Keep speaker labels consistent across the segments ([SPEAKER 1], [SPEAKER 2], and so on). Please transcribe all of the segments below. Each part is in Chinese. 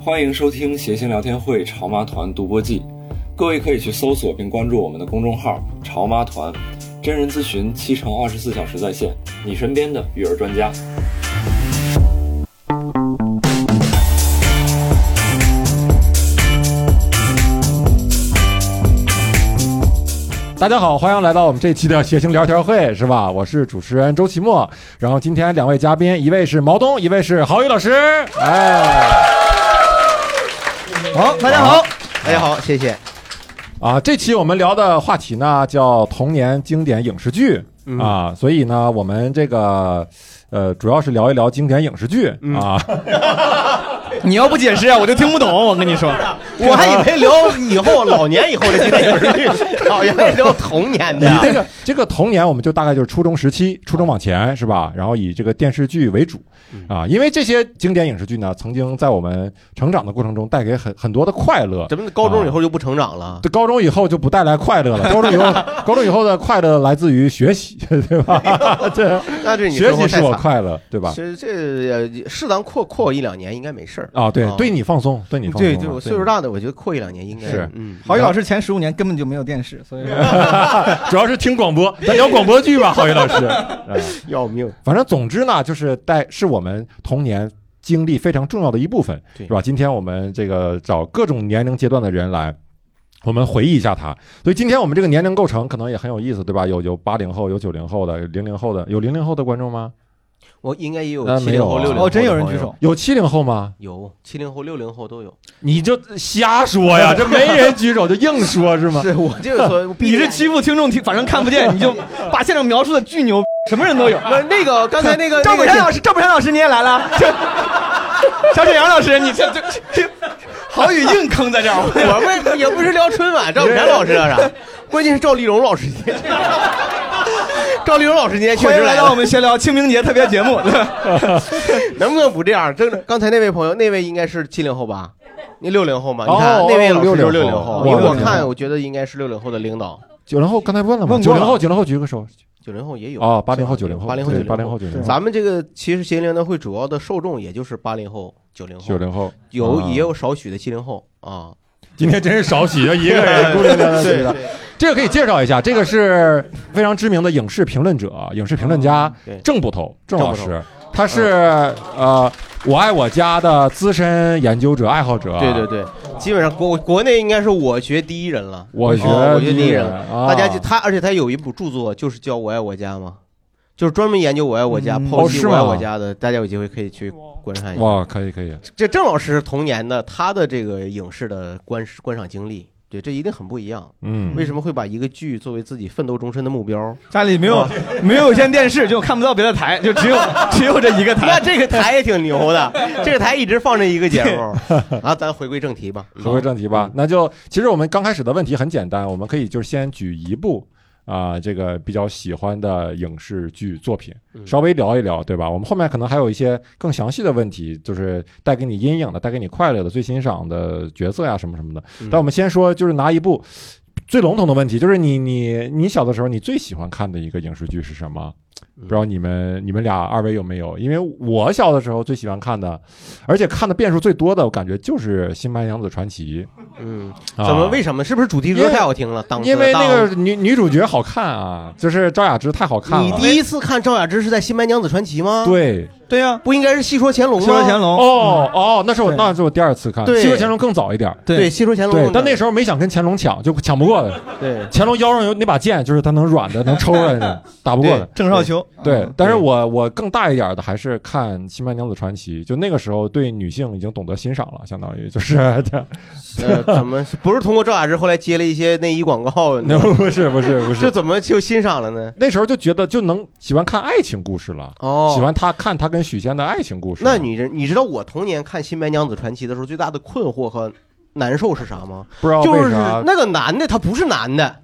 [SPEAKER 1] 欢迎收听《谐星聊天会·潮妈团独播记》，各位可以去搜索并关注我们的公众号“潮妈团”，真人咨询七乘二十四小时在线，你身边的育儿专家。
[SPEAKER 2] 大家好，欢迎来到我们这期的谐星聊天会，是吧？我是主持人周奇墨，然后今天两位嘉宾，一位是毛东，一位是郝宇老师。哎，好，
[SPEAKER 3] 大家好，大家好，谢谢。
[SPEAKER 2] 啊，这期我们聊的话题呢叫童年经典影视剧、
[SPEAKER 3] 嗯
[SPEAKER 2] 啊，所以呢，我们这个呃主要是聊一聊经典影视剧、啊。
[SPEAKER 3] 嗯 你要不解释啊，我就听不懂。我跟你说，我还以为聊以后老年以后的经 典影视剧，哦，原来聊童 年的
[SPEAKER 2] 你
[SPEAKER 3] 呀。
[SPEAKER 2] 这个这个童年，我们就大概就是初中时期，初中往前是吧？然后以这个电视剧为主
[SPEAKER 3] 嗯
[SPEAKER 2] 啊，因为这些经典影视剧呢，曾经在我们成长的过程中带给很很多的快乐。啊
[SPEAKER 3] 咱们嗯高中以后就啊不成长了，
[SPEAKER 2] 对，高中以后就不带来快乐了。高中以后， 高中以后的快乐来自于学习， 对 吧？啊 对，
[SPEAKER 3] 那对你
[SPEAKER 2] 学
[SPEAKER 3] 生
[SPEAKER 2] 习
[SPEAKER 3] 活
[SPEAKER 2] 使
[SPEAKER 3] 太
[SPEAKER 2] 我
[SPEAKER 3] 惨。
[SPEAKER 2] 快乐，对吧？
[SPEAKER 3] 这这呃适当扩扩一两年应该没事儿。
[SPEAKER 2] 啊，对
[SPEAKER 3] 啊，
[SPEAKER 2] 对你放松，对你放松
[SPEAKER 3] 对
[SPEAKER 2] 了。
[SPEAKER 3] 对，我岁数大的，我觉得扩一两年应该
[SPEAKER 2] 是
[SPEAKER 3] 嗯，
[SPEAKER 4] 郝宇 老师前十五年根本就没有电视，所 以说
[SPEAKER 2] 主要是听广 播，咱聊广播剧吧，郝宇老 师。哎
[SPEAKER 3] 要命。
[SPEAKER 2] 反正总之呢，就是带是我们童年经历非常重要的一部分，
[SPEAKER 3] 对
[SPEAKER 2] 是吧？今天我们这个找各种年龄阶段的人来。我们回忆一下它，所以今天我们这个年龄构成可能也很有意思，对吧？有有八零后，有九零后的，有零零后的，有零零后的观众吗？
[SPEAKER 3] 我应该也有
[SPEAKER 2] 呃
[SPEAKER 3] 七
[SPEAKER 2] 没
[SPEAKER 3] 零
[SPEAKER 2] 有
[SPEAKER 3] 后、
[SPEAKER 2] 啊
[SPEAKER 3] 六零后，
[SPEAKER 4] 哦，真有人举手，。
[SPEAKER 2] 有七零后吗？
[SPEAKER 3] 有七零后、六零后都有，
[SPEAKER 2] 你就瞎说 呀，这没人举手就硬说是吗？
[SPEAKER 3] 是我这个说，
[SPEAKER 4] 你是欺负听众听，反正看不见，你就把现场描述的巨牛，什么人都有。
[SPEAKER 3] 不是那 个刚才那个
[SPEAKER 4] 赵本山老
[SPEAKER 3] 师，
[SPEAKER 4] 师，赵本山老师你也来 了，小沈阳老师，你这这这 郝宇硬坑在这儿，
[SPEAKER 3] 我们也不是聊春晚，赵本山老师要 啥？关键是赵丽蓉老师今天， 赵丽蓉老师今天确
[SPEAKER 4] 欢
[SPEAKER 3] 实
[SPEAKER 4] 迎来
[SPEAKER 3] 来
[SPEAKER 4] 到我
[SPEAKER 3] 了，
[SPEAKER 4] 们闲聊清明节特别节目。
[SPEAKER 3] 能不能不这样？真的，刚才那位朋友，那位应该是七零后吧？你六零后嘛？
[SPEAKER 2] 哦
[SPEAKER 3] 你看
[SPEAKER 2] 哦
[SPEAKER 3] 那位老师就是六
[SPEAKER 2] 60
[SPEAKER 3] 零
[SPEAKER 2] 后
[SPEAKER 3] 后，因为
[SPEAKER 4] 哇
[SPEAKER 3] 我
[SPEAKER 4] 60
[SPEAKER 3] 看
[SPEAKER 4] 后
[SPEAKER 3] 我觉得应该是六零后的领导，
[SPEAKER 2] 九零后刚才问了吗？
[SPEAKER 4] 问
[SPEAKER 2] 九
[SPEAKER 4] 过了
[SPEAKER 2] 零后，九零后举个手
[SPEAKER 3] 九零后也有
[SPEAKER 2] 啊！八零后，九零后，
[SPEAKER 3] 八零后，
[SPEAKER 2] 对
[SPEAKER 3] 九
[SPEAKER 2] 八零
[SPEAKER 3] 零
[SPEAKER 2] 后，。九零后，
[SPEAKER 3] 咱们这个其实谐音的会主要的受众也就是八零后、九零
[SPEAKER 2] 九
[SPEAKER 3] 后，
[SPEAKER 2] 零后，
[SPEAKER 3] 有
[SPEAKER 2] 啊
[SPEAKER 3] 也有少许的七零后啊。
[SPEAKER 2] 今天真是少喜啊，一个人孤零零的对 的。这个可以介绍一下，这个是非常知名的影视评论者、影视评论家
[SPEAKER 3] 嗯对
[SPEAKER 2] 郑捕头郑老
[SPEAKER 3] 郑捕
[SPEAKER 2] 师，他是呃《我爱我家》的资深研究者、爱好者。
[SPEAKER 3] 对对，对，基本上国国内应该是我学第一人了，
[SPEAKER 2] 我学
[SPEAKER 3] 哦我
[SPEAKER 2] 第
[SPEAKER 3] 学
[SPEAKER 2] 一
[SPEAKER 3] 第一人
[SPEAKER 2] 人
[SPEAKER 3] 了。
[SPEAKER 2] 啊
[SPEAKER 3] 大家就他，而且他有一部著作就是叫《我爱我家》嘛，就是专门研究《我爱我家》
[SPEAKER 4] 嗯
[SPEAKER 3] 剖
[SPEAKER 2] 哦
[SPEAKER 3] 析
[SPEAKER 2] 是
[SPEAKER 3] 《
[SPEAKER 2] 吗
[SPEAKER 3] 我爱我家》的，大家有机会可以去观看一下。
[SPEAKER 2] 哇，可以可以，
[SPEAKER 3] 这郑老师童年的他的这个影视的观观赏经历，对，这一定很不一样。
[SPEAKER 2] 嗯，
[SPEAKER 3] 为什么会把一个剧作为自己奋斗终身的 目标？
[SPEAKER 4] 家里没有没有有线电视，就看不到别的台，就 只有只有这一个
[SPEAKER 3] 那
[SPEAKER 4] 台。
[SPEAKER 3] 这个台也挺牛的，这个台一直放这一个 节目啊。咱回归正题吧，
[SPEAKER 2] 回归正题
[SPEAKER 3] 嗯
[SPEAKER 2] 吧。那就其实我们刚开始的问题很简单，我们可以就是先举一部啊、这个比较喜欢的影视剧作品，
[SPEAKER 3] 嗯
[SPEAKER 2] 稍微聊一聊，对吧？我们后面可能还有一些更详细的问题，就是带给你阴影的、带给你快乐的、最欣赏的角色呀、什么什么的。
[SPEAKER 3] 嗯
[SPEAKER 2] 但我们先说，就是拿一部。最笼统的问题就是你你你小的时候你最喜欢看的一个影视剧是什么？
[SPEAKER 3] 嗯
[SPEAKER 2] 不知道你们你们俩二位有没有？因为我小的时候最喜欢看的，而且看的遍数最多的，我感觉就是《新白娘子传奇》。
[SPEAKER 3] 嗯，
[SPEAKER 2] 啊
[SPEAKER 3] 怎么？为什么？是不是主题
[SPEAKER 2] 因
[SPEAKER 3] 歌
[SPEAKER 2] 为
[SPEAKER 3] 太好听了？当
[SPEAKER 2] 因为那
[SPEAKER 3] 当
[SPEAKER 2] 个女女主角好看啊，就是赵雅芝太好看
[SPEAKER 3] 你
[SPEAKER 2] 了。
[SPEAKER 3] 第一次看赵雅芝是在《新白娘子传奇》吗？，
[SPEAKER 2] 对，啊
[SPEAKER 4] 对呀，
[SPEAKER 3] 不应该是《戏说乾隆》吗？
[SPEAKER 4] 说乾隆
[SPEAKER 2] 哦哦，那是我
[SPEAKER 4] 对
[SPEAKER 2] 那是我第二次看，《
[SPEAKER 3] 对
[SPEAKER 2] 西游乾隆》更早一点儿。
[SPEAKER 3] 嗯对，《戏说乾隆
[SPEAKER 2] 对》，，但那
[SPEAKER 3] 时
[SPEAKER 2] 时候没想跟乾隆抢，就抢不过的。
[SPEAKER 3] 候对
[SPEAKER 2] 乾隆腰上有那把剑，就是他能软的，能抽来的， 打不过的。
[SPEAKER 4] 郑少秋，
[SPEAKER 2] 对
[SPEAKER 4] 嗯，
[SPEAKER 2] 但是我我更大一点的还是看《新白娘子传奇》，就那个时候对女性已经懂得欣赏了，相当于就是 对
[SPEAKER 3] 呃， 怎么不是通过赵雅芝后来接了一些内衣广告？
[SPEAKER 2] 那 不是不是不
[SPEAKER 3] 这
[SPEAKER 2] 是，
[SPEAKER 3] 怎么就欣赏了呢？
[SPEAKER 2] 那时候就觉得就能喜欢看爱情故事了，
[SPEAKER 3] 哦，
[SPEAKER 2] 喜。欢他看他跟许仙的爱情故事。啊
[SPEAKER 3] 那你知你知道我童年看《新白娘子传奇》的时候最大的困惑和难受是啥吗？
[SPEAKER 2] 不知道
[SPEAKER 3] 就
[SPEAKER 2] 为
[SPEAKER 3] 是
[SPEAKER 2] 啥
[SPEAKER 3] 那个男的他不是男的，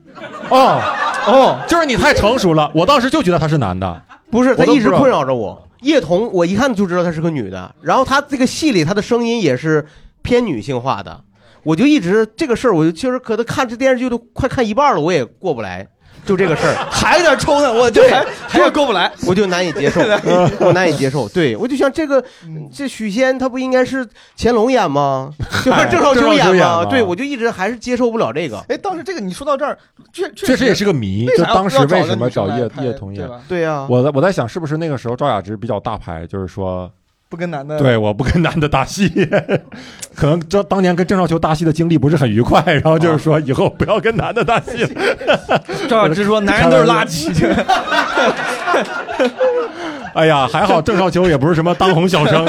[SPEAKER 2] 哦哦，就是你太成熟了，我当时就觉得他是男的。
[SPEAKER 3] 不是
[SPEAKER 2] 我都
[SPEAKER 3] 他一
[SPEAKER 2] 不知
[SPEAKER 3] 直
[SPEAKER 2] 道
[SPEAKER 3] 困扰着我。叶童，我一看就知道她是个女的，然后她这个戏里她的声音也是偏女性化的，我就一直这个事儿，我就其实可能看这电视剧都快看一半了，我也过不来。就这个事儿，
[SPEAKER 4] 还有点抽呢，我
[SPEAKER 3] 对
[SPEAKER 4] 还还有够不来。
[SPEAKER 3] 我就难以接受，我难以接受。对，我就想这个，这许仙他不应该是乾隆演吗？就是郑少秋
[SPEAKER 2] 郑少秋
[SPEAKER 3] 演
[SPEAKER 2] 演吗
[SPEAKER 3] 吗？对，我就一直还是接受不了这个。
[SPEAKER 4] 哎，当时这个你说到这儿，确
[SPEAKER 2] 确实也是个谜，就当时为什么找叶叶
[SPEAKER 4] 叶
[SPEAKER 2] 童演？
[SPEAKER 3] 对
[SPEAKER 4] 啊
[SPEAKER 3] 呀，
[SPEAKER 2] 我在我在想，是不是那个时候赵雅芝比较大牌，就是说，
[SPEAKER 4] 不跟男的
[SPEAKER 2] 对，我不跟男的搭戏，可能这当年跟郑少秋搭戏的经历不是很愉快，然后就是说以后不要跟男的搭戏了。
[SPEAKER 4] 啊赵雅 芝说男人都是垃圾，
[SPEAKER 2] 哎呀，还好郑少秋也不是什么当红小生，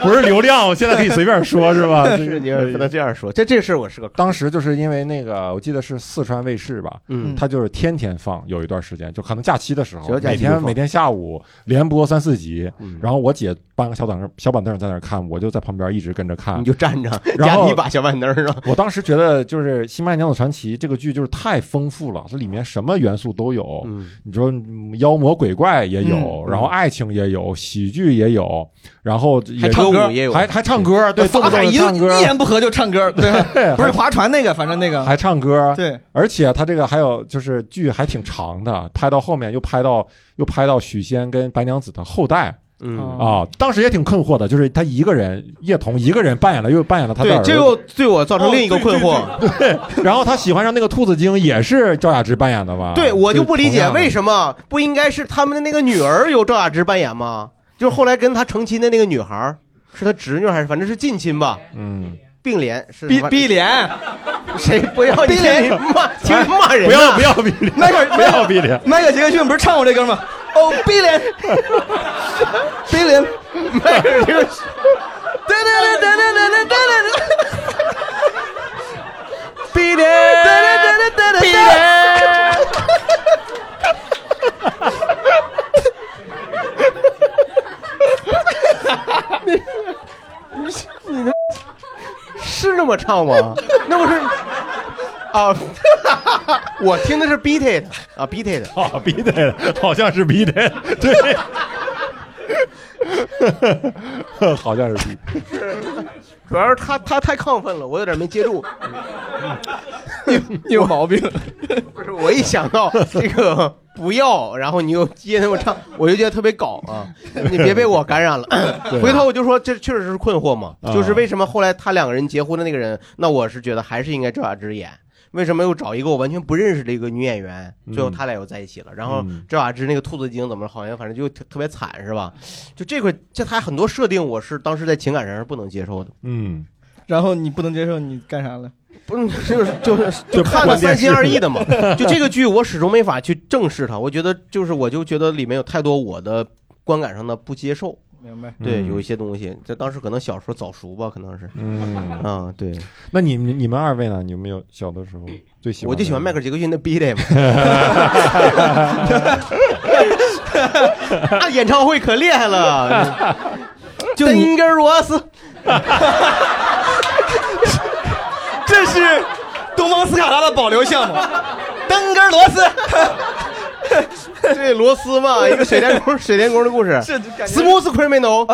[SPEAKER 2] 不是流量，现在可以随便说，是吧？这
[SPEAKER 3] 是
[SPEAKER 2] 个
[SPEAKER 3] 你不能这样说，这这事儿我是个
[SPEAKER 2] 当时就是因为那个，我记得是四川卫视吧，
[SPEAKER 3] 嗯
[SPEAKER 2] 他就是天天放，有一段时间，就可能假期的时
[SPEAKER 3] 只
[SPEAKER 2] 候
[SPEAKER 3] 要，假期
[SPEAKER 2] 每
[SPEAKER 3] 就
[SPEAKER 2] 天
[SPEAKER 3] 放
[SPEAKER 2] 每天下午连播三四集
[SPEAKER 3] 嗯，
[SPEAKER 2] 然后我姐搬个小板凳小板凳在那儿看，我就在旁边一直跟着看
[SPEAKER 3] 你。就站着，
[SPEAKER 2] 然
[SPEAKER 3] 压
[SPEAKER 2] 后
[SPEAKER 3] 你一把小板凳儿啊。
[SPEAKER 2] 我当时觉得就是《新白娘子传奇》这个剧就是太丰富了，它里面什么元素都有，
[SPEAKER 3] 嗯，
[SPEAKER 2] 你说嗯妖魔鬼怪也有，
[SPEAKER 4] 嗯
[SPEAKER 2] 然后爱情也有，喜剧也有，然后也
[SPEAKER 4] 还唱歌
[SPEAKER 2] 歌
[SPEAKER 3] 也有
[SPEAKER 2] 还还唱歌，对，动不动
[SPEAKER 3] 哎
[SPEAKER 2] 就
[SPEAKER 4] 海哎一
[SPEAKER 2] 唱歌，
[SPEAKER 4] 一言不合就唱歌，对吧？
[SPEAKER 2] 对，啊
[SPEAKER 4] 不是划船那个，反正那个
[SPEAKER 2] 还唱歌，
[SPEAKER 4] 对，
[SPEAKER 2] 而且他这个还有就是剧还挺长的，拍到后面又拍到又拍到许仙跟白娘子的后代
[SPEAKER 3] 嗯，
[SPEAKER 2] 啊、当时也挺困惑的，就是他一个人叶童一个人扮演了又扮演了他的
[SPEAKER 3] 对
[SPEAKER 2] 儿，
[SPEAKER 3] 这
[SPEAKER 2] 子，
[SPEAKER 3] 又哦对我
[SPEAKER 2] 哦
[SPEAKER 3] 造成另一个困惑。
[SPEAKER 2] 然后他喜欢上那个兔子精也是赵雅芝扮演的嘛？
[SPEAKER 3] 对我就不理解为
[SPEAKER 2] 么
[SPEAKER 3] 什么不应该是他们的那个女儿由赵雅芝扮演吗？就是后来跟她成亲的那个女孩儿，是她侄女还是反正是近亲吧？
[SPEAKER 2] 嗯，
[SPEAKER 3] 并联是
[SPEAKER 4] 逼
[SPEAKER 3] 什么
[SPEAKER 4] 逼脸，
[SPEAKER 3] 谁不要
[SPEAKER 4] 逼脸
[SPEAKER 3] 你 骂，听你骂人啊
[SPEAKER 2] 不要不要
[SPEAKER 3] 呐
[SPEAKER 2] 逼脸，
[SPEAKER 4] 迈克尔
[SPEAKER 2] 不要逼脸，
[SPEAKER 4] 迈克尔杰克逊不是唱过这歌吗？哦，逼脸， 逼脸，
[SPEAKER 3] 迈克尔杰克逊
[SPEAKER 4] 哒哒哒哒哒哒哒哒哒。
[SPEAKER 3] 逼脸，逼脸，你你的是那么唱吗？ 那不是啊， 我听的是 beat it 啊 beat it，
[SPEAKER 2] 好逼的，好像是逼的，对，好像是逼。
[SPEAKER 3] 主要是他他太亢奋了，我有点没接住。
[SPEAKER 4] 你 有毛病，
[SPEAKER 3] 不是，我一想到这个不要，然后你又接那么唱，我就觉得特别搞 啊！你别被我感染了。
[SPEAKER 4] 啊
[SPEAKER 3] 回头我就说，这确实是困惑嘛，
[SPEAKER 2] 啊
[SPEAKER 3] 就是为什么后来他两个人结婚的那个人，那我是觉得还是应该赵雅芝演。为什么又找一个我完全不认识的一个女演员？最
[SPEAKER 4] 嗯
[SPEAKER 3] 后他俩又在一起了。然后
[SPEAKER 2] 嗯
[SPEAKER 3] 赵雅芝那个兔子精怎么好像反正就特特别惨是吧？就这块，这他很多设定我是当时在情感上是不能接受的，
[SPEAKER 2] 嗯，
[SPEAKER 4] 然后你不能接受，你干啥了？
[SPEAKER 3] 不是就是就是
[SPEAKER 2] 就
[SPEAKER 3] 看的
[SPEAKER 2] 关键
[SPEAKER 3] 三
[SPEAKER 2] 是
[SPEAKER 3] 心二意 的嘛。就这个剧，我始终没法去正视它。我觉得就是，我就觉得里面有太多我的观感上的不接受。
[SPEAKER 4] 明白。
[SPEAKER 3] 对，
[SPEAKER 2] 嗯
[SPEAKER 3] 有一些东西，在当时可能小时候早熟吧，可能是。
[SPEAKER 2] 嗯，
[SPEAKER 3] 啊，对，
[SPEAKER 2] 那你们你们二位呢？你有没有小的时候最喜欢？
[SPEAKER 3] 我就喜欢迈克
[SPEAKER 2] 克。
[SPEAKER 3] 尔杰克逊的《B Day》嘛。那啊演唱会可厉害 了，
[SPEAKER 4] 就你
[SPEAKER 3] 登格尔罗斯，
[SPEAKER 4] 这是东方斯卡拉的保留项目，登根螺丝，
[SPEAKER 3] 对罗 斯嘛，一个水电工，水电工的故事。
[SPEAKER 4] 这就感觉
[SPEAKER 3] Smooth criminal，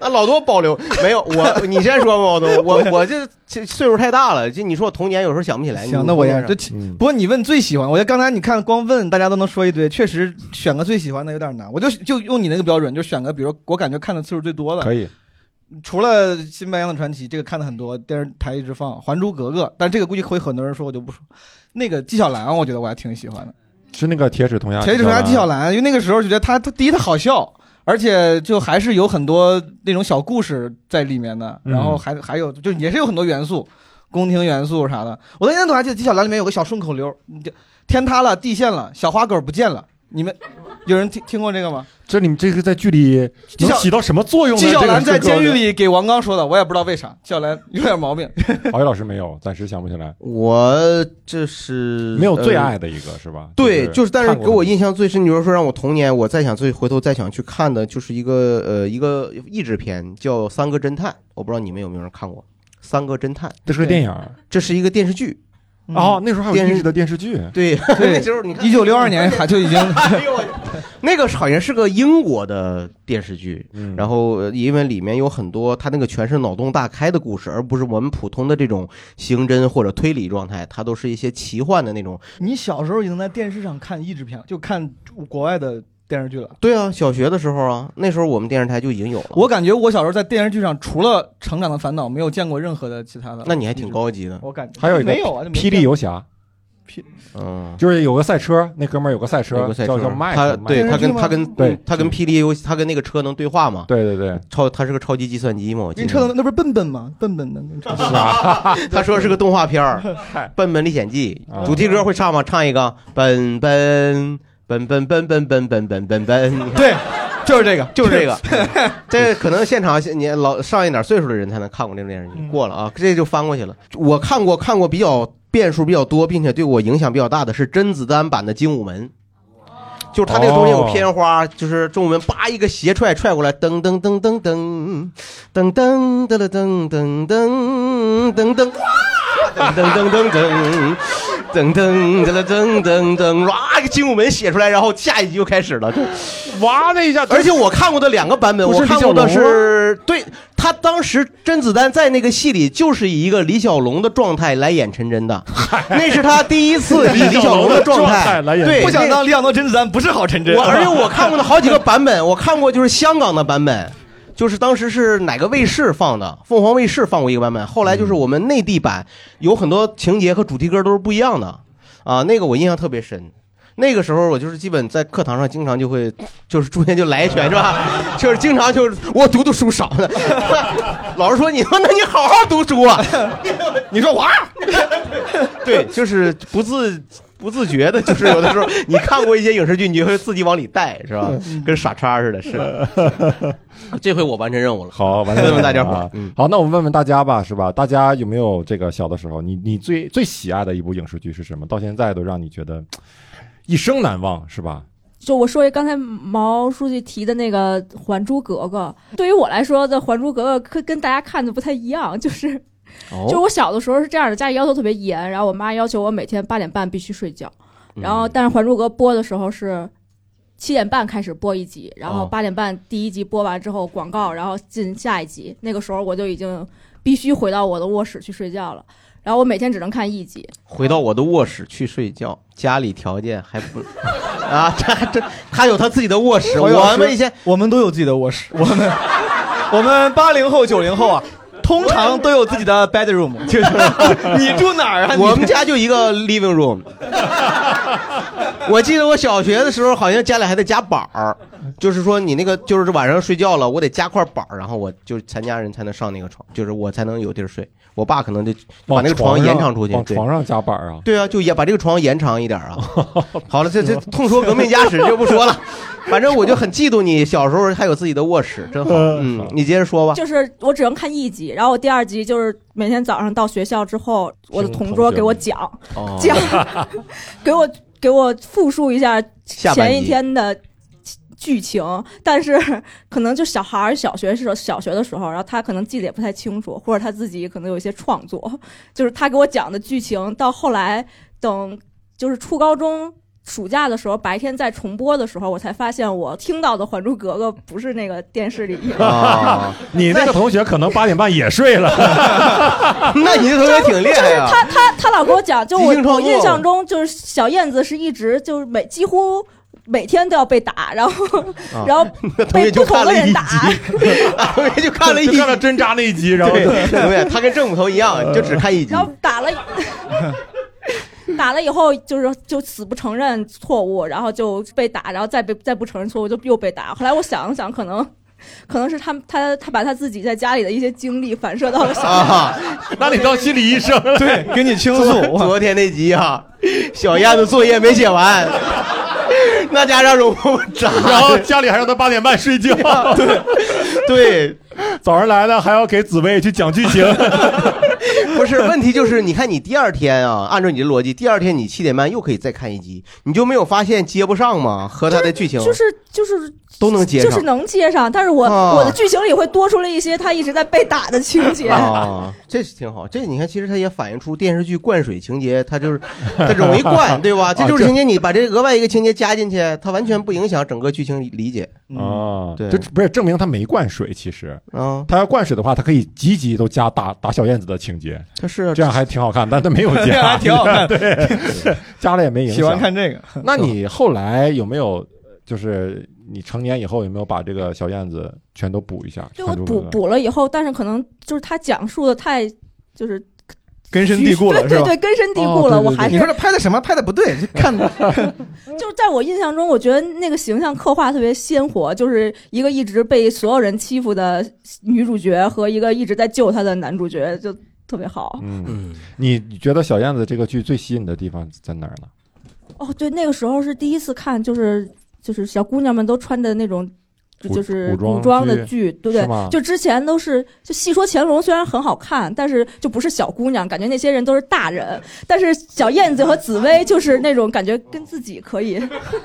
[SPEAKER 3] 那老多保留没有我，你先说吧，我都我我这这岁数太大了，就你说我童年有时候想不起来。
[SPEAKER 4] 行，
[SPEAKER 3] 你
[SPEAKER 4] 那我也是。
[SPEAKER 3] 这
[SPEAKER 4] 这
[SPEAKER 2] 嗯
[SPEAKER 4] 不过你问最喜欢，我觉得刚才你看光问大家都能说一堆，确实选个最喜欢的有点难。我就就用你那个标准，就选个，比如我感觉看的次数最多的，
[SPEAKER 2] 可以，
[SPEAKER 4] 除了《新白娘子传奇》这个看的很多，电视台一直放《还珠格格》，但这个估计会很多人说，我就不说。那个纪晓岚，我觉得我还挺喜欢的。
[SPEAKER 2] 是那个铁齿铜牙。
[SPEAKER 4] 铁齿铜牙纪晓岚，因为那个时候就觉得他他第一他好笑，而且就还是有很多那种小故事在里面的，
[SPEAKER 2] 嗯
[SPEAKER 4] 然后还还有就也是有很多元素，宫廷元素啥的。我那天都还记得纪晓岚里面有个小顺口溜，你就天塌了，地陷了，小花狗不见了。你们有人听听过这个吗？
[SPEAKER 2] 这你们这个在剧里
[SPEAKER 4] 纪
[SPEAKER 2] 能
[SPEAKER 4] 晓
[SPEAKER 2] 起到什么作用呢？
[SPEAKER 4] 纪晓岚
[SPEAKER 2] 这
[SPEAKER 4] 在
[SPEAKER 2] 个
[SPEAKER 4] 监狱。里给王刚说的，我也不知道为啥，纪晓岚有点毛病。
[SPEAKER 2] 郝宇老师没有，暂时想不起来，
[SPEAKER 3] 我这是
[SPEAKER 2] 没有最
[SPEAKER 3] 呃
[SPEAKER 2] 爱的一个是吧？
[SPEAKER 3] 对，就是但是
[SPEAKER 2] 看过
[SPEAKER 3] 给我印象最深，你如说让我童年，我再想最回头再想去看的，就是一个呃一个译制片叫《三个侦探》，我不知道你们有没有人看过《三个侦探》，
[SPEAKER 2] 这是个电影，
[SPEAKER 3] 这是一个电视剧，
[SPEAKER 4] 嗯
[SPEAKER 2] 哦，那时候还有
[SPEAKER 3] 电视
[SPEAKER 2] 励志的电视剧，
[SPEAKER 3] 对，
[SPEAKER 4] 对
[SPEAKER 3] 那 时候你看
[SPEAKER 4] 一九六二年还就已经
[SPEAKER 3] 哎呦我那个好像是个英国的电视剧，
[SPEAKER 2] 嗯
[SPEAKER 3] 然后呃因为里面有很多他那个全是脑洞大开的故事，而不是我们普通的这种刑侦或者推理状态，它都是一些奇幻的那种。
[SPEAKER 4] 你小时候已经在电视上看译制片了，就看国外的电视剧了。
[SPEAKER 3] 对啊，小学的时候啊，那时候我们电视台就已经有了。
[SPEAKER 4] 我感觉我小时候在电视剧上除了《成长的烦恼》，没有见过任何的其他的。
[SPEAKER 3] 那你还挺，高级的，
[SPEAKER 4] 我感觉
[SPEAKER 2] 还有一个
[SPEAKER 4] 没有啊？就没
[SPEAKER 2] 霹雳
[SPEAKER 4] 见过
[SPEAKER 2] 游侠
[SPEAKER 3] 嗯。
[SPEAKER 2] 就是有个赛车，那哥们儿有个赛
[SPEAKER 3] 有
[SPEAKER 2] 车
[SPEAKER 3] 个赛
[SPEAKER 2] 叫叫
[SPEAKER 3] 车，
[SPEAKER 2] 麦克，
[SPEAKER 3] 他
[SPEAKER 2] 麦
[SPEAKER 3] 对
[SPEAKER 2] 克
[SPEAKER 3] 他跟
[SPEAKER 4] 麦克
[SPEAKER 3] 他跟
[SPEAKER 2] 对
[SPEAKER 3] 他跟霹雳游他跟那个车能对话嘛？
[SPEAKER 2] 对对对，
[SPEAKER 3] 超他是个超级计算机嘛？我记
[SPEAKER 4] 那车
[SPEAKER 3] 得
[SPEAKER 4] 的那不是笨笨吗？笨笨的那个。
[SPEAKER 3] 他说是个动画 片儿，《笨笨历险记
[SPEAKER 2] 啊》
[SPEAKER 3] 主题歌会唱吗？唱一个笨笨笨笨笨笨笨笨笨笨笨，
[SPEAKER 4] 对，就是这个，
[SPEAKER 3] 就是这个。 这可能现场你老上一点岁数的人才能看过这种电视剧，过了啊，这就翻过去了。我看过看过比较变数比较多，并且对我影响比较大的是甄子丹版的《精武门》。就是他那个中间有片花，就是中文叭一个斜踹踹过来，噔噔噔噔噔噔噔噔噔噔噔噔噔噔，哇，噔噔噔噔噔。噔噔噔噔噔噔，哇！一个精武门写出来，然后下一集就开始了。
[SPEAKER 2] 哇那一下，
[SPEAKER 3] 而且我看过的两个版本，
[SPEAKER 2] 不是
[SPEAKER 3] 我看过的
[SPEAKER 2] 李小龙
[SPEAKER 3] 是对他当时甄子丹在那个戏里就是以一个李小龙的状态来演陈真的，那是他第一次以李小龙的状态
[SPEAKER 2] 来演
[SPEAKER 3] 对，
[SPEAKER 4] 不想
[SPEAKER 3] 那
[SPEAKER 4] 当李小龙甄子丹不是好陈真。
[SPEAKER 3] 我而且我看过 的好几个版本，我看过就是香港的版本，就是当时是哪个卫视放的，凤凰卫视放过一个版本，后来
[SPEAKER 4] 嗯
[SPEAKER 3] 就是我们内地版有很多情节和主题歌都是不一样的啊，那个我印象特别深。那个时候我就是基本在课堂上经常就会，就是中间就来一拳是吧？就是经常就是我读读书少的， 老师说你 说那你好好读书啊，你说啊哇， 对，就是不自不自觉的，就是有的时候你看过一些影视剧，你就会自己往里带，是吧？
[SPEAKER 4] 嗯
[SPEAKER 3] 跟傻叉似的，是的。 这回我完成任务了，
[SPEAKER 2] 好，完了，
[SPEAKER 3] 问问 大家伙
[SPEAKER 2] 啊
[SPEAKER 3] 儿嗯！
[SPEAKER 2] 好，那我们问问大家吧，是吧？大家有没有这个小的时候，你你最最喜爱的一部影视剧是什么？到现在都让你觉得一生难忘，是吧？
[SPEAKER 5] 就我说一刚才毛书记提的那个《还珠格格》，对于我来说的《还珠格格》跟跟大家看的不太一样，就是
[SPEAKER 6] 哦
[SPEAKER 5] 就是我小的时候是这样的，家里要求特别严，然后我妈要求我每天八点半必须睡觉，
[SPEAKER 6] 嗯
[SPEAKER 5] 然后但是《还珠格》格播的时候是七点半开始播一集，然后
[SPEAKER 3] 哦
[SPEAKER 5] 八点半第一集播完之后广告，然后进下一集，那个时候我就已经必须回到我的卧室去睡觉了，然后我每天只能看一集，
[SPEAKER 3] 回到我的卧室去睡觉，家里条件还不啊，这这他有他自己的卧室，
[SPEAKER 4] 好有
[SPEAKER 3] 我们以前
[SPEAKER 4] 我们都有自己的卧室，我们我们八零后九零后啊，通常都有自己的 bedroom，就是 你住哪儿啊？你
[SPEAKER 3] 我们家就一个 living room。我记得我小学的时候，好像家里还得加板儿，就是说你那个就是晚上睡觉了，我得加块板儿，然后我就全家人才能上那个床，就是我才能有地儿睡。我爸可能就把那个
[SPEAKER 2] 往
[SPEAKER 3] 延
[SPEAKER 2] 上
[SPEAKER 3] 长出去，
[SPEAKER 2] 往
[SPEAKER 3] 对
[SPEAKER 2] 床上加板儿啊！
[SPEAKER 3] 对啊，就也把这个床延长一点 啊。好了，这这痛说革命家史就不说了，反正我就很嫉妒你小时候还有自己的卧室，真好。嗯，你接着说吧。
[SPEAKER 5] 就是我只能看一集，然后我第二集就是每天早上到学校之后，我的同桌给我讲
[SPEAKER 3] 哦
[SPEAKER 5] 讲，给我给我复述一下
[SPEAKER 3] 下半
[SPEAKER 5] 前一
[SPEAKER 3] 集
[SPEAKER 5] 天的剧情，但是 可能就小孩儿小学时候小学的时候，然后他可能记得也不太清楚，或者他自己可能有一些创作，就是他给我讲的剧情，到后来等就是初高中。暑假的时候，白天在重播的时候，我才发现我听到的《还珠格格》不是那个电视里演的
[SPEAKER 3] 啊，
[SPEAKER 2] 你那个同学可能八点半也睡 了，
[SPEAKER 3] 那你这同学挺厉害呀、
[SPEAKER 5] 他他他老跟我讲，就我
[SPEAKER 3] 即兴创
[SPEAKER 5] 我
[SPEAKER 3] 作
[SPEAKER 5] 印象中就是小燕子是一直就是每几乎。每天都要被打，然后，
[SPEAKER 3] 啊
[SPEAKER 5] 然后
[SPEAKER 3] 那同学
[SPEAKER 5] 被
[SPEAKER 3] 就
[SPEAKER 5] 不同
[SPEAKER 3] 看
[SPEAKER 5] 的
[SPEAKER 3] 了一
[SPEAKER 5] 人
[SPEAKER 3] 集
[SPEAKER 5] 打，
[SPEAKER 3] 同学就看了一
[SPEAKER 2] 就
[SPEAKER 3] 集
[SPEAKER 2] 看。到针扎那一集，然后
[SPEAKER 3] 对对，他跟郑捕头一样，就只看一集
[SPEAKER 5] 然。后打了， 打了以后就是就死不承认错误，然后就被打，然后再被再不承认错误就又被打。后来我想了想，可能可能是他他他把他自己在家里的一些经历反射到了小
[SPEAKER 3] 啊，
[SPEAKER 2] 那得到心理医生。
[SPEAKER 4] 对，给你倾诉。我
[SPEAKER 3] 昨天那集啊，小燕子作业没 写完，那家让容我炸。
[SPEAKER 2] 然后家里还让他八点半睡觉，
[SPEAKER 3] 对，
[SPEAKER 2] 早上来呢还要给紫薇去讲剧情，
[SPEAKER 3] 不不是，问题就是你看你第二天啊，按照你的逻辑，第二天你七点半又可以再看一集，你就没有发现接不上吗？和它的剧情
[SPEAKER 5] 就是就是
[SPEAKER 3] 都能接
[SPEAKER 5] 就
[SPEAKER 3] 上，
[SPEAKER 5] 是能接上，但是我、
[SPEAKER 3] 啊
[SPEAKER 5] 我的剧情里会多出来一些他一直在被打的情节。
[SPEAKER 3] 啊，这是挺好。这你看，其实它也反映出电视剧灌水情节，它就是 它容易灌，啊对 吧？这就是情节，你把这额外一个情节加进去，它完全不影响整个剧情理解。
[SPEAKER 2] 啊，
[SPEAKER 3] 对
[SPEAKER 2] 这不是证明他没灌水，其实
[SPEAKER 3] 啊，
[SPEAKER 2] 他要灌水的话，他可以集集都加打打小燕子的情节，
[SPEAKER 3] 它是
[SPEAKER 2] 这样还挺好看，但他没有
[SPEAKER 4] 这样
[SPEAKER 2] 加，
[SPEAKER 4] 啊 还挺好看
[SPEAKER 2] 对， 加了也没影响。
[SPEAKER 4] 喜欢看这个，
[SPEAKER 2] 那你后来有没有就是你成年以后有没有把这个小燕子全都补一下？
[SPEAKER 5] 对我
[SPEAKER 2] 全都
[SPEAKER 5] 补
[SPEAKER 2] 了
[SPEAKER 5] 补了以后，但是可能就是他讲述的太就是
[SPEAKER 4] 根深蒂固了
[SPEAKER 5] 对
[SPEAKER 4] 是
[SPEAKER 5] 对
[SPEAKER 4] 吧？
[SPEAKER 5] 对，根深蒂
[SPEAKER 2] 哦
[SPEAKER 5] 固
[SPEAKER 2] 对
[SPEAKER 5] 了，
[SPEAKER 2] 对
[SPEAKER 5] 我
[SPEAKER 2] 对
[SPEAKER 5] 还
[SPEAKER 4] 你
[SPEAKER 5] 是
[SPEAKER 4] 说这拍的什么？拍的不对，这 看
[SPEAKER 5] 就是在我印象中，我觉得那个形象刻画特别鲜活，就是一个一直被所有人欺负的女主角和一个一直在救她的男主角，就特别好。
[SPEAKER 2] 嗯，
[SPEAKER 3] 嗯，
[SPEAKER 2] 你你觉得小燕子这个剧最吸引的地方在哪儿呢？
[SPEAKER 5] 哦，对，那个时候是第一次看，就是就是小姑娘们都穿的那种。就
[SPEAKER 2] 古
[SPEAKER 5] 就是
[SPEAKER 2] 古装
[SPEAKER 5] 古装的剧，
[SPEAKER 2] 剧
[SPEAKER 5] 对不
[SPEAKER 2] 是吗
[SPEAKER 5] 对？就之前都是，就《戏说乾隆》虽然很好看，但是就不是小姑娘，感觉那些人都是大人。但是小燕子和紫薇就是那种感觉跟自己可以，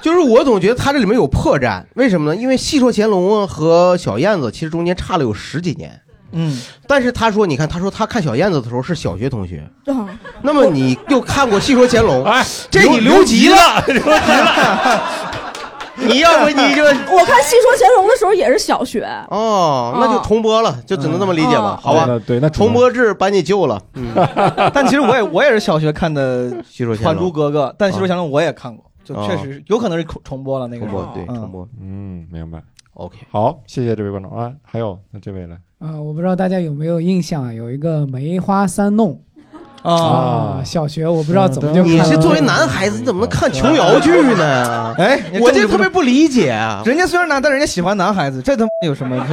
[SPEAKER 3] 就是我总觉得它这里面有破绽，为什么呢？因为《戏说乾隆》和小燕子其实中间差了有十几年。
[SPEAKER 4] 嗯，
[SPEAKER 3] 但是他说，你看，他说他看小燕子的时候是小学同 学，
[SPEAKER 5] 嗯
[SPEAKER 3] 那么你又看过《戏说乾隆》，
[SPEAKER 2] 哎，
[SPEAKER 3] 这你留级了，留级了。 你要不 你就
[SPEAKER 5] 我看《戏说乾隆》的时候也是小学，
[SPEAKER 3] 哦，那就重播了，就只能这么理解
[SPEAKER 5] 嗯，
[SPEAKER 3] 吧好吧？
[SPEAKER 2] 那对，那只能
[SPEAKER 3] 重播制把你救了，嗯，
[SPEAKER 4] 但其实我也我也是小学看的《
[SPEAKER 3] 西说
[SPEAKER 4] 还珠格格》，但《西游降龙》我也看过，就
[SPEAKER 3] 啊
[SPEAKER 4] 确实有可能是重重播了那个
[SPEAKER 3] 重
[SPEAKER 4] 时
[SPEAKER 3] 播
[SPEAKER 4] 候。
[SPEAKER 3] 对
[SPEAKER 4] 嗯
[SPEAKER 3] 重播
[SPEAKER 2] 嗯，明白。
[SPEAKER 3] ，OK，
[SPEAKER 2] 好，谢谢这位观众啊。还有那这位呢？
[SPEAKER 7] 啊，我不知道大家有没有印象啊，有一个梅花三弄
[SPEAKER 4] 啊，
[SPEAKER 2] 啊
[SPEAKER 7] 小学我不知道怎么就
[SPEAKER 3] 你
[SPEAKER 7] 看
[SPEAKER 3] 是
[SPEAKER 7] 了
[SPEAKER 3] 作为男孩子，你怎么能看琼瑶剧呢？
[SPEAKER 4] 哎，
[SPEAKER 3] 我
[SPEAKER 4] 这
[SPEAKER 3] 这特别不理解啊，
[SPEAKER 4] 人家虽然男，但人家喜欢男孩子，这他妈有什么？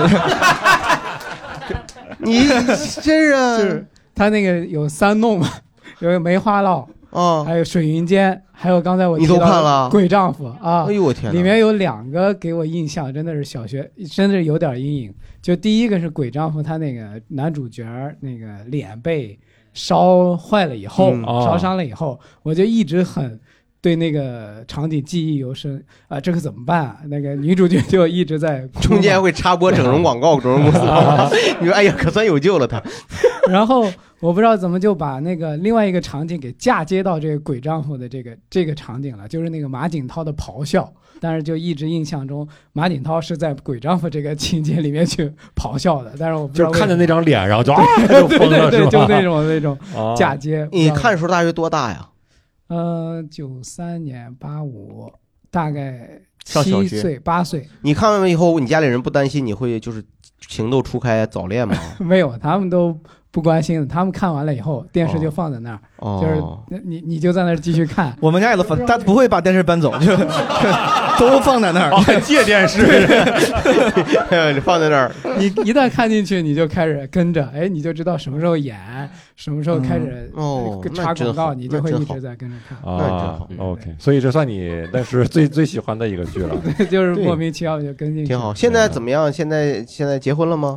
[SPEAKER 3] 你真是
[SPEAKER 7] 就
[SPEAKER 3] 啊
[SPEAKER 7] 是他那个有三弄嘛， 有个梅花烙，
[SPEAKER 3] 哦，
[SPEAKER 7] 还有水云间，还有刚才我
[SPEAKER 3] 你都
[SPEAKER 7] 提到的
[SPEAKER 3] 看了
[SPEAKER 7] 鬼丈夫啊
[SPEAKER 3] 哎，呦我天哪，
[SPEAKER 7] 里面有两个给我印象真的是小学，真的是有点阴影。就第一个是鬼丈夫，他那个男主角儿那个脸被烧坏了以后，
[SPEAKER 3] 嗯
[SPEAKER 2] 哦
[SPEAKER 7] 烧伤了以后，我就一直很。对那个场景记忆犹深啊，这可怎么办、啊？那个女主角就一直在哭嘛
[SPEAKER 3] 中间会插播整容广告，整 容公司， 你说哎呀，可算有救了他，
[SPEAKER 7] 然后我不知道怎么就把那个另外一个场景给嫁接到这个鬼丈夫的这个这个场景了，就是那个马景涛的咆哮。但是就一直印象中，马景涛是在鬼丈夫这个情节里面去咆哮的，但是我不知
[SPEAKER 2] 就
[SPEAKER 7] 道
[SPEAKER 2] 是看
[SPEAKER 7] 着
[SPEAKER 2] 着那张脸， 然后就啊，就
[SPEAKER 7] 对
[SPEAKER 2] 疯了，
[SPEAKER 7] 对对，
[SPEAKER 2] 是吧？
[SPEAKER 7] 就那种那 种
[SPEAKER 2] 啊
[SPEAKER 7] 嫁接。
[SPEAKER 3] 你看的时候大约多大呀？
[SPEAKER 7] 呃，九三年八五，大概
[SPEAKER 3] 上小
[SPEAKER 7] 七
[SPEAKER 3] 学
[SPEAKER 7] 岁八岁，
[SPEAKER 3] 你看完以后，你家里人不担心你会就是情窦初开早恋吗？
[SPEAKER 7] 没有，他们都不关心的，他们看完了以后，电视就放在那儿，
[SPEAKER 3] 哦，
[SPEAKER 7] 就是那你你就在那儿继续 看。
[SPEAKER 4] 我们家也都放，他不会把电视搬走，就 都放在那儿。
[SPEAKER 2] 啊，借电视
[SPEAKER 3] 你放在那 儿，
[SPEAKER 7] 你一旦看进去，你就开始跟着，哎，你就知道什么时候演，什么时候开始
[SPEAKER 3] 嗯哦
[SPEAKER 7] 呃
[SPEAKER 3] 那
[SPEAKER 7] 插
[SPEAKER 3] 真
[SPEAKER 7] 广告，
[SPEAKER 3] 好
[SPEAKER 7] 你就会
[SPEAKER 3] 那真
[SPEAKER 7] 一
[SPEAKER 3] 好
[SPEAKER 7] 直在跟着看，
[SPEAKER 3] 那真
[SPEAKER 2] 啊
[SPEAKER 3] 好。嗯
[SPEAKER 2] OK，所以这算你那是最最喜欢的一个剧了。
[SPEAKER 7] 就是
[SPEAKER 3] 对
[SPEAKER 7] 莫名其妙就跟进去。嗯
[SPEAKER 3] 挺好。现在怎么样？现在现在结婚了吗？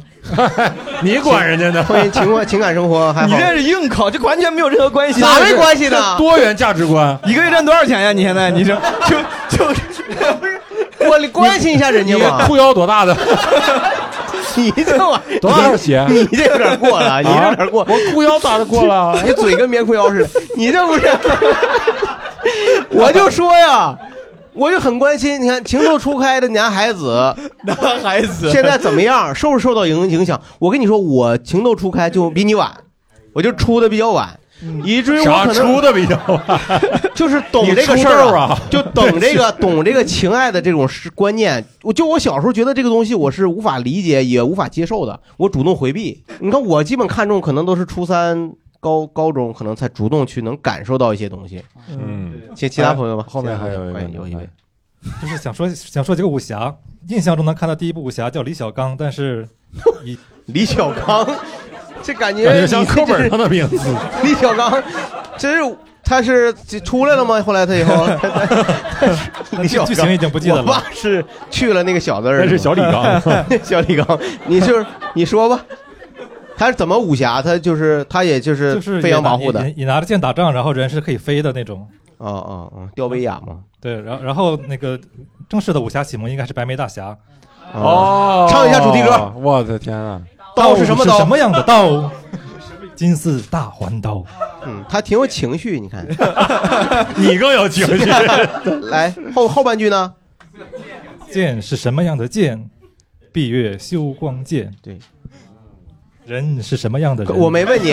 [SPEAKER 2] 你管人家呢？
[SPEAKER 3] 婚姻情况、情感生活还
[SPEAKER 4] 你
[SPEAKER 3] 好？
[SPEAKER 4] 这是硬考，这完全没有任何关系。
[SPEAKER 3] 咋没关系呢？
[SPEAKER 2] 多元价值观，
[SPEAKER 4] 一个月赚多少钱呀？你现在你这就就
[SPEAKER 3] 我关心一下人
[SPEAKER 2] 你
[SPEAKER 3] 家嘛。
[SPEAKER 2] 裤腰多大的？
[SPEAKER 3] 你这玩意儿，
[SPEAKER 2] 多大的鞋？啊
[SPEAKER 3] 你这有点过了，你这有点过。
[SPEAKER 2] 我裤腰咋的过了？
[SPEAKER 3] 你嘴跟棉裤腰似 的，你这不是？我就说呀，我就很关心。你看情窦初开的男孩子，
[SPEAKER 4] 男孩子
[SPEAKER 3] 现在怎么样？受不受到影影响？我跟你说，我情窦初开就比你晚，我就出的比较晚，以至于我
[SPEAKER 2] 啥
[SPEAKER 3] 可能
[SPEAKER 2] 出的比较晚？
[SPEAKER 3] 就是懂这个事
[SPEAKER 2] 你出
[SPEAKER 3] 儿
[SPEAKER 2] 豆 啊
[SPEAKER 3] 就懂这个懂这个情爱的这种是观念。我就我小时候觉得这个东西我是无法理解也无法接受的，我主动回避。你看我基本看重可能都是初三。高高中可能才主动去能感受到一些东西，
[SPEAKER 2] 嗯，
[SPEAKER 3] 其其他朋友吧，
[SPEAKER 2] 后面还有一
[SPEAKER 3] 欢迎有
[SPEAKER 2] 位
[SPEAKER 3] 一位，
[SPEAKER 8] 就是想说想说几个武侠，印象中能看到第一部武侠叫李小刚，但 是
[SPEAKER 3] 李小刚，这感觉
[SPEAKER 2] 感觉像
[SPEAKER 3] 你这
[SPEAKER 2] 课
[SPEAKER 3] 就是
[SPEAKER 2] 本上的名字。
[SPEAKER 3] 李小刚，真是他是出来了吗？后来他 以后，李小
[SPEAKER 8] 剧情已经不记得
[SPEAKER 3] 我
[SPEAKER 8] 了。
[SPEAKER 3] 爸是去了那个小字儿，
[SPEAKER 2] 那是小李刚，
[SPEAKER 3] 小李刚，你就是你说吧，他是怎么武侠？他就是他也就 是
[SPEAKER 8] 就是
[SPEAKER 3] 飞
[SPEAKER 8] 也
[SPEAKER 3] 扬
[SPEAKER 8] 拿
[SPEAKER 3] 跋扈的
[SPEAKER 8] 也，也拿着剑打仗，然后人是可以飞的那种。
[SPEAKER 3] 啊啊啊，吊威亚嘛。
[SPEAKER 8] 对，然后然后那个正式的武侠启蒙应该是白眉大侠，
[SPEAKER 3] 啊，
[SPEAKER 2] 哦
[SPEAKER 3] 唱一下主题歌。
[SPEAKER 2] 我的天啊！
[SPEAKER 3] 刀是什么刀
[SPEAKER 8] 什么样的刀？ 金丝大环刀。
[SPEAKER 3] 嗯，他挺有情绪，你 看。
[SPEAKER 2] 你更有情绪。
[SPEAKER 3] 来后后半句呢？
[SPEAKER 8] 剑是什么样的剑？闭月修光剑。
[SPEAKER 3] 对，
[SPEAKER 8] 人是什么样的人？
[SPEAKER 3] 我没问你，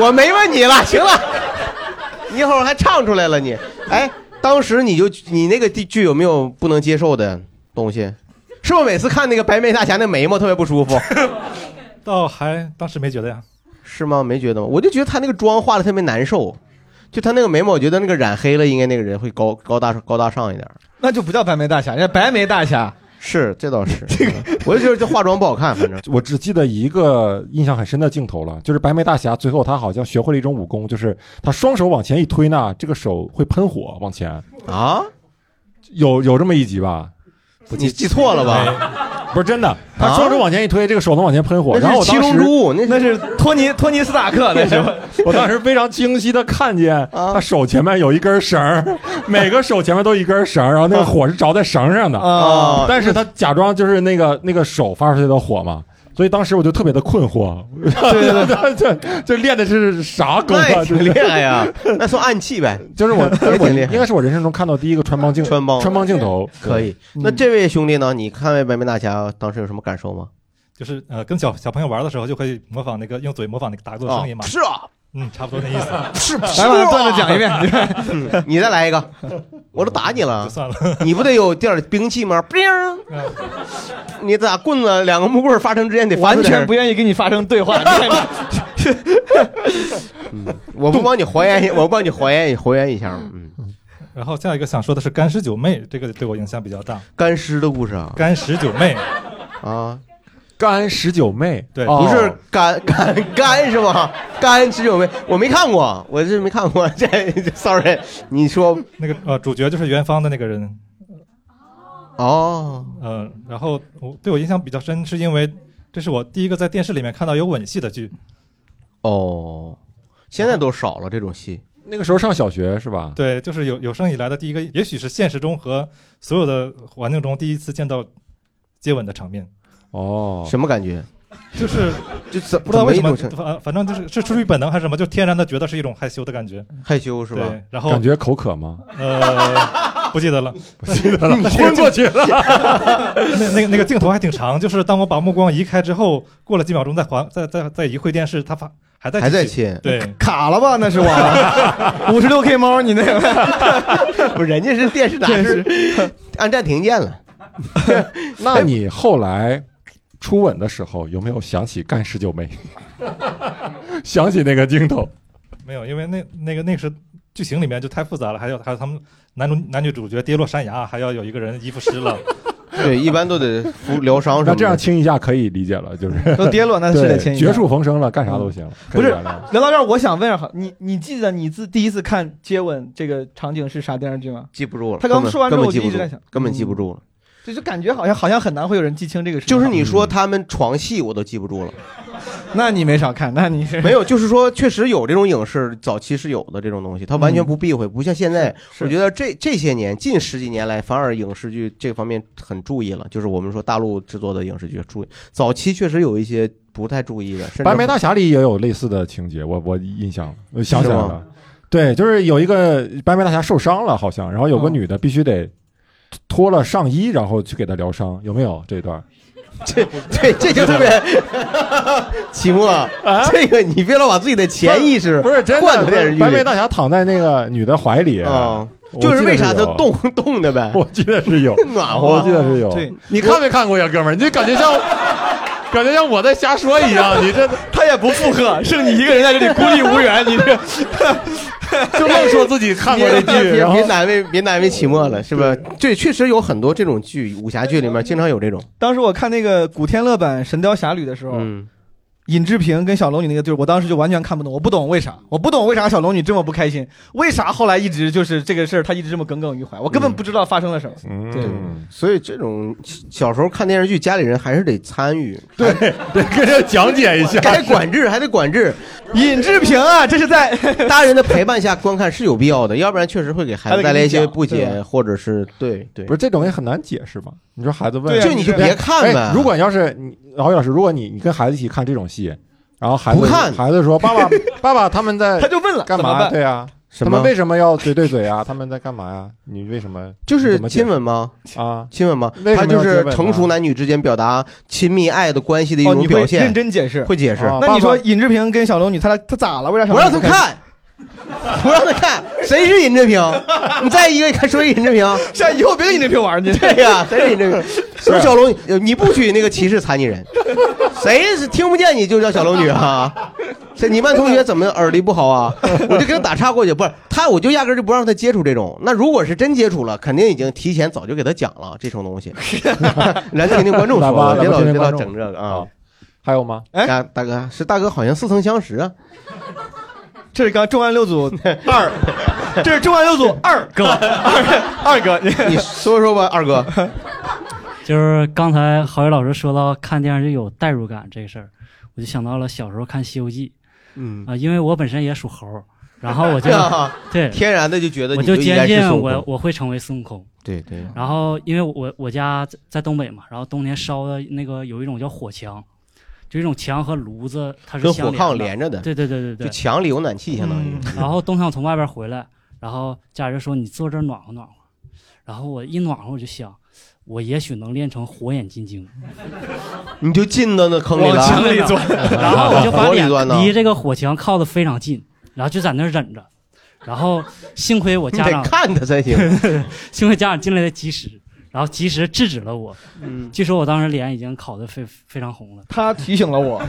[SPEAKER 3] 我没问你了，行了，你一会儿还唱出来了你。哎，当时你就你那个地剧有没有不能接受的东西？是不是每次看那个白眉大侠那眉毛特别不舒服？
[SPEAKER 8] 倒还当时没觉得呀。
[SPEAKER 3] 是吗？没觉得吗？我就觉得他那个妆化的特别难受，就他那个眉毛，我觉得那个染黑了，应该那个人会高高大高大上 一点。
[SPEAKER 4] 那就不叫白眉大侠，人家白眉大侠。
[SPEAKER 3] 是， 这倒是。我就觉得这化妆不好看，反正
[SPEAKER 2] 我只记得一个印象很深的镜头了，就是白眉大侠最后他好像学会了一种武功，就是他双手往前一推呢，这个手会喷火往前，
[SPEAKER 3] 啊，
[SPEAKER 2] 有有这么一集吧？哎
[SPEAKER 3] 你记错了吧？
[SPEAKER 2] 不是真的，他双手往前一推，这个手能往前喷火。然后
[SPEAKER 3] 啊那
[SPEAKER 2] 我
[SPEAKER 3] 是七
[SPEAKER 2] 当
[SPEAKER 3] 龙
[SPEAKER 2] 时，
[SPEAKER 3] 珠，那
[SPEAKER 4] 那是托尼托尼斯塔 克，那是吧
[SPEAKER 2] 我当时非常清晰的看见
[SPEAKER 3] 啊
[SPEAKER 2] 他手前面有一根绳 儿，每个手前面都一根绳儿，然后那个火是着在绳上的，
[SPEAKER 4] 啊，
[SPEAKER 3] 啊，
[SPEAKER 2] 但是他假装就是那个那个手发出去的火嘛。所以当时我就特别的困惑，
[SPEAKER 4] 对
[SPEAKER 2] 这
[SPEAKER 4] 对
[SPEAKER 2] 这这练的是啥功
[SPEAKER 3] 那
[SPEAKER 2] 啊？
[SPEAKER 3] 也
[SPEAKER 2] 这
[SPEAKER 3] 挺厉害呀，那算暗器呗。
[SPEAKER 2] 就是我，就是我
[SPEAKER 3] 挺厉害
[SPEAKER 2] 应该是我人生中看到第一个穿帮镜
[SPEAKER 3] 穿帮
[SPEAKER 2] 穿帮镜头，
[SPEAKER 3] 可以。
[SPEAKER 2] 嗯
[SPEAKER 3] 那这位兄弟呢？你看《白眉大侠》当时有什么感受吗？
[SPEAKER 8] 就是呃，跟小小朋友玩的时候就可以模仿那个用嘴模仿那个打字的声音嘛，
[SPEAKER 3] 是啊，
[SPEAKER 8] 嗯，差不多那意思，
[SPEAKER 3] 是
[SPEAKER 4] 来把段子讲一 遍。
[SPEAKER 3] 嗯你再来一个，我都打你
[SPEAKER 8] 就
[SPEAKER 3] 了，
[SPEAKER 8] 算了。
[SPEAKER 3] 你不得有点兵器 吗？冰，你咋棍子两个木棍发生之间得 发
[SPEAKER 4] 完
[SPEAKER 3] 出点
[SPEAKER 4] 全不愿 意跟你发生对话，，
[SPEAKER 3] 我不帮你还原一，我不帮你还原还原一下吗？嗯，
[SPEAKER 8] 然后下一个想说的是干尸九妹，这个对我影响比较大。
[SPEAKER 3] 干尸的故事啊
[SPEAKER 8] 干尸九妹，
[SPEAKER 3] 啊，
[SPEAKER 2] 干十九妹，
[SPEAKER 8] 对
[SPEAKER 2] 哦
[SPEAKER 3] 不是干干干是吗？干十九妹，我没看过，我是没看过。 这这 sorry，你说
[SPEAKER 8] 那个呃主角就是元芳的那个人，
[SPEAKER 3] 哦
[SPEAKER 8] 呃，然后我对我影响比较深，是因为这是我第一个在电视里面看到有吻戏的剧。
[SPEAKER 3] 哦，现在都少了这种戏。
[SPEAKER 2] 那个时候上小学是吧？
[SPEAKER 8] 对，就是有有生以来的第一个，也许是现实中和所有的环境中第一次见到接吻的场面，
[SPEAKER 2] 哦，
[SPEAKER 3] 什么感觉？
[SPEAKER 8] 就是
[SPEAKER 3] 就怎
[SPEAKER 8] 不知道为什么，
[SPEAKER 3] 怎一种
[SPEAKER 8] 反反正就是是出于本能还是什么，就天然的觉得是一种害羞的感觉，
[SPEAKER 3] 害羞是吧？
[SPEAKER 8] 对，然后
[SPEAKER 2] 感觉口渴吗？
[SPEAKER 8] 呃不记 得了，
[SPEAKER 2] 昏过去了。
[SPEAKER 8] 那那个那个镜头还挺长，就是当我把目光移开之后，过了几秒钟再还再再再移回电视，他发还在
[SPEAKER 3] 还在
[SPEAKER 8] 继续
[SPEAKER 3] 亲，
[SPEAKER 8] 对
[SPEAKER 4] 卡了吧？那是我 五十六 K 猫，你那个
[SPEAKER 3] 不，人家是电视打是 按暂停 键了。
[SPEAKER 2] 那你后来初吻的时候有没有想起干十九妹？ 想起那个镜头，
[SPEAKER 8] 没有，因为那那个那是剧情里面就太复杂了，还有还有他们男主男女主角跌落山崖，还要有一个人衣服湿了，
[SPEAKER 3] 对，一般都得服 疗伤什
[SPEAKER 2] 那
[SPEAKER 3] 么
[SPEAKER 2] 这样
[SPEAKER 3] 的。
[SPEAKER 2] 亲一下可以理解了，就是
[SPEAKER 4] 都跌落，那是得
[SPEAKER 2] 对
[SPEAKER 4] 签一下嗯
[SPEAKER 2] 绝。处逢生了，干啥都行了。可以
[SPEAKER 4] 不是
[SPEAKER 2] 原谅
[SPEAKER 4] 聊到这儿，我想问一下，你你记得你自第一次看接吻这个场景是啥电视剧吗？
[SPEAKER 3] 记不住了，
[SPEAKER 4] 他刚说完之后
[SPEAKER 3] 根本
[SPEAKER 4] 我就
[SPEAKER 3] 记
[SPEAKER 4] 一
[SPEAKER 3] 不
[SPEAKER 4] 直在
[SPEAKER 3] 住
[SPEAKER 4] 想，嗯
[SPEAKER 3] 根本记不住了。
[SPEAKER 4] 就就感觉好像好像很难会有人记清这个事情。嗯
[SPEAKER 3] 就是你说他们床戏，我都记不住了。
[SPEAKER 4] 那你没少看，那你是
[SPEAKER 3] 没有，就是说确实有这种影视，早期是有的这种东西，他完全不避讳，不像现在。
[SPEAKER 4] 是
[SPEAKER 3] 我觉得这这些年近十几年来，反而影视剧这方面很注意了，就是我们说大陆制作的影视剧注意，早期确实有一些不太注意的，甚至
[SPEAKER 2] 白眉大侠里也有类似的情节，我我印象我想起来
[SPEAKER 3] 是
[SPEAKER 2] 了
[SPEAKER 3] 吗，
[SPEAKER 2] 对，就是有一个白眉大侠受伤了，好像，然后有个
[SPEAKER 4] 嗯
[SPEAKER 2] 女的必须得脱了上衣，然后去给他疗伤，有没有这一段？
[SPEAKER 3] 这这这就特别， 齐墨， 这个你别老把自己的潜意识
[SPEAKER 2] 是真
[SPEAKER 3] 惯在电视剧里
[SPEAKER 2] 白眉大侠躺在那个女的怀里，
[SPEAKER 3] 啊，
[SPEAKER 2] 我记
[SPEAKER 3] 就
[SPEAKER 2] 得
[SPEAKER 3] 是
[SPEAKER 2] 是
[SPEAKER 3] 为啥他
[SPEAKER 2] 有，
[SPEAKER 3] 冻冻的 呗，
[SPEAKER 2] 我记得是有，
[SPEAKER 3] 暖
[SPEAKER 2] 我
[SPEAKER 3] 和
[SPEAKER 2] 记。得是有。
[SPEAKER 4] 对，
[SPEAKER 2] 你看没看过呀，哥们儿？你就感觉 像，感觉像我在瞎说一样，你这
[SPEAKER 4] 他也不附和，剩你一个人在这里孤立无援，你 这
[SPEAKER 2] 就愣说自己看过这
[SPEAKER 3] 别
[SPEAKER 2] 剧，
[SPEAKER 3] 别
[SPEAKER 2] 然后
[SPEAKER 3] 别难为别难为齐墨了，是吧？对，确实有很多这种剧，武侠剧里面经常有这种。
[SPEAKER 4] 当时我看那个古天乐版《神雕侠侣》的时候，
[SPEAKER 3] 嗯，
[SPEAKER 4] 尹志平跟小龙女那个就是，我当时就完全看不懂，我不懂为啥，我不懂为啥小龙女这么不开心，为啥后来一直就是这个事儿，她一直这么耿耿于怀，我根
[SPEAKER 2] 嗯
[SPEAKER 4] 本不知道发生了什么。对，
[SPEAKER 3] 所以这种小时候看电视剧，家里人还是得参与，
[SPEAKER 2] 对对，跟人讲解一下，
[SPEAKER 3] 该管制还得管 制。
[SPEAKER 4] 尹志平啊，这是在
[SPEAKER 3] 大人的陪伴下观看是有必要的，要不然确实会给孩子带来一些不
[SPEAKER 4] 还得给你
[SPEAKER 3] 解，或者是对对
[SPEAKER 2] 不。是这种也很难解释嘛？你说孩子问，
[SPEAKER 4] 对啊
[SPEAKER 3] 就你就别看呗
[SPEAKER 2] 哎，。如果要是你老岳老师，如果你你跟孩子一起看这种戏，然后孩子
[SPEAKER 3] 不看
[SPEAKER 2] 孩 子说爸爸 爸爸他们在
[SPEAKER 4] 他就问了
[SPEAKER 2] 干
[SPEAKER 4] 怎么
[SPEAKER 2] 嘛？
[SPEAKER 4] 办？
[SPEAKER 2] 对啊，
[SPEAKER 3] 什
[SPEAKER 2] 他
[SPEAKER 3] 么
[SPEAKER 2] 们为什么要嘴对嘴 啊？他们在干嘛呀？你为什么
[SPEAKER 3] 就是
[SPEAKER 2] 你怎么解
[SPEAKER 3] 亲吻吗？
[SPEAKER 2] 释啊？
[SPEAKER 3] 亲吻吗
[SPEAKER 2] 为？什么
[SPEAKER 3] 他就
[SPEAKER 2] 要接
[SPEAKER 3] 是
[SPEAKER 2] 吻啊呢
[SPEAKER 3] 成熟男女之间表达亲密爱的关系的一
[SPEAKER 4] 哦，
[SPEAKER 3] 种
[SPEAKER 4] 你会
[SPEAKER 3] 表
[SPEAKER 4] 认
[SPEAKER 3] 现，
[SPEAKER 4] 真解释。哦
[SPEAKER 3] 会解释。
[SPEAKER 2] 啊
[SPEAKER 4] 那你
[SPEAKER 2] 爸爸
[SPEAKER 4] 说尹志平跟小龙女，他俩他咋了？为啥小
[SPEAKER 3] 不
[SPEAKER 4] 龙
[SPEAKER 3] 让
[SPEAKER 4] 女
[SPEAKER 3] 他
[SPEAKER 4] 不开心？
[SPEAKER 3] 看， 不让他看，谁是尹志平？你再一个，看谁是尹 志平？
[SPEAKER 4] 像以后别跟尹志平玩儿，你
[SPEAKER 3] 对呀，谁是尹志平？
[SPEAKER 4] 啊
[SPEAKER 3] 什么小龙女？呃你不许那个歧视残疾人，谁是听不见你就叫小龙女啊？这你班同学怎么耳力不好啊？我就给他打岔过去，不是他，我就压根儿就不让他接触这种。那如果是真接触了，肯定已经提前早就给他讲了这种东 西。咱听听观众说
[SPEAKER 2] 来吧
[SPEAKER 3] 吧，别
[SPEAKER 2] 咱
[SPEAKER 3] 老
[SPEAKER 2] 们听
[SPEAKER 3] 别
[SPEAKER 2] 听
[SPEAKER 3] 老
[SPEAKER 2] 观众
[SPEAKER 3] 整这个啊
[SPEAKER 2] 好！还有吗？
[SPEAKER 4] 哎
[SPEAKER 3] 大大哥是大哥，好像似曾相识啊。
[SPEAKER 4] 这是刚重案六组二， 这是重案六组 二哥，二二哥，
[SPEAKER 3] 你说说吧，二哥。
[SPEAKER 9] 就是刚才郝宇老师说到看电视剧有代入感这事儿，我就想到了小时候看《西游记》
[SPEAKER 3] 嗯，
[SPEAKER 9] 啊、因为我本身也属猴儿，然后 我就
[SPEAKER 3] 对啊，
[SPEAKER 9] 对，
[SPEAKER 3] 天然的就觉得
[SPEAKER 9] 我
[SPEAKER 3] 你就应
[SPEAKER 9] 坚
[SPEAKER 3] 该是
[SPEAKER 9] 信
[SPEAKER 3] 孙悟
[SPEAKER 9] 我
[SPEAKER 3] 空。
[SPEAKER 9] 我会成为孙悟空。
[SPEAKER 3] 对对，
[SPEAKER 9] 然后因为我我家在在东北嘛，然后冬天烧的那个有一种叫火墙，就一种墙和炉子它是
[SPEAKER 3] 跟火
[SPEAKER 9] 相
[SPEAKER 3] 炕
[SPEAKER 9] 连的。
[SPEAKER 3] 连着的，
[SPEAKER 9] 对对对对
[SPEAKER 3] 就
[SPEAKER 9] 对。
[SPEAKER 3] 墙里有暖气，相当于。
[SPEAKER 9] 然后冬天我从外边回来，然后家人说你坐这儿暖和暖和，然后我一暖和我就想，我也许能练成火眼金睛。
[SPEAKER 3] 你就进到那坑里
[SPEAKER 9] 往
[SPEAKER 3] 了
[SPEAKER 9] 墙，里钻， 然后我就把脸
[SPEAKER 3] 往里钻呢
[SPEAKER 9] 离这个火墙靠得非常近，然后就在那儿忍着，然后幸亏我
[SPEAKER 3] 你
[SPEAKER 9] 家
[SPEAKER 3] 得
[SPEAKER 9] 长，
[SPEAKER 3] 看他才行。
[SPEAKER 9] 幸亏家长进来的及时，然后及时制止了我。
[SPEAKER 3] 嗯，
[SPEAKER 9] 据说我当时脸已经烤得非非常红了。
[SPEAKER 4] 他提醒了 我，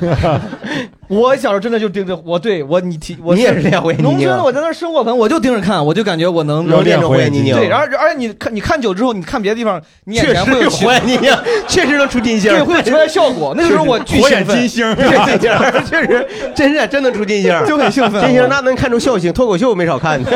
[SPEAKER 4] 我小时候真的就盯着我，对我你提我
[SPEAKER 3] 你也是这样，我也
[SPEAKER 4] 农
[SPEAKER 3] 你
[SPEAKER 4] 村，我在那儿生火盆，我就盯着看，我就感觉我能
[SPEAKER 3] 能练成火
[SPEAKER 2] 火
[SPEAKER 3] 眼
[SPEAKER 2] 眼
[SPEAKER 3] 金
[SPEAKER 2] 金
[SPEAKER 3] 睛。
[SPEAKER 2] 睛
[SPEAKER 4] 对，然后而且你看你看久之后，你看别的地方，你眼
[SPEAKER 3] 确
[SPEAKER 4] 前会
[SPEAKER 3] 实
[SPEAKER 4] 有
[SPEAKER 3] 有火眼 金睛，确实能出金星
[SPEAKER 4] 对，。会有出来效果。那个时候我巨
[SPEAKER 2] 火眼
[SPEAKER 4] 兴
[SPEAKER 2] 金星，
[SPEAKER 4] 奋，
[SPEAKER 3] 对，金星确实，真是真能出金星。
[SPEAKER 4] 就很兴奋。
[SPEAKER 3] 金星
[SPEAKER 4] 我
[SPEAKER 3] 那能看出笑星，脱口秀没少看。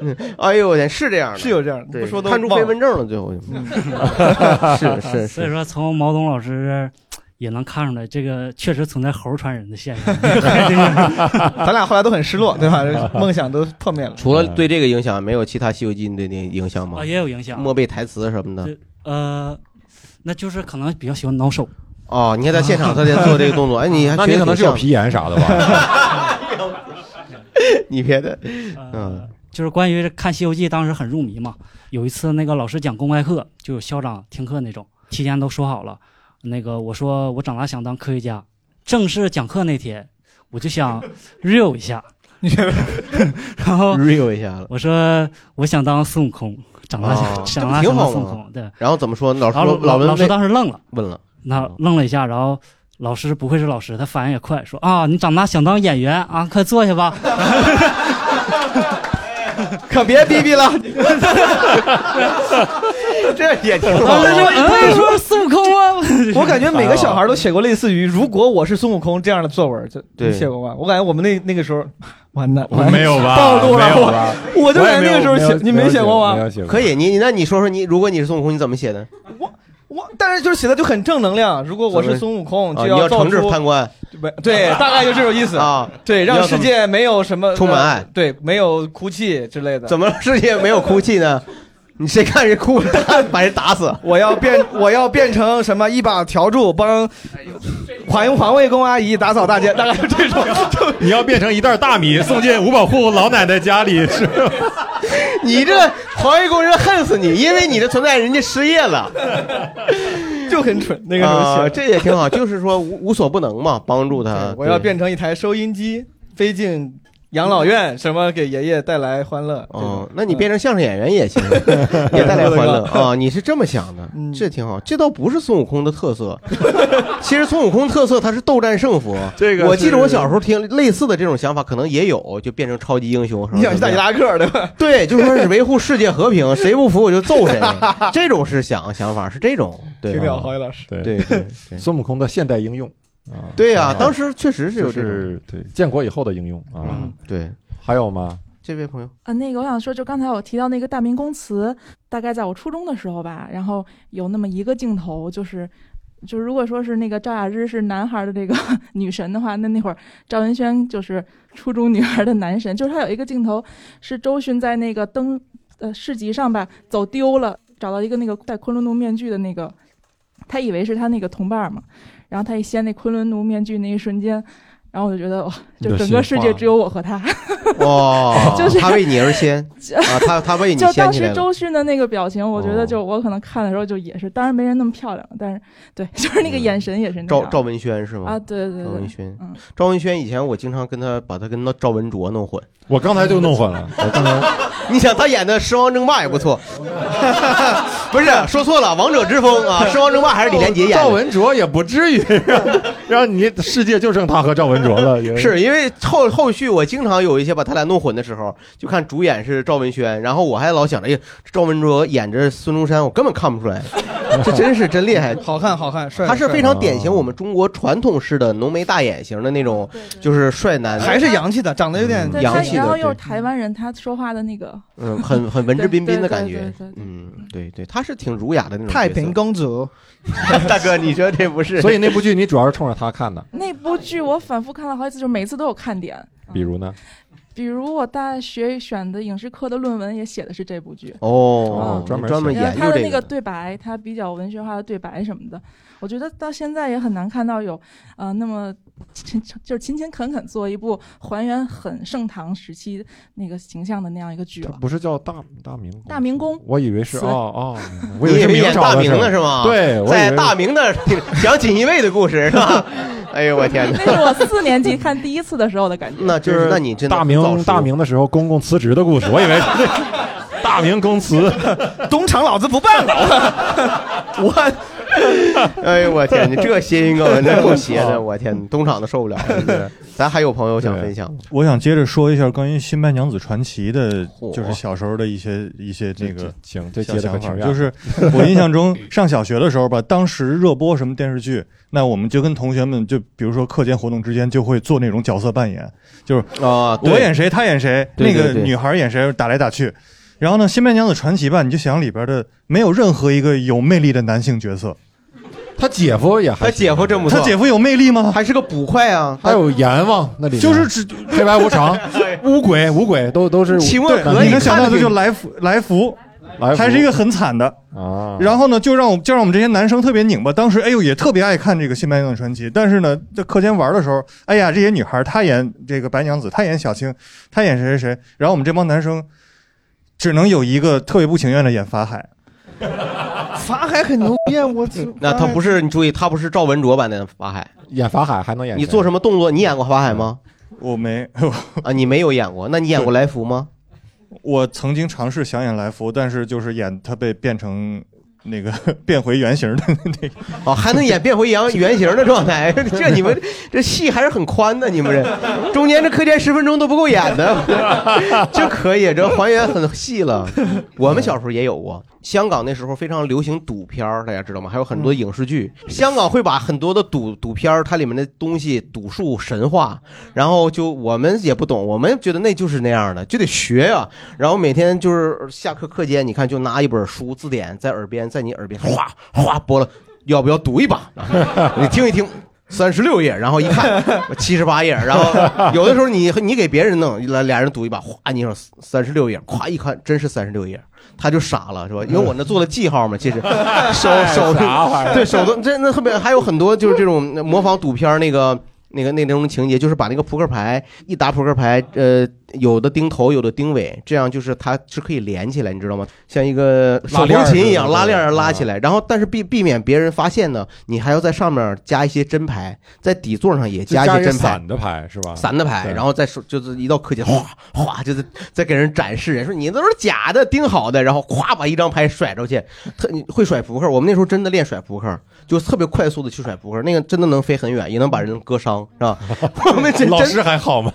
[SPEAKER 3] 嗯哎呦我天，是这样的，
[SPEAKER 4] 是有这样的，
[SPEAKER 3] 对
[SPEAKER 4] 不说都
[SPEAKER 3] 看出
[SPEAKER 4] 忘
[SPEAKER 3] 飞
[SPEAKER 4] 了
[SPEAKER 3] 蚊症了，最后就。 是是
[SPEAKER 9] 所以
[SPEAKER 3] 是，
[SPEAKER 9] 说，从毛东老师这儿也能看出来，这个确实存在猴传人的现象。
[SPEAKER 4] 咱俩后来都很失落，对吧？梦想都破灭了。
[SPEAKER 3] 除
[SPEAKER 2] 嗯
[SPEAKER 3] 了对这个影响，没有其他《西游记》对你影响吗
[SPEAKER 9] 啊，？也有影响。
[SPEAKER 3] 默背台词什么的。
[SPEAKER 9] 呃，那就是可能比较喜欢挠手。
[SPEAKER 3] 哦，你看在 现场他在做这个动作，哎，你还
[SPEAKER 2] 那你
[SPEAKER 3] 觉得
[SPEAKER 2] 可能
[SPEAKER 3] 挺
[SPEAKER 2] 是有
[SPEAKER 3] 像
[SPEAKER 2] 皮炎啥的吧？
[SPEAKER 3] 你别的，
[SPEAKER 9] 呃
[SPEAKER 3] 嗯，
[SPEAKER 9] 就是关于看《西游记》，当时很入迷嘛。有一次那个老师讲公开课，就有校长听课那种，提前都说好了。那个我说我长大想当科学家，正式讲课那天，我就想 real 一下， 然后
[SPEAKER 3] real 一下了。
[SPEAKER 9] 我说我想当孙悟空，长大想、
[SPEAKER 3] 哦
[SPEAKER 9] 长大
[SPEAKER 3] 这
[SPEAKER 9] 想当
[SPEAKER 3] 不挺好吗
[SPEAKER 9] 孙悟空，对。
[SPEAKER 3] 然后怎么说？老
[SPEAKER 9] 然
[SPEAKER 3] 师
[SPEAKER 9] 后
[SPEAKER 3] 说
[SPEAKER 9] 老
[SPEAKER 3] 文
[SPEAKER 9] 老师
[SPEAKER 3] 问
[SPEAKER 9] 当时愣了，
[SPEAKER 3] 问了，
[SPEAKER 9] 那
[SPEAKER 3] 哦
[SPEAKER 9] 愣了一下，然后老师不愧是老师，他反应也快，说啊，你长大想当演员啊，快坐下吧。
[SPEAKER 4] 可别逼逼了，
[SPEAKER 3] 这也挺
[SPEAKER 9] 老师说，哎，说孙悟空 吗？
[SPEAKER 4] 我感觉每个小孩都写过类似于“如果我是孙悟空”这样的作文，就
[SPEAKER 3] 对
[SPEAKER 4] 你写过吧？我感觉我们那那个时候，完蛋，
[SPEAKER 2] 我没有吧
[SPEAKER 4] 暴露
[SPEAKER 2] 没有
[SPEAKER 4] 了
[SPEAKER 2] 吧
[SPEAKER 4] 我，我就
[SPEAKER 2] 我也
[SPEAKER 4] 感觉那个时候
[SPEAKER 2] 没有
[SPEAKER 4] 写，你没写过
[SPEAKER 2] 没有
[SPEAKER 4] 吗？
[SPEAKER 2] 写过
[SPEAKER 3] 可以。你那你说说你，如果你是孙悟空，你怎么写的？
[SPEAKER 4] 我但是就是写的就很正能量。如果我是孙悟空，
[SPEAKER 3] 啊，
[SPEAKER 4] 哦就
[SPEAKER 3] 你要
[SPEAKER 4] 造
[SPEAKER 3] 惩治
[SPEAKER 4] 出
[SPEAKER 3] 판官
[SPEAKER 4] 对对，大概就这种 意思。
[SPEAKER 3] 啊？
[SPEAKER 4] 对，
[SPEAKER 3] 你
[SPEAKER 4] 让
[SPEAKER 3] 要怎
[SPEAKER 4] 世
[SPEAKER 3] 么
[SPEAKER 4] 界没有什么
[SPEAKER 3] 充满爱
[SPEAKER 4] 呃对，没有哭泣之类的。
[SPEAKER 3] 怎么世界没有哭泣 呢？你谁看 谁哭，把人打死。
[SPEAKER 4] 我要变，我要变成什么？一把笤帚帮环环卫工阿姨打扫大街，大概就这种。
[SPEAKER 2] 你要变成一袋大 米送进五保户老奶奶家里是吧？
[SPEAKER 3] 你这个环卫工人恨死你，因为你的存在，人家失业了。
[SPEAKER 4] 就很蠢。那个时候写
[SPEAKER 3] 啊，
[SPEAKER 4] 的
[SPEAKER 3] 这也挺好，就是说无无所不能嘛，帮助他。
[SPEAKER 4] 我要
[SPEAKER 3] 对
[SPEAKER 4] 变成一台收音机，飞进养老院，什么给爷爷带来欢乐。这
[SPEAKER 3] 哦
[SPEAKER 4] 种，
[SPEAKER 3] 那你变成相声演员也行， 也带来欢乐啊！你是这么想的
[SPEAKER 4] 嗯，
[SPEAKER 3] 这挺好。这倒不是孙悟空的特色，其实孙悟空特色他是斗战胜佛。
[SPEAKER 2] 这个
[SPEAKER 3] 我记
[SPEAKER 2] 是
[SPEAKER 3] 得我小时候听类似的这种想法，可能也有，就变成超级英雄什么
[SPEAKER 4] 你想去打伊
[SPEAKER 3] 的。
[SPEAKER 4] 拉克对吧？
[SPEAKER 3] 对，就说是维护世界和平，谁不服我就揍谁，这种是想想法是这种，对
[SPEAKER 4] 挺
[SPEAKER 3] 吧
[SPEAKER 4] 好，郝宇老师。
[SPEAKER 2] 啊对
[SPEAKER 3] 对对对
[SPEAKER 2] 孙悟空的现代应用，啊
[SPEAKER 3] 对呀、
[SPEAKER 2] 啊
[SPEAKER 3] 当时确实是有这
[SPEAKER 2] 就
[SPEAKER 3] 种。
[SPEAKER 2] 是对建国以后的应用啊。
[SPEAKER 3] 嗯，对，
[SPEAKER 2] 还有吗？
[SPEAKER 3] 这位朋友，
[SPEAKER 10] 啊，那个我想说，就刚才我提到那个大明宫词，大概在我初中的时候吧，然后有那么一个镜头，就是，就是如果说是那个赵雅芝是男孩儿的这个 女神的话，那那会儿赵文轩就是初中女孩儿的男神，就是他有一个镜头是周迅在那个灯呃市集上吧走丢了，找到一个那个戴昆仑奴面具的那个，他以为是他那个同伴儿嘛，然后他一掀那昆仑奴面具那一瞬间，然后我就觉得哇，
[SPEAKER 2] 你
[SPEAKER 10] 就
[SPEAKER 2] 的
[SPEAKER 10] 整
[SPEAKER 2] 心
[SPEAKER 10] 个世
[SPEAKER 2] 化
[SPEAKER 10] 界只有我和他。
[SPEAKER 3] 哇，
[SPEAKER 10] 就是
[SPEAKER 3] 哦他为你而先 啊，他他为你
[SPEAKER 10] 就
[SPEAKER 3] 掀
[SPEAKER 10] 当
[SPEAKER 3] 起来
[SPEAKER 10] 时
[SPEAKER 3] 了。
[SPEAKER 10] 周迅的那个表情，我觉
[SPEAKER 2] 哦
[SPEAKER 10] 得就我可能看的时候就也是，当然没人那么漂亮，但是对， 就是
[SPEAKER 3] 嗯
[SPEAKER 10] 那个眼神也是那
[SPEAKER 3] 赵
[SPEAKER 10] 样。
[SPEAKER 3] 赵文轩是吗？
[SPEAKER 10] 啊，对对
[SPEAKER 3] 赵
[SPEAKER 10] 对
[SPEAKER 3] 文，轩
[SPEAKER 10] 嗯，
[SPEAKER 3] 赵文轩以前我经常跟他把他跟那赵文卓弄混。
[SPEAKER 2] 我刚才就弄 混了，我刚才
[SPEAKER 3] 你想他演的《狮王争霸》也不错， 不是说错了，《王者之风》 啊，《狮王争霸》还是李连杰演
[SPEAKER 2] 赵
[SPEAKER 3] 的。
[SPEAKER 2] 文卓也不至 于让让你世界就剩他和赵文卓了，也
[SPEAKER 3] 是因为后后续我经常有一些把他俩弄混的时候，就看主演是赵文轩，然后我还老想着，哎呀，赵文卓演着孙中山，我根本看不 出来，这真是真厉害。
[SPEAKER 4] 好看好看，帅的。
[SPEAKER 3] 他是
[SPEAKER 4] 帅的啊
[SPEAKER 3] 非常典型我们中国传统式的浓眉大眼型的那种，就是帅男，嗯
[SPEAKER 4] 还是洋气的，长得有 点
[SPEAKER 10] 对，
[SPEAKER 3] 洋
[SPEAKER 10] 他
[SPEAKER 3] 气的
[SPEAKER 10] 然后又
[SPEAKER 3] 对
[SPEAKER 10] 是台湾人，他说话的那个，
[SPEAKER 3] 嗯，很很文质彬彬的感
[SPEAKER 10] 对
[SPEAKER 3] 觉
[SPEAKER 10] 对对对对。对
[SPEAKER 3] 嗯，对对，他是挺儒雅的那种角色。
[SPEAKER 4] 太平公主。
[SPEAKER 3] 大哥，你说这不是？
[SPEAKER 2] 所以那部剧你主要是冲着他看的，
[SPEAKER 10] 那部剧我反复看了好几次，就每次都有看点。嗯
[SPEAKER 2] 比如呢？
[SPEAKER 10] 比如我大学选的影视课的论文也写的是这部剧，
[SPEAKER 3] 哦
[SPEAKER 2] 哦，专门
[SPEAKER 3] 专门
[SPEAKER 2] 写
[SPEAKER 10] 然
[SPEAKER 3] 研
[SPEAKER 10] 后
[SPEAKER 3] 究
[SPEAKER 10] 他的
[SPEAKER 3] 这
[SPEAKER 10] 那个对白，他比较文学化的对白什么的，我觉得到现在也很难看到有，呃，那么勤就是勤勤恳恳做一部还原很盛唐时期那个形象的那样一个剧
[SPEAKER 2] 他
[SPEAKER 10] 了。
[SPEAKER 2] 不是叫大大明
[SPEAKER 10] 大明宫
[SPEAKER 2] 我以为是
[SPEAKER 10] 词
[SPEAKER 2] 哦哦，明白我以
[SPEAKER 3] 你
[SPEAKER 2] 为
[SPEAKER 3] 以
[SPEAKER 2] 是
[SPEAKER 3] 为
[SPEAKER 2] 明
[SPEAKER 3] 演
[SPEAKER 2] 朝
[SPEAKER 3] 大
[SPEAKER 2] 的
[SPEAKER 3] 明
[SPEAKER 2] 事儿
[SPEAKER 3] 呢是吗？，
[SPEAKER 2] 对，我以
[SPEAKER 3] 在
[SPEAKER 2] 为
[SPEAKER 3] 大明那儿讲锦衣卫的故事 是吧？哎呦我天哪！
[SPEAKER 10] 那是我四年级看第一次的时候的感觉。
[SPEAKER 3] 那真
[SPEAKER 2] 就是是，
[SPEAKER 3] 那你真的
[SPEAKER 2] 大
[SPEAKER 3] 很早
[SPEAKER 2] 明
[SPEAKER 3] 熟
[SPEAKER 2] 大明的时候，公公辞职的故事， 我以为是大明公辞。
[SPEAKER 4] 东厂老子不办 了，
[SPEAKER 3] 我， 哎呦我天，你这谐音梗 真够邪
[SPEAKER 2] 哦
[SPEAKER 3] 的，我天，东厂都受不了。咱还有朋友想分享吗，
[SPEAKER 11] 我想接着说一下关于《新白娘子传奇》的，
[SPEAKER 3] 嚯
[SPEAKER 11] 就是小时候的一些一些这个
[SPEAKER 2] 行，这
[SPEAKER 11] 小
[SPEAKER 2] 接的
[SPEAKER 11] 想
[SPEAKER 2] 可挺
[SPEAKER 11] 法，
[SPEAKER 2] 远。
[SPEAKER 11] 就是我印象中上小学的时候吧，当时热播什么电视剧，那我们就跟同学们就比如说课间活动之间就会做那种角色扮演，就是
[SPEAKER 3] 啊，
[SPEAKER 11] 我演谁，他演谁，
[SPEAKER 3] 对
[SPEAKER 11] 那
[SPEAKER 3] 对
[SPEAKER 11] 个
[SPEAKER 3] 对
[SPEAKER 11] 女孩演谁，打来打去。然后呢，《新白娘子传奇》吧，你就想里边的没有任何一个有魅力的男性角色，
[SPEAKER 2] 他姐夫也还
[SPEAKER 3] 他姐夫真不错，
[SPEAKER 11] 他姐夫有魅力吗？
[SPEAKER 3] 还是个捕快啊，
[SPEAKER 2] 还有阎王那里面
[SPEAKER 11] 就是只
[SPEAKER 2] 黑白 无常、
[SPEAKER 1] 嗯
[SPEAKER 2] 乌鬼、五鬼都都是
[SPEAKER 3] 秦
[SPEAKER 11] 对
[SPEAKER 3] 汶河，
[SPEAKER 11] 你能想到
[SPEAKER 3] 看着
[SPEAKER 11] 的
[SPEAKER 3] 挺
[SPEAKER 11] 就来福来福，
[SPEAKER 2] 来
[SPEAKER 11] 还是一个很惨的。
[SPEAKER 2] 啊。
[SPEAKER 11] 然后呢，就让我就让我们这些男生特别拧巴。当时哎呦也特别爱看这个《新白娘子传奇》，但是呢，在课间玩的时候，哎呀，这些女孩她演这个白娘子，她演小青，她演谁谁谁，然后我们这帮男生只能有一个特别不情愿的演法海。
[SPEAKER 4] 法海很牛逼啊，我操
[SPEAKER 3] 那
[SPEAKER 11] 嗯
[SPEAKER 3] 他不是你注意，他不是赵文卓版的法海，
[SPEAKER 2] 演法海还能演谁
[SPEAKER 3] 你做什么动作？你演过法海吗？
[SPEAKER 11] 嗯我没，
[SPEAKER 3] 啊，你没有演过，那你演过来福吗？
[SPEAKER 11] 我曾经尝试想演来福，但是就是演她被变成那个 变回原形的那个。
[SPEAKER 3] 哦，还能演变回原原形的状态， 这你们这戏还是很宽的，你们这中间这课间十分钟都不够演 的，这可以，这还原很细了。我们小时候也有过，香港那时候非常流行赌片儿，大家知道吗？还有很多影视剧，香港会把很多的赌赌片儿它里面的东西、赌术、神话，然后就我们也不懂，我们觉得那就是那样的，就得学呀、然后每天就是下课课间，你看就拿一本书字典在耳边，在你耳边哗哗拨了，要不要赌一把？ 你听一听。三十六页，然后一看七十八页，然 后有的时候你你给别人弄，俩俩人赌一把，哗，你说三十六页，咵一看真是三十六页，他就傻了，是吧？因为我那做了记号嘛，其实 手手
[SPEAKER 2] 啥玩意儿？
[SPEAKER 3] 对手动这那后面还有很多就是这种模仿赌片儿那个那个那种情节，就是把那个扑克牌一打扑克牌，呃，有的钉头，有的钉尾，这样就是它是可以连起来，你知道吗？像一个手
[SPEAKER 2] 拉链
[SPEAKER 3] 风
[SPEAKER 2] 儿
[SPEAKER 3] 琴一
[SPEAKER 2] 似的
[SPEAKER 3] 样拉链儿
[SPEAKER 2] 对啊
[SPEAKER 3] 拉起来，然后但是避避免别人发现呢，你还要在上面加一些真牌，在底座上也
[SPEAKER 2] 就
[SPEAKER 3] 加一
[SPEAKER 2] 加
[SPEAKER 3] 些
[SPEAKER 2] 一个
[SPEAKER 3] 真牌。
[SPEAKER 2] 散的牌是吧？
[SPEAKER 3] 散的牌，
[SPEAKER 2] 对
[SPEAKER 3] 然后再说，就是一到课间，哗哗，就是在给人展示，人说你那都是假的，钉好的，然后咵把一张牌甩出去，特你会甩扑克。我们那时候真的练甩扑克，就特别快速的去甩扑克，那个真的能飞很远，也能把人割伤。当，是吧？ 我们真
[SPEAKER 2] 老
[SPEAKER 3] 真
[SPEAKER 2] 师还好吗？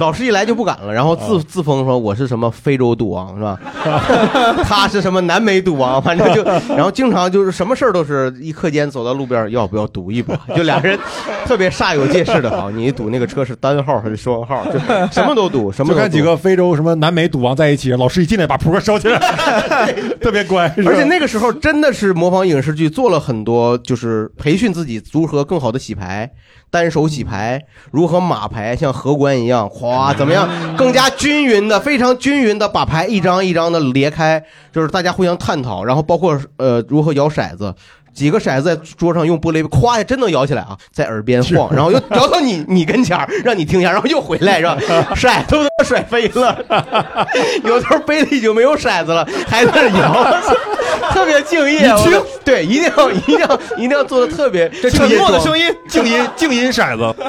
[SPEAKER 3] 老师一来就不敢了，然后自自封说我是什么非洲赌王是吧？ 他是什么南美赌王，反正就，然后经常就是什么事儿都是一课间走到路边儿，要不要赌一把？就俩人特别煞有介事的好，你赌那个车是单号还是双号，就什么都赌，什么
[SPEAKER 2] 就
[SPEAKER 3] 都赌
[SPEAKER 2] 看几个非洲什么南美赌王在一起，老师一进来把 扑克收起来，特别乖。是吧
[SPEAKER 3] 而且那个时候真的是模仿影视剧，做了很多，就是培训自己如何更好的洗牌，单手洗牌，如何码牌，像荷官一样，哗，怎么样更加均匀的、非常均匀的把牌一张一张的裂开，就是大家互相探讨，然后包括呃如何摇骰子。几个骰子在桌上用玻璃杯，咵一下真能摇起来啊，在耳边晃，然后又摇到你你跟前儿，让你听一下，然后又回来，是吧？骰子都 甩飞了，有时候杯里就没有骰子了，还在那摇，特别敬业。
[SPEAKER 2] 你听
[SPEAKER 3] 我对，一定要一定要一定要做的特别
[SPEAKER 8] 沉默的声
[SPEAKER 3] 音，
[SPEAKER 11] 静 音静音骰子，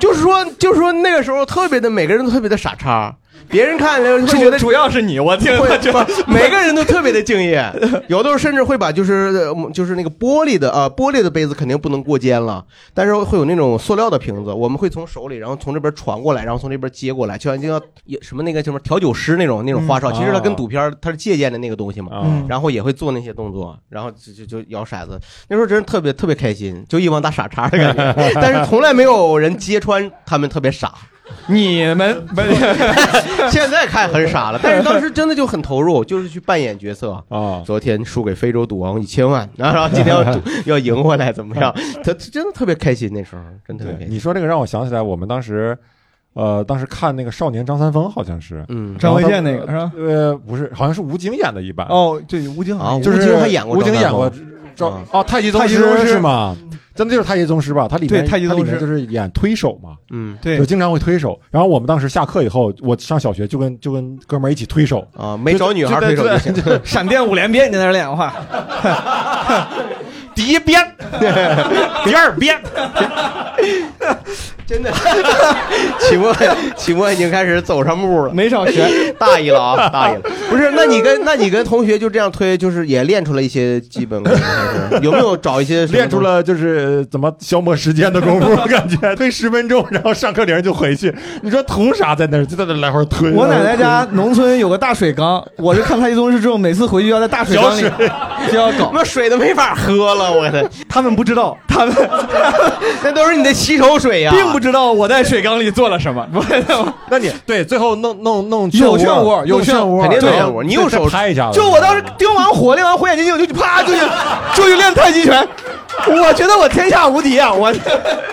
[SPEAKER 3] 就是说就是说那个时候特别的每个人都特别的傻叉，别人看来会觉得
[SPEAKER 12] 主要是你，我听
[SPEAKER 3] 会
[SPEAKER 12] 他这
[SPEAKER 3] 不每个人都特别的 敬业，有的时候甚至会把就是呃就是那个玻璃的啊、呃玻璃的杯子肯定不能过肩了，但是会有那种塑料的瓶子，我们会从手里，然后从这边传过来，然后从这边接过来，就像就像也什么那个什么调酒师那种那种花哨，
[SPEAKER 2] 嗯
[SPEAKER 3] 其实它
[SPEAKER 2] 哦
[SPEAKER 3] 跟赌片儿它是借鉴的那个东西嘛，
[SPEAKER 2] 嗯
[SPEAKER 3] 然后也会做那些动作，然后就就就摇骰子，那时候真是特别特别开心，就一帮大傻叉的 感觉，但是从来没有人揭穿他们特别傻。
[SPEAKER 12] 你们不
[SPEAKER 3] 现在看很傻了，但是 当时真的就很投入，就是去扮演角色。
[SPEAKER 2] 啊，
[SPEAKER 3] 昨天输给非洲赌王一千万，然后今天要 赌要赢回来，怎么样？他他真的特别开心，那时候真的特别开
[SPEAKER 2] 对，
[SPEAKER 3] 心。
[SPEAKER 2] 你说这个让我想起来，我们当时，呃，当时看那个《少年张三丰》，好像是
[SPEAKER 3] 嗯，
[SPEAKER 12] 张卫健那个是吧？
[SPEAKER 2] 呃，不是，好像是吴京演的一版，
[SPEAKER 12] 哦，对，吴京好
[SPEAKER 3] 啊，
[SPEAKER 12] 像
[SPEAKER 3] 吴
[SPEAKER 2] 就是
[SPEAKER 3] 京还演过
[SPEAKER 2] 吴
[SPEAKER 3] 张
[SPEAKER 2] 京
[SPEAKER 3] 三丰，
[SPEAKER 2] 演过张
[SPEAKER 3] 啊
[SPEAKER 2] 哦，太极宗嗯
[SPEAKER 12] 太极宗师
[SPEAKER 2] 是吗？真的就是太极宗师吧？它里面
[SPEAKER 12] 对太极
[SPEAKER 2] 它里
[SPEAKER 12] 宗师
[SPEAKER 2] 面就是演推手嘛，
[SPEAKER 3] 嗯
[SPEAKER 12] 对
[SPEAKER 2] 就经常会推手。然后我们当时下课以后，我上小学就跟就跟哥们儿一起推手，
[SPEAKER 3] 啊，没找女孩推手就行，
[SPEAKER 4] 闪电五连鞭，你在那儿练的话，
[SPEAKER 2] 第一鞭，第二鞭，
[SPEAKER 3] 真的。启墨启墨已经开始走上路了，
[SPEAKER 4] 没少学。
[SPEAKER 3] 大意了啊，大意了。不是，那你跟那你跟同学就这样推，就是也练出了一些基本功，还是有没有找一些什么
[SPEAKER 2] 练出了就是怎么消磨时间的功 夫，感觉推十分钟，然后上课铃就回去。你说图啥在那儿？就在那来回推。
[SPEAKER 4] 我奶奶家农村有个大水缸，我是看太极宗师之后，每次回去要在大水缸里 就要搞
[SPEAKER 3] 他。妈水都没法喝了，我的，
[SPEAKER 4] 他们不知道，他们
[SPEAKER 3] 那都是你的洗手水呀、
[SPEAKER 12] 并不知道我在水缸里做了什么，不是
[SPEAKER 2] 那你对最后弄弄弄
[SPEAKER 4] 有漩
[SPEAKER 2] 漩
[SPEAKER 4] 涡有
[SPEAKER 2] 弄漩
[SPEAKER 4] 漩
[SPEAKER 2] 涡，
[SPEAKER 3] 肯定
[SPEAKER 2] 对
[SPEAKER 3] 有漩涡你用
[SPEAKER 2] 再
[SPEAKER 3] 手
[SPEAKER 2] 拍一下子，
[SPEAKER 4] 就我当时盯完火，练完火眼金睛，我就啪就去就去练太极拳。我觉得我天下无敌啊！我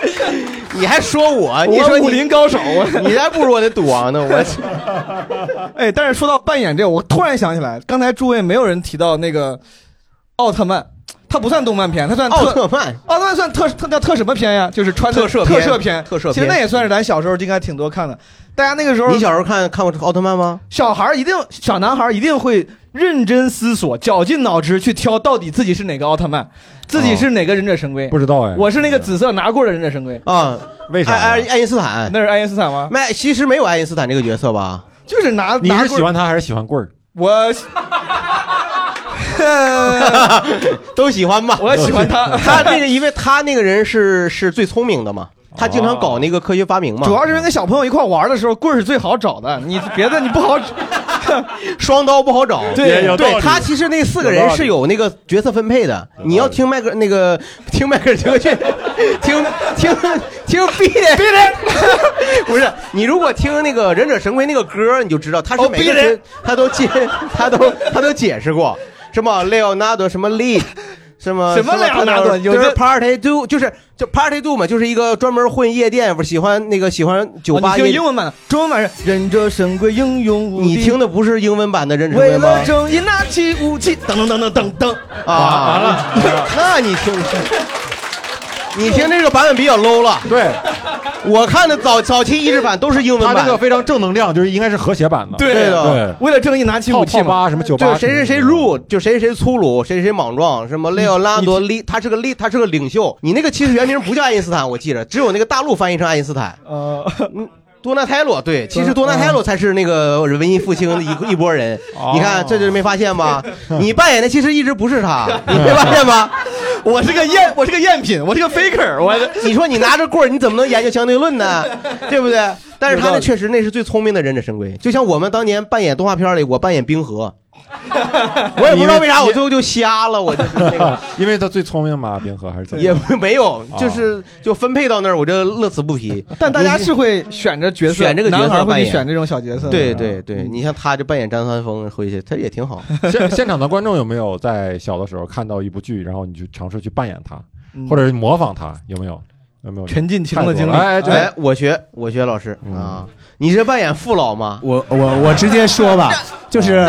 [SPEAKER 3] 你还说我，哎你说
[SPEAKER 4] 我
[SPEAKER 3] 你
[SPEAKER 4] 武林高手，啊我
[SPEAKER 3] 你还不如我的赌王呢！ 我
[SPEAKER 4] 哎，但是说到扮演这个，我突然想起来，刚才诸位没有人提到那个奥特曼，它不算动漫片，它算
[SPEAKER 3] 奥
[SPEAKER 4] 特
[SPEAKER 3] 特曼，
[SPEAKER 4] 奥特曼算特特叫特什么片呀？就是穿的
[SPEAKER 3] 特摄片
[SPEAKER 4] 特摄片，
[SPEAKER 3] 特摄片
[SPEAKER 4] 其实那也算是咱小时候应该挺多看的。大家那个时候
[SPEAKER 3] 你小时候看看过这个奥 特曼吗？
[SPEAKER 4] 小孩儿一定小男孩儿一定会认真思索，绞尽脑汁去挑到底自己是哪个奥特
[SPEAKER 3] 哦
[SPEAKER 4] 曼，自己是哪个忍者神龟。
[SPEAKER 2] 不知道哎，
[SPEAKER 4] 我是那个紫色拿棍儿的忍者神龟，哎
[SPEAKER 3] 啊，
[SPEAKER 2] 为啥
[SPEAKER 3] 爱
[SPEAKER 2] 呀？
[SPEAKER 3] 爱爱因斯坦，
[SPEAKER 4] 那是爱因斯坦吗？
[SPEAKER 3] 没，其实没有爱因斯坦这个角色吧？
[SPEAKER 4] 就是
[SPEAKER 3] 啊
[SPEAKER 4] 拿
[SPEAKER 2] 你
[SPEAKER 4] 拿
[SPEAKER 2] 是喜
[SPEAKER 4] 棍儿。
[SPEAKER 2] 欢他还是喜欢棍儿？
[SPEAKER 4] 我，呃
[SPEAKER 3] 都喜欢吧。
[SPEAKER 4] 我喜欢他。
[SPEAKER 3] 他那个，因为他那个人是是最聪明的嘛，他经常搞那个科学发明嘛。
[SPEAKER 4] 主要是因为跟小朋友一块玩的时候，棍儿是最好找的，你别的你不好。
[SPEAKER 3] 双刀不好找。
[SPEAKER 2] 也有道
[SPEAKER 3] 对
[SPEAKER 2] 理
[SPEAKER 3] 他其实那四个
[SPEAKER 2] 有
[SPEAKER 3] 人
[SPEAKER 2] 道理
[SPEAKER 3] 是有那个角色分配的，你要听迈克那个听迈克尔杰克逊，听听听 B 的 B 的，不是你如果听那个忍者神龟那个歌，你就知道他是
[SPEAKER 4] 哦
[SPEAKER 3] 每个
[SPEAKER 4] B 人
[SPEAKER 3] 人他都解他都他都解释过，什么 Leonardo 什么 Lee。什么
[SPEAKER 4] 什么 Leonardo，有
[SPEAKER 3] 就是
[SPEAKER 4] 这
[SPEAKER 3] Party Do，就是就 Party Do 嘛，就是一个专门混夜店，不是喜欢那个喜欢酒吧
[SPEAKER 4] 哦你
[SPEAKER 3] 夜
[SPEAKER 4] 听英文版的，中文版是《忍者神龟英勇无敌》。
[SPEAKER 3] 你听的不是英文版的忍者神
[SPEAKER 4] 为
[SPEAKER 3] 龟吗
[SPEAKER 4] 了？正义拿起武器，噔噔噔噔噔噔。
[SPEAKER 3] 啊，完了，那你听， 你听这个版本比较 low 了。
[SPEAKER 2] 对
[SPEAKER 3] 我看的早早期译制版都是英
[SPEAKER 2] 他
[SPEAKER 3] 文
[SPEAKER 2] 那个
[SPEAKER 3] 版，
[SPEAKER 2] 非常正能量，就是应该是和谐版的。
[SPEAKER 3] 对的。
[SPEAKER 2] 对，
[SPEAKER 4] 为了正义拿起
[SPEAKER 2] 泡
[SPEAKER 4] 武器
[SPEAKER 2] 泡
[SPEAKER 4] 嘛。
[SPEAKER 2] 吧什么酒吧，
[SPEAKER 3] 就谁谁谁弱，就谁谁谁粗鲁，谁谁谁莽撞，什么雷奥拉多利，他是个利，他是个领袖。你那个其实原名不叫爱因斯坦，我记着，只有那个大陆翻译成爱因斯坦。
[SPEAKER 4] 呃，
[SPEAKER 3] 多纳泰罗，对，啊其实多纳泰罗才是那个文艺复兴的 一一波人。你看，这就是没发现 吗？你扮演的其实一直不是他，你没发现吗？ 我是个赝，我是个赝品，我是个 faker。我 你说你拿着棍儿，你怎么能研究相对论 呢？对不对？但是他那确实那是最聪明的忍者神龟，就像我们当年扮演动画片里，我扮演冰河，我也不知道为啥我最后就瞎了，我就是那 个。
[SPEAKER 2] 因为他 最聪明嘛，冰河还是怎么
[SPEAKER 3] 也
[SPEAKER 2] 样？
[SPEAKER 3] 不没有，就是就分配到那儿，我就乐此不 疲。
[SPEAKER 4] 但大家是会选着角色，
[SPEAKER 3] 选这个角色
[SPEAKER 4] 男孩会
[SPEAKER 3] 扮
[SPEAKER 4] 去
[SPEAKER 3] 演
[SPEAKER 4] 选这种小角色。
[SPEAKER 3] 对对
[SPEAKER 13] 嗯
[SPEAKER 3] 对，你像他就扮演张三丰回去，他也 挺好。
[SPEAKER 2] 现现场的观众有没有在小的时候看到一部剧，然后你去尝试去扮演他，
[SPEAKER 4] 嗯
[SPEAKER 2] 或者是模仿他，有没有？有没有？
[SPEAKER 4] 陈近
[SPEAKER 2] 太
[SPEAKER 4] 情的
[SPEAKER 2] 多
[SPEAKER 4] 经历，
[SPEAKER 2] 了哎，对
[SPEAKER 3] 哎，，我学我学老师啊，你是扮演父老吗？
[SPEAKER 13] 嗯我我我直接说 吧，就是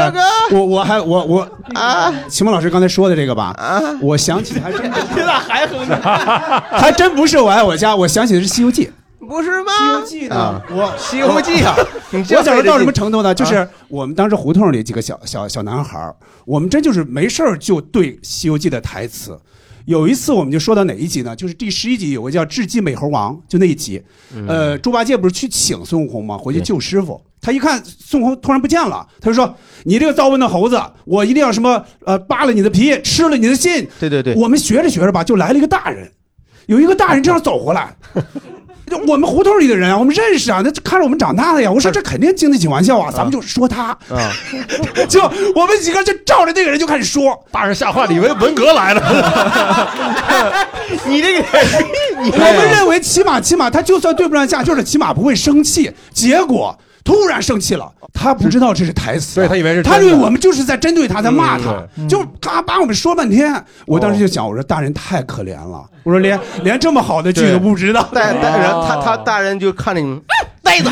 [SPEAKER 13] 我我还我我啊，秦梦老师刚才说的这个吧，
[SPEAKER 3] 啊
[SPEAKER 13] 我想起还真
[SPEAKER 4] 你咋还哼呢？
[SPEAKER 13] 还真不是我爱我家，我想起的是《西游记
[SPEAKER 3] 不是吗？
[SPEAKER 4] 西》
[SPEAKER 13] 啊，我《
[SPEAKER 3] 西游记》啊，你这啊
[SPEAKER 13] 我小时候到什么
[SPEAKER 3] 费
[SPEAKER 13] 程度呢？就是我们当时胡同里几个小小小男孩儿，我们真就是没事儿就对《西游记》的台词。有一次我们就说到哪一集呢？就是第十一集有个叫“智击美猴王”，就那一集。
[SPEAKER 3] 嗯
[SPEAKER 13] 呃，猪八戒不是去请孙悟空吗？回去救师傅。他一看孙悟空突然不见了，他就说：“你这个遭瘟的猴子，我一定要什么呃扒了你的皮，吃了你的心。”
[SPEAKER 3] 劲对对对，
[SPEAKER 13] 我们学着学着吧，就来了一个大人，有一个大人这样走过 来，就我们胡同里的人啊，我们认识啊，那看着我们长大的呀。我说这肯定经得起玩笑啊，咱们就说他，
[SPEAKER 3] 啊，
[SPEAKER 13] 就我们几个就照着那个人就开始说。
[SPEAKER 2] 大人吓坏了，以为文革来了。
[SPEAKER 3] 你这个 你
[SPEAKER 13] 我们认为起码起码他就算对不上价，就是起码不会生气。结果突然生气了，他不知道这是台词啊、
[SPEAKER 2] 对他以为是
[SPEAKER 13] 他
[SPEAKER 2] 真
[SPEAKER 13] 对
[SPEAKER 2] 的
[SPEAKER 13] 我们就是在针对他，在骂他
[SPEAKER 2] 嗯，
[SPEAKER 13] 就咔把我们说半天。我当时就想，我说大人太可怜了，我说连连这么好的剧都不知道，
[SPEAKER 3] 大大人
[SPEAKER 13] 哦
[SPEAKER 3] 他他大人就看着你，呆子。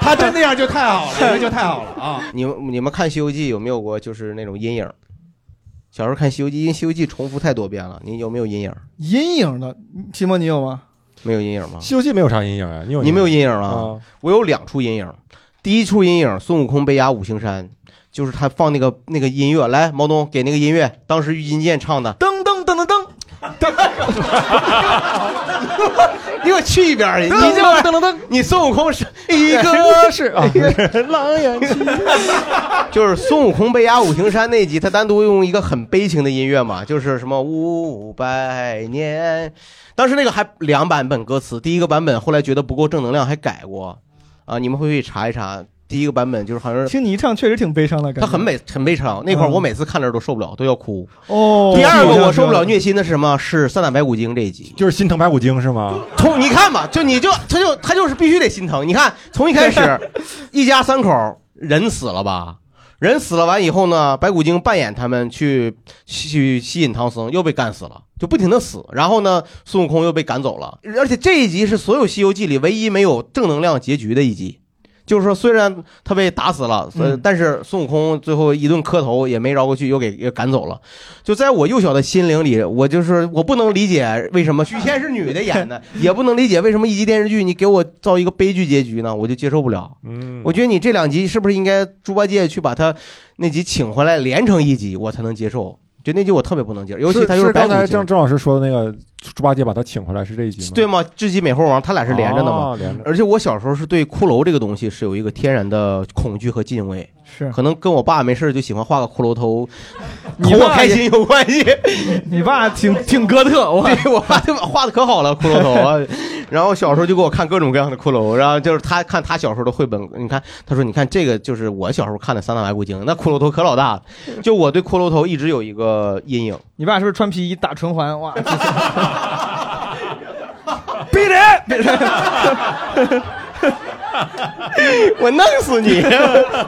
[SPEAKER 13] 他真那样就太好了， 那就太好了啊！
[SPEAKER 3] 你们你们看《西游记》有没有过就是那种阴影？小时候看《西游记》，因为《西游记》重复太多遍了，你有没有阴影？
[SPEAKER 4] 阴影的，提莫你有吗？
[SPEAKER 3] 没有阴影吗？
[SPEAKER 2] 《西游记》没有啥阴影啊，你有
[SPEAKER 3] 你没有
[SPEAKER 2] 影
[SPEAKER 3] 阴影啊？
[SPEAKER 2] 啊？
[SPEAKER 3] 我有两处阴影，第一处阴影，孙悟空被压五行山，就是他放那个那个音乐，来，毛东给那个音乐，当时郁金剑唱的，
[SPEAKER 4] 噔噔噔噔噔，
[SPEAKER 3] 你给我去一边儿去！你这玩意儿，你孙悟空 是一个是 啊，
[SPEAKER 2] 狼眼
[SPEAKER 3] 就是孙悟空被压五行山那一集，他单独用一个很悲情的音乐嘛，就是什么五百年，当时那个还两版本歌词，第一个版本后来觉得不够正能量，还改过，啊，你们回去查一查，第一个版本就是好像是
[SPEAKER 4] 听你一唱确实挺悲伤的感觉。
[SPEAKER 3] 他很美很悲伤，那块儿我每次看着都受不了，都要哭。
[SPEAKER 4] 哦。
[SPEAKER 3] 第二个我受不了虐心的是什么？是三打白骨精这一集。
[SPEAKER 2] 就是心疼白骨精是吗？
[SPEAKER 3] 从你看吧，就你就他就他就是必须得心疼。你看，从一开始， 一家三口人死了吧，人死了完以后呢，白骨精扮演他们去去吸引唐僧，又被干死了，就不停的死。然后呢，孙悟空又被赶走了。而且这一集是所有《西游记》里唯一没有正能量结局的一集。就是说，虽然他被打死了，呃，但是孙悟空最后一顿磕头也没饶过去，又给又赶走了。就在我幼小的心灵里，我就是我不能理解为什么许仙是女的演的，也不能理解为什么一集电视剧你给我造一个悲剧结局呢，我就接受不了。
[SPEAKER 2] 嗯，
[SPEAKER 3] 我觉得你这两集是不是应该猪八戒去把他那集请回来连成一集，我才能接受？就那集我特别不能接受，尤其他又
[SPEAKER 2] 是
[SPEAKER 3] 白
[SPEAKER 2] 刚才
[SPEAKER 3] 骨
[SPEAKER 2] 郑
[SPEAKER 3] 精，
[SPEAKER 2] 郑老师说的那个猪八戒把他请回来是这一集吗？
[SPEAKER 3] 对，吗？至极美猴王他俩是连着的嘛。
[SPEAKER 2] 哦，连着。
[SPEAKER 3] 而且我小时候是对骷髅这个东西是有一个天然的恐惧和敬畏，
[SPEAKER 4] 是
[SPEAKER 3] 可能跟我爸没事就喜欢画个骷髅头，
[SPEAKER 4] 你
[SPEAKER 3] 哄我
[SPEAKER 4] 爸
[SPEAKER 3] 开
[SPEAKER 4] 也
[SPEAKER 3] 心有关系。
[SPEAKER 4] 你爸挺挺哥特，我
[SPEAKER 3] 对我爸他妈画的可好了，骷髅头啊。然后小时候就给我看各种各样的骷髅，然后就是他看他小时候的绘本，你看他说你看这个就是我小时候看的《三大白骨精》， 那骷髅头可老大了。就我对骷髅头一直有一个阴影。
[SPEAKER 4] 你爸是不是穿皮衣打唇环？ 哇！闭脸，闭脸！
[SPEAKER 3] 我弄死你！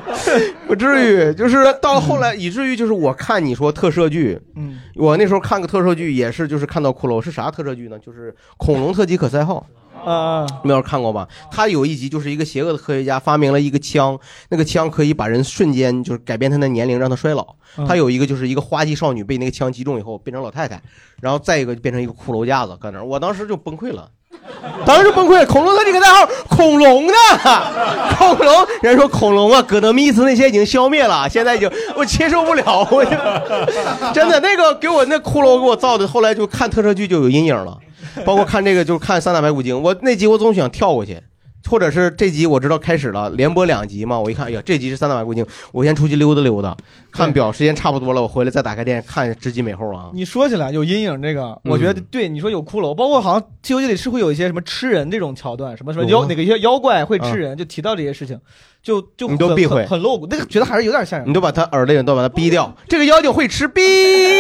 [SPEAKER 3] 不至于，就是到后来，以至于就是我看你说特摄剧，
[SPEAKER 4] 嗯，
[SPEAKER 3] 我那时候看个特摄剧也是，就是看到骷髅是啥特摄剧呢？就是《恐龙特级可赛号》，
[SPEAKER 4] 啊，
[SPEAKER 3] 没有看过吧？他有一集就是一个邪恶的科学家发明了一个枪，那个枪可以把人瞬间就是改变他的年龄，让他衰老。他有一个就是一个花季少女被那个枪击中以后变成老太太，然后再一个就变成一个骷髅架子搁那儿，我当时就崩溃了。 当时就崩溃了，恐龙他这个代号，恐龙呢？ 恐龙，人家说恐龙啊，戈德米斯那些已经消灭了，现在已经我接受不了，我 就真的那个给我那骷髅给我造的，后来就看特摄剧就有阴影了，包括看这个就是看三打白骨精，我那集我总想跳过去，或者是这集我知道开始了，连播两集嘛，我一看，哎呀，这集是三大碗归经，我先出去溜达溜 达，看表时间差不多了，我回来再打开电视看《知己美后》啊。
[SPEAKER 4] 你说起来有阴影这个，
[SPEAKER 3] 嗯
[SPEAKER 4] 我觉得对你说有骷髅，包括好像《西游记》里是会有一些什么吃人这种桥段，什么什么
[SPEAKER 3] 有
[SPEAKER 4] 妖
[SPEAKER 3] 吗
[SPEAKER 4] 哪个一些妖怪会吃
[SPEAKER 3] 啊
[SPEAKER 4] 人，就提到这些事情，就就
[SPEAKER 3] 你都
[SPEAKER 4] 很
[SPEAKER 3] 避
[SPEAKER 4] 很
[SPEAKER 3] 讳
[SPEAKER 4] 很露骨，那个觉得还是有点吓人。
[SPEAKER 3] 你都把他耳朵都把他逼掉，这个妖精会吃逼，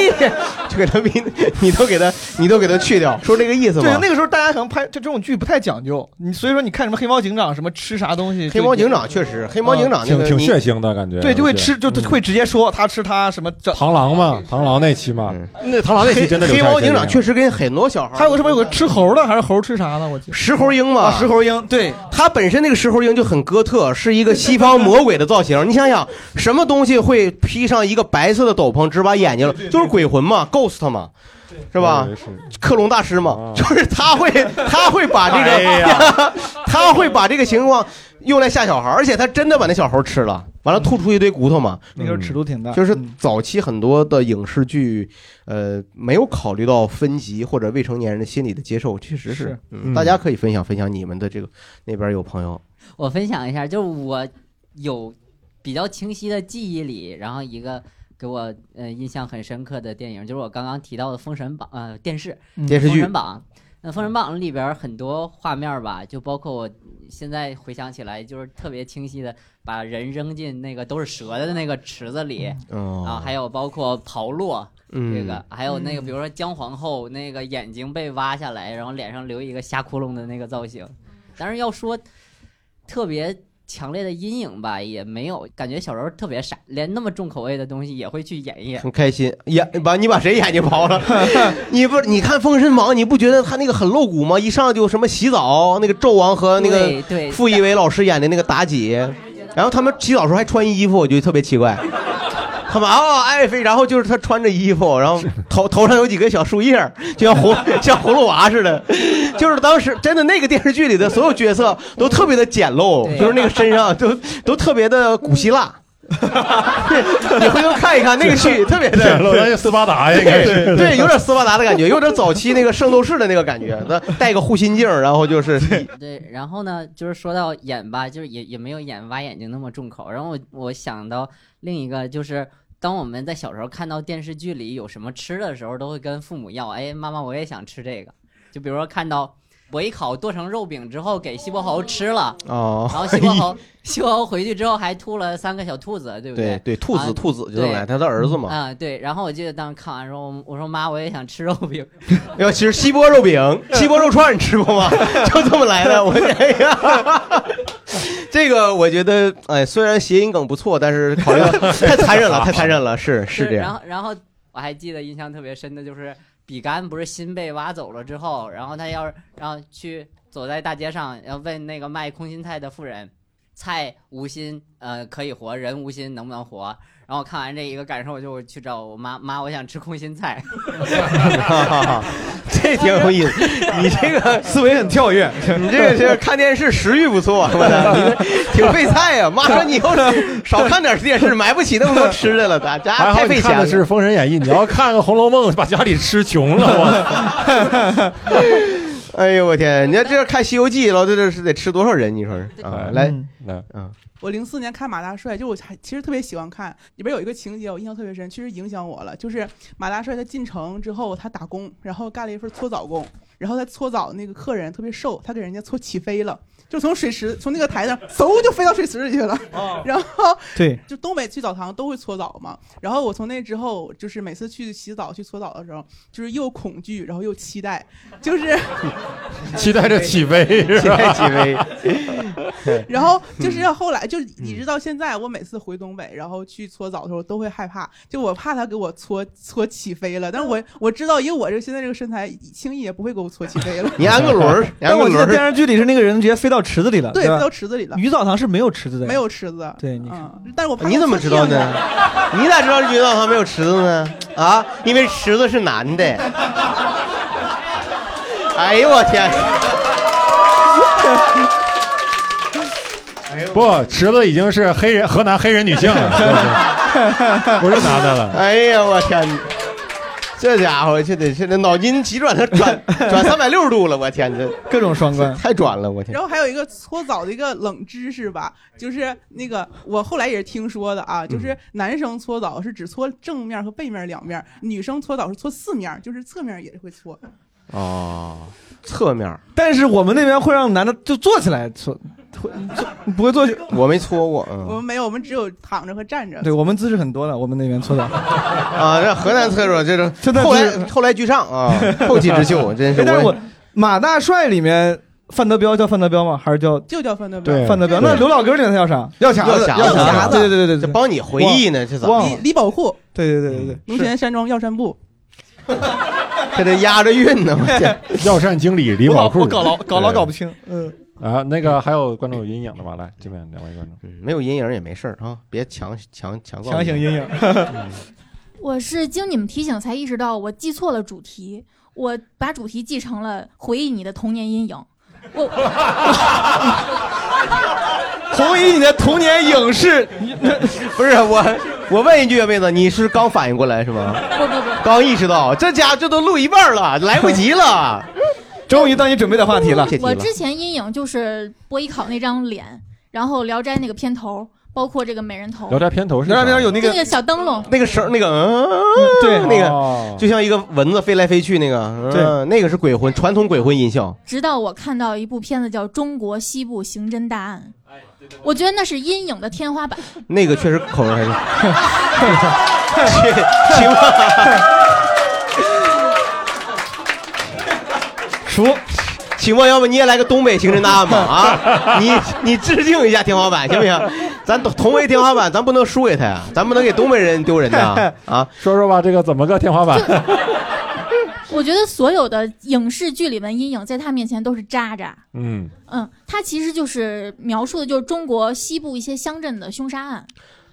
[SPEAKER 3] 就给他逼，你都给他，你都给他去掉， 说这个意思
[SPEAKER 4] 对，
[SPEAKER 3] 吗？
[SPEAKER 4] 那个时候大家可能拍就这种剧不太讲究，你所以说你看什么黑猫警长什么吃啥东西，
[SPEAKER 3] 黑猫警长确实，黑猫警长那
[SPEAKER 2] 挺
[SPEAKER 3] 个
[SPEAKER 2] 挺
[SPEAKER 3] 你
[SPEAKER 2] 血腥的感觉，
[SPEAKER 4] 对就会
[SPEAKER 2] 我觉
[SPEAKER 4] 吃
[SPEAKER 2] 得
[SPEAKER 4] 就会直接说他吃他什么这
[SPEAKER 2] 嗯
[SPEAKER 4] 嗯
[SPEAKER 2] 螳螂嘛，螳螂那期嘛，
[SPEAKER 3] 嗯
[SPEAKER 2] 那螳螂那期真的
[SPEAKER 3] 黑
[SPEAKER 2] 留
[SPEAKER 3] 黑
[SPEAKER 2] 下一
[SPEAKER 3] 猫
[SPEAKER 2] 些
[SPEAKER 3] 警长
[SPEAKER 2] 阴影
[SPEAKER 3] 确实跟很多小孩，
[SPEAKER 4] 还有个什么有个吃猴的还是猴吃啥的，我记得
[SPEAKER 3] 石猴鹰嘛，
[SPEAKER 4] 啊石猴鹰，对，
[SPEAKER 3] 它本身那个石猴鹰就很哥特，是一个西方魔鬼的造型。你想想，什么东西会披上一个白色的斗篷，只把眼睛了，就是鬼魂嘛，ghost 嘛，是吧？克隆大师嘛，就是他会，他会把这
[SPEAKER 12] 哎
[SPEAKER 3] 个
[SPEAKER 12] 呀，
[SPEAKER 3] 他会把这个情况用来吓小孩儿，而且他真的把那小猴吃了，完了吐出一堆骨头嘛。
[SPEAKER 4] 那个时候尺度挺大，
[SPEAKER 3] 就是早期很多的影视剧，呃，没有考虑到分级或者未成年人的心理的接受，确实是
[SPEAKER 14] 是。
[SPEAKER 3] 嗯，
[SPEAKER 14] 嗯
[SPEAKER 3] 大家可以分享分享你们的这个，那边有朋友，
[SPEAKER 14] 我分享一下，就是我有比较清晰的记忆里，然后一个给我呃印象很深刻的电影，就是我刚刚提到的《封神榜》呃电视
[SPEAKER 3] 嗯电视剧
[SPEAKER 14] 封神榜》。那《封神榜》里边很多画面吧，就包括我现在回想起来，就是特别清晰的把人扔进那个都是蛇的那个池子里，
[SPEAKER 11] 嗯
[SPEAKER 3] 哦
[SPEAKER 14] 啊，还有包括刨落。
[SPEAKER 3] 嗯
[SPEAKER 14] 这个还有那个，
[SPEAKER 3] 嗯
[SPEAKER 14] 比如说姜皇后那个眼睛被挖下来，然后脸上留一个瞎窟窿的那个造型。但是要说特别强烈的阴影吧，也没有感觉小时候特别傻，连那么重口味的东西也会去演绎。
[SPEAKER 3] 很开心。眼把你把谁眼睛 刨了？你不你看《封神榜》，你不觉得他那个很露骨吗？一上就 什么洗澡，那个纣王和那
[SPEAKER 14] 对
[SPEAKER 3] 个
[SPEAKER 14] 对
[SPEAKER 3] 傅艺伟老师演的那个妲己，然后他们洗澡的时候还穿衣服，我觉得特别奇怪。他们啊，爱妃，然后就是她穿着衣服，然后头头上有几个小树叶儿，就像 葫像葫芦娃似的，就是当时真的那个电视剧里的所有角色都特别的简陋，就是那个身上都都特别的古希 腊。你回头看一看那个剧，特别的
[SPEAKER 2] 简陋而且斯巴达呀应该是
[SPEAKER 3] 对对，有点斯巴达的感觉，有点早期那个圣斗士的那个感觉，那戴个护心镜，然后就是
[SPEAKER 14] 对，然后呢，就是说到演吧，就是也也没有演挖眼睛那么重口。然后我我想到另一个就是。当我们在小时候看到电视剧里有什么吃的时候，都会跟父母要，哎，妈妈，我也想吃这个。就比如说看到围烤剁成肉饼之后给西伯侯吃了，
[SPEAKER 3] 哦
[SPEAKER 14] 然后西伯 侯西伯侯回去之后还吐了三个小兔子，对不
[SPEAKER 3] 对对，兔
[SPEAKER 14] 啊
[SPEAKER 3] 子兔子就这么
[SPEAKER 14] 对
[SPEAKER 3] 来，他的儿子嘛。
[SPEAKER 14] 啊、对。然后我记得当时看完之后，我说妈，我也想吃肉饼。
[SPEAKER 3] 要哎其实西波肉饼、西波肉串，你吃过吗？就这么来的。我这个，这个我觉得，哎，虽然谐音梗不错，但是考虑 到太残忍了，太残忍了，是是
[SPEAKER 14] 对
[SPEAKER 3] 这
[SPEAKER 14] 然
[SPEAKER 3] 样
[SPEAKER 14] 后，。然后我还记得印象特别深的就是，比干不是心被挖走了之后，然后他要然后去走在大街上，要问那个卖空心菜的妇人，菜无心呃可以活，人无心能不能活？然后看完这一个感受，我就去找我妈，妈，我想吃空心菜。
[SPEAKER 3] 这挺有意思，你 这个
[SPEAKER 4] 思维很跳跃，
[SPEAKER 3] 你这个是看电视食欲不 错，我的，你这挺费菜呀、妈说你以后 少看点电视，买不起那么多吃的了，咱家
[SPEAKER 2] 还好
[SPEAKER 3] 太
[SPEAKER 2] 你
[SPEAKER 3] 费
[SPEAKER 2] 看
[SPEAKER 3] 钱
[SPEAKER 2] 的
[SPEAKER 3] 了。
[SPEAKER 2] 是《封神演义》，你要看个《红楼梦》，把家里吃穷了， 我
[SPEAKER 3] 哎呦我天，你要这看《西游记》了，这这是得吃多少人？你说是啊？来
[SPEAKER 2] 嗯来，
[SPEAKER 3] 嗯，
[SPEAKER 15] 我零四年看马大帅，就我还其实特别喜欢看，里边有一个情节我印象特别深，确实影响我了，就是马大帅他进城之后，他打工，然后干了一份搓澡工，然后他搓澡那个客人特别瘦，他给人家搓起飞了，就从水池从那个台上嗖就飞到水池里去了， 然后
[SPEAKER 4] 对
[SPEAKER 15] 就东北去澡堂都会搓澡嘛，然后我从那之后就是每次去洗澡去搓澡的时候，就是又恐惧然后又期待，就是。。
[SPEAKER 2] 期待着起 飞，
[SPEAKER 3] 期待起飞
[SPEAKER 15] 然 后就是要后来，就
[SPEAKER 3] 嗯
[SPEAKER 15] 一直到现在，我每次回东北，然后去搓澡的时候都会害怕，就我怕他给我搓搓起飞了。但
[SPEAKER 4] 嗯
[SPEAKER 15] 是我我知道，以我这个现在这个身材，轻易也不会给我搓起 飞了。
[SPEAKER 4] 但我记得电视剧里是那个人直接飞到池子里了，
[SPEAKER 15] 对
[SPEAKER 4] 吧
[SPEAKER 15] 飞到池子里了
[SPEAKER 4] 女澡堂是没有池子的，
[SPEAKER 15] 没有池子，嗯
[SPEAKER 4] 对，你看，
[SPEAKER 15] 但是我怕
[SPEAKER 3] 你怎么知道呢？你咋知道女澡堂没有池子呢？啊，因为池子是男的。哎呦 我天！
[SPEAKER 2] 不，池子已经是黑人 河南黑人女性了，不是男的了。
[SPEAKER 3] 哎呀我天！这家伙这得这得脑筋急转，他转转三百六十度了，我天，这
[SPEAKER 4] 各种双关，
[SPEAKER 3] 太转了，我 天
[SPEAKER 15] 然。后还有一个搓澡的一个冷知识吧，就是那个我后来也是听说的啊，
[SPEAKER 3] 嗯
[SPEAKER 15] 就是男生搓澡是只搓正面和背面两面，女生搓澡是搓四面，就是侧面也会搓。
[SPEAKER 3] 哦，侧面，
[SPEAKER 4] 但是我们那边会让男的就坐起来搓，会坐不会坐起。
[SPEAKER 3] 我没搓过，
[SPEAKER 15] 我
[SPEAKER 3] 嗯，
[SPEAKER 15] 们没有，我们只有躺着和站着。
[SPEAKER 4] 对我们姿势很多的，我们那边搓澡。
[SPEAKER 3] 啊，这河南厕所这 种，
[SPEAKER 4] 真的
[SPEAKER 3] 后来
[SPEAKER 4] 是
[SPEAKER 3] 后来居上啊，后起之 秀，真是
[SPEAKER 4] 哎但是我
[SPEAKER 3] 我
[SPEAKER 4] 马大帅里面范德彪叫范德彪吗？还是叫
[SPEAKER 15] 就叫范德
[SPEAKER 4] 对
[SPEAKER 15] 彪，
[SPEAKER 4] 范德彪？那刘老根儿里面他叫啥？药匣
[SPEAKER 3] 药
[SPEAKER 4] 子，
[SPEAKER 3] 匣
[SPEAKER 4] 药
[SPEAKER 3] 子
[SPEAKER 4] 匣子，对对对对对，
[SPEAKER 3] 这帮你回忆呢
[SPEAKER 4] 忘
[SPEAKER 3] 这咋
[SPEAKER 4] 忘
[SPEAKER 15] 李
[SPEAKER 4] 了？
[SPEAKER 15] 李宝库，
[SPEAKER 4] 对对对对
[SPEAKER 3] 嗯
[SPEAKER 4] 对，
[SPEAKER 15] 龙泉山庄药膳部。
[SPEAKER 3] 这得压着运呢，我 天。
[SPEAKER 2] 药膳经理李宝库，
[SPEAKER 4] 不清，嗯。
[SPEAKER 2] 对啊，那个还有观众有阴影的吗？来，这边两位观众，
[SPEAKER 3] 嗯没有阴影也没事儿啊，别强强强
[SPEAKER 2] 强行阴
[SPEAKER 4] 影
[SPEAKER 6] 我是经你们提醒才意识到我记错了主题，我把主题记成了回忆你的童年阴影。我
[SPEAKER 4] 红姨，你的童年影视
[SPEAKER 3] 不是我，我问一句，妹子，你是刚反应过来是吗？
[SPEAKER 6] 不不不，
[SPEAKER 3] 刚意识到，这家这都录一半了，来不及了。
[SPEAKER 4] 终于到你准备的话题了
[SPEAKER 3] 这题
[SPEAKER 6] 我
[SPEAKER 3] 了
[SPEAKER 6] 之前阴影就是博一考那张脸，然后《聊斋》那个片头，包括这个美人头。
[SPEAKER 2] 聊斋片头是
[SPEAKER 3] 聊斋片头有那
[SPEAKER 6] 那
[SPEAKER 3] 个
[SPEAKER 6] 小灯笼，
[SPEAKER 3] 那个声，那个嗯，
[SPEAKER 4] 对
[SPEAKER 3] 那
[SPEAKER 2] 哦
[SPEAKER 3] 个就像一个蚊子飞来飞去那个，
[SPEAKER 4] 对
[SPEAKER 3] 对，那个是鬼魂，传统鬼魂音效。
[SPEAKER 6] 直到我看到一部片子叫《中国西部刑侦大案》，我觉得那是阴影的天花板。
[SPEAKER 3] 那个确实口味 还是。行吧。
[SPEAKER 4] 熟。
[SPEAKER 3] 请问，要不你也来个东北刑侦大案吧？啊，你你致敬一下天花板行不行？咱同同为天花板，咱不能输给他呀，咱不能给东北人丢人的 啊啊！
[SPEAKER 2] 说说吧，这个怎么个天花板？
[SPEAKER 6] 我觉得所有的影视剧里面的阴影，在他面前都是渣渣。
[SPEAKER 2] 嗯，
[SPEAKER 6] 嗯，它其实就是描述的就是中国西部一些乡镇的凶杀案，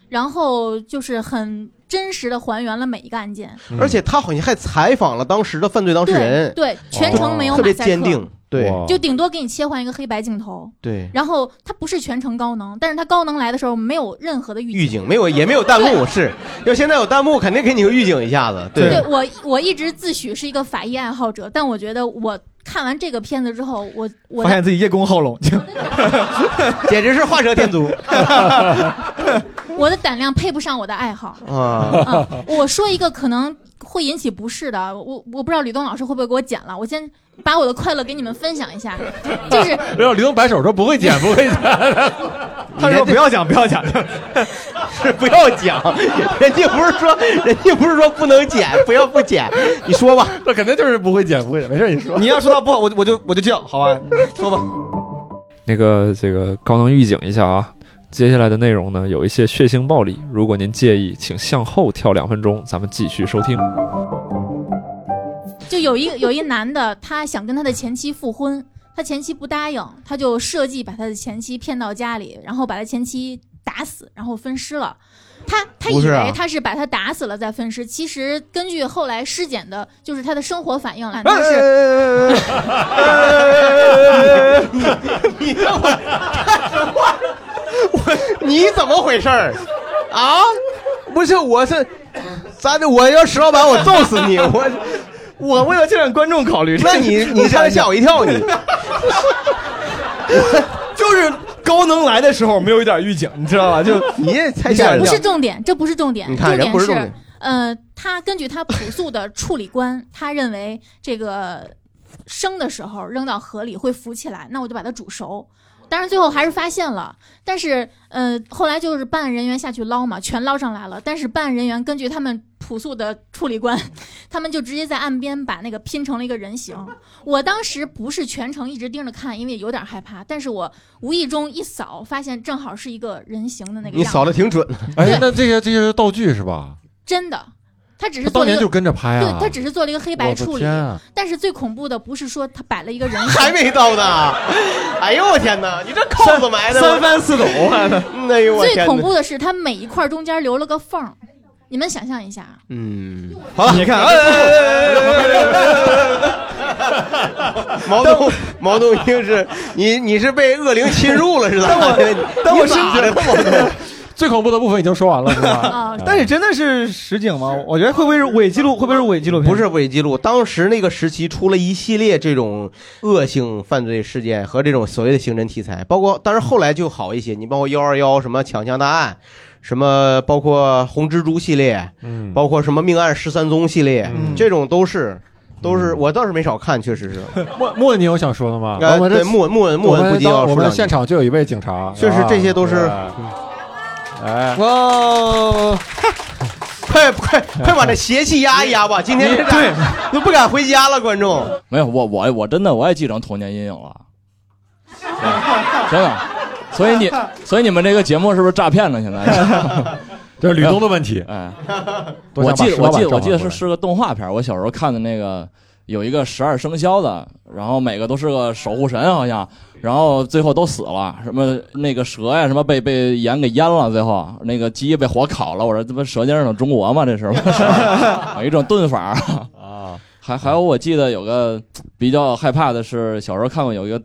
[SPEAKER 6] 然后就是很真实的还原了每一个案件。
[SPEAKER 3] 而且他好像还采访了当时的犯罪当事人，哦
[SPEAKER 6] 对对全程没有
[SPEAKER 3] 特别
[SPEAKER 6] 马赛克
[SPEAKER 3] 坚定，对
[SPEAKER 6] 就顶多给你切换一个黑白镜头，
[SPEAKER 3] 哦对。
[SPEAKER 6] 然后它不是全程高能，但是它高能来的时候没有任何的预
[SPEAKER 3] 预警没有，也没有弹 幕，是要现在有弹幕，肯定给你个预警一下子。
[SPEAKER 6] 对我我一直自诩是一个法医爱好者，但我觉得我看完这个片子之后，我我
[SPEAKER 4] 发现自己叶公好 龙，
[SPEAKER 3] 简直是画蛇添足。
[SPEAKER 6] 我的胆量配不上我的爱好。
[SPEAKER 3] 啊
[SPEAKER 6] 嗯， 我说一个可能会引起不适的，我我不知道吕东老师会不会给我剪了，我先把我的快乐给你们分享一下，就是
[SPEAKER 2] 没有，李东摆手说不会剪，不会 剪。
[SPEAKER 4] 他说不要讲，不要讲，
[SPEAKER 3] 是不要讲，人家不是说，人家不是说不能剪，不要不剪， 你说吧，
[SPEAKER 2] 这肯定就是不会剪，不会剪，没事，你说
[SPEAKER 4] 你要说他不好，我我就我就叫，好吧，说吧。
[SPEAKER 16] 那个这个高能预警一下啊，接下来的内容呢有一些血腥暴力，如果您介意，请向后跳两分钟，咱们继续收听。
[SPEAKER 6] 就有一有一男的，他想跟他的前妻复婚，他前妻不答应，他就设计把他的前妻骗到家里，然后把他前妻打死，然后分尸了。他他以
[SPEAKER 17] 不是啊
[SPEAKER 6] 为他是把他打死了再分尸，其实根据后来尸检的，就是他的生活反应
[SPEAKER 11] 哎
[SPEAKER 17] 哎
[SPEAKER 6] 来，他是
[SPEAKER 3] 你让我干什么？我你怎么回事儿啊？不是，我是，咱我要石老板，我揍死你！ 我
[SPEAKER 4] 我为了这让观众考虑，
[SPEAKER 3] 那你你刚才吓我一跳，你
[SPEAKER 4] 就是高能来的时候没有一点预警，你知道吧？就
[SPEAKER 3] 你也太
[SPEAKER 6] 这不是重点，这不是重点，
[SPEAKER 4] 你看人不是重
[SPEAKER 6] 点
[SPEAKER 4] 点
[SPEAKER 6] 是，呃，他根据他朴素的处理观，他认为这个生的时候扔到河里会浮起来，那我就把它煮熟。当然最后还是发现了，但是呃，后来就是办案人员下去捞嘛，全捞上来了。但是办案人员根据他们朴素的处理观， 他们就直接在岸边把那个拼成了一个人形。我当时不是全程一直盯着看，因为有点害怕，但是我无意中一扫，发现正好是一个人形的那个样子。
[SPEAKER 3] 得挺准啊的。
[SPEAKER 2] 哎，那这些这些是道具是吧？
[SPEAKER 6] 真的，他只是
[SPEAKER 2] 他
[SPEAKER 6] 做
[SPEAKER 2] 当
[SPEAKER 6] 了一
[SPEAKER 2] 年
[SPEAKER 6] 个
[SPEAKER 2] 就跟着拍
[SPEAKER 6] 对
[SPEAKER 2] 啊。
[SPEAKER 6] 他只是做了一个黑白
[SPEAKER 2] 我的
[SPEAKER 6] 处理。
[SPEAKER 2] 天啊
[SPEAKER 6] 但是最恐怖的不是说他摆了一 个人形，
[SPEAKER 3] 还没到呢。哎呦我天哪，你这扣子埋的
[SPEAKER 4] 三番四抖啊
[SPEAKER 3] 嗯 哎呦我天哪
[SPEAKER 6] 最恐怖的是他每一块中间留了个缝儿，你们想象一下，啊
[SPEAKER 3] 嗯，好了，
[SPEAKER 4] 你看，
[SPEAKER 3] 毛东，毛东一定是你，你是被恶灵侵入了是咋
[SPEAKER 4] 但
[SPEAKER 3] 的？
[SPEAKER 4] 我但我
[SPEAKER 3] 你咋的了，毛东？
[SPEAKER 2] 最恐怖的部分已经说完了， 是吧？
[SPEAKER 4] 啊但
[SPEAKER 3] 嗯
[SPEAKER 4] 是真的是实景吗？我觉得会不会是伪纪录？会不会是伪纪录片？
[SPEAKER 3] 不是伪纪录，当时那个时期出了一系列这种恶性犯罪事件和这种所谓的刑侦题材，包括当然后来就好一些，你包括幺二幺什么抢枪大案，什么包括红蜘蛛系列，
[SPEAKER 2] 嗯
[SPEAKER 3] 包括什么命案十三宗系列，这种都是都是我倒是没少看，确实是。
[SPEAKER 2] 莫莫文，你有想说的吗？
[SPEAKER 3] 呃
[SPEAKER 2] 我们这
[SPEAKER 3] 对莫文莫文莫文
[SPEAKER 2] 我们
[SPEAKER 3] 不禁要
[SPEAKER 2] 当
[SPEAKER 3] 说
[SPEAKER 2] 我们
[SPEAKER 3] 两句
[SPEAKER 2] 现场就有一位警察，
[SPEAKER 3] 确实
[SPEAKER 2] 啊
[SPEAKER 3] 这些都是
[SPEAKER 2] 对哎，
[SPEAKER 3] 哇， 快快快把这邪气压一压吧！今天这对都不敢回家了，观众。
[SPEAKER 17] 没有，我我我真的我也继承童年阴影了，真的。所以你所以你们这个节目是不是诈骗了？现 在
[SPEAKER 2] 这是吕东的问
[SPEAKER 17] 题。哎，
[SPEAKER 2] 多想
[SPEAKER 17] 我
[SPEAKER 2] 把
[SPEAKER 17] 记得
[SPEAKER 2] 石
[SPEAKER 17] 我
[SPEAKER 2] 老板
[SPEAKER 17] 记得我
[SPEAKER 2] 召唤
[SPEAKER 17] 记得
[SPEAKER 2] 过
[SPEAKER 17] 是是个动画片儿，我小时候看的那个有一个十二生肖的，然后每个都是个守护神，好像，然后最后都死了，什么那个蛇呀，什么被被盐给淹了，最后那个鸡被火烤了，我说这不蛇精是中国吗？这是 有一种炖法啊。还还有，我记得有个比较害怕的是，小时候看过有一个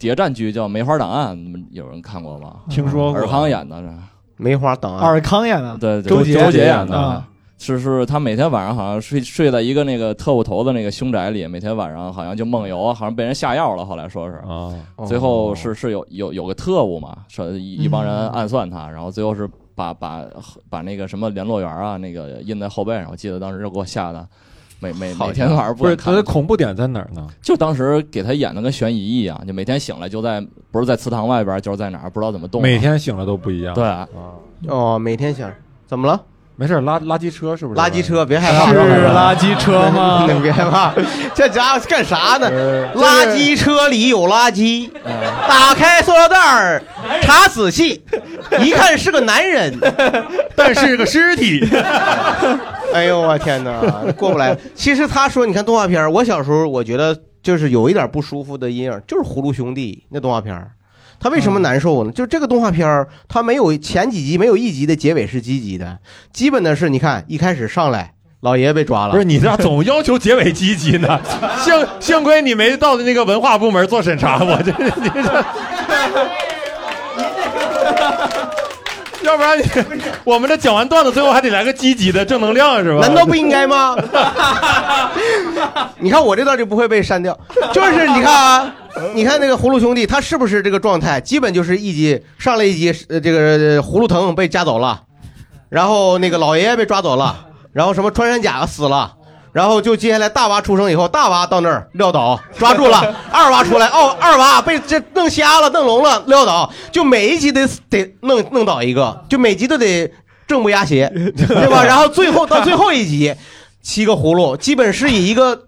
[SPEAKER 17] 谍战剧叫《梅花档案》，你们有人看过吗？
[SPEAKER 2] 听说过
[SPEAKER 17] 尔康演的是《
[SPEAKER 3] 梅花档案》，
[SPEAKER 4] 尔康演的
[SPEAKER 17] 对，对
[SPEAKER 4] 周杰
[SPEAKER 17] 杰演
[SPEAKER 4] 啊
[SPEAKER 17] 的。是是，他每天晚上好像睡睡在一个那个特务头的那个凶宅里，每天晚上好像就梦游，好像被人下药了，后来说是，
[SPEAKER 4] 啊
[SPEAKER 17] 最
[SPEAKER 3] 哦
[SPEAKER 17] 后是是有有有个特务嘛，说一一帮人暗算他，然后最后是把把把那个什么联络员啊，那个印在后背上，我记得当时就给我吓得，每每每天晚上
[SPEAKER 2] 不是
[SPEAKER 17] 敢
[SPEAKER 2] 他
[SPEAKER 17] 看
[SPEAKER 2] 的恐怖点在哪儿呢？
[SPEAKER 17] 就当时给他演的跟悬疑一样，就每天醒来就在不是在祠堂外边就是在哪儿不知道怎么动、啊
[SPEAKER 2] 每天醒啊了都不一样。
[SPEAKER 17] 对
[SPEAKER 3] 哦，每天想怎么了？
[SPEAKER 2] 没事，垃垃圾车是不是？
[SPEAKER 3] 垃圾车，别害怕，
[SPEAKER 2] 是垃圾车吗
[SPEAKER 3] 你别害怕，这家伙干啥呢？
[SPEAKER 2] 呃
[SPEAKER 3] 垃圾车里有垃圾，打开塑料袋儿，查仔 细，一看是个男人，但是个尸体。 哎呦我天哪，过不来。其实他说，你看动画片儿，我小时候我觉得就是有一点不舒服的阴影，就是《葫芦兄弟》那动画片儿。他为什么难受呢？就这个动画片儿，它没有前几集，没有一集的结尾是积极的，基本的是你看一开始上来老爷爷被抓了，
[SPEAKER 2] 不是你这总要求结尾积极 呢？幸幸亏你没到那个文化部门做审 查，我这你这。要不然你我们这讲完段子，最后还得来个积极的正能量是吧？
[SPEAKER 3] 难道不应该 吗？你看我这段就不会被删掉，就是你看啊，你看那个葫芦兄弟，他是不是这个状态？基本就是一集上来一集，呃这个呃葫芦藤被夹走了，然后那个老爷爷被抓走了，然后什么穿山甲死了。然后就接下来大娃出生以后，大娃到那儿撂倒，抓住了；二娃出来，哦，二娃被这弄瞎了、弄聋了，撂倒。就每一集得得弄弄倒一个，就每集都得正不压邪，对吧？然后最后到最后一集，七个葫芦基本是以一个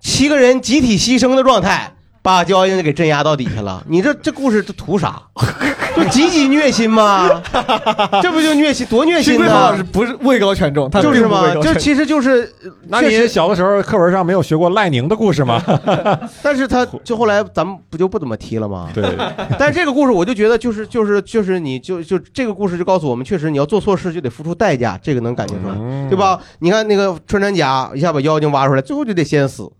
[SPEAKER 3] 七个人集体牺牲的状态，把焦英给镇压到底下了。你这这故事这图啥？就极其虐心吗？这不就虐心，多 虐
[SPEAKER 4] 幸
[SPEAKER 3] 心
[SPEAKER 4] 亏
[SPEAKER 3] 呢
[SPEAKER 4] 方老师？不是位高权重，他
[SPEAKER 3] 就是
[SPEAKER 4] 并不位高
[SPEAKER 3] 嘛，就
[SPEAKER 4] 权重
[SPEAKER 3] 其实就是，
[SPEAKER 2] 那
[SPEAKER 3] 确
[SPEAKER 2] 你
[SPEAKER 3] 实
[SPEAKER 2] 小的时候课文上没有学过赖宁的故事吗？
[SPEAKER 3] 但是他就后来咱们不就不怎么提了吗？
[SPEAKER 2] 对。
[SPEAKER 3] 但是这个故事我就觉得就是就是就是你就就这个故事就告诉我们，确实你要做错事就得付出代价，这个能感觉出
[SPEAKER 2] 嗯
[SPEAKER 3] 来，对吧？你看那个穿山甲一下把妖精挖出来，最后就得先死，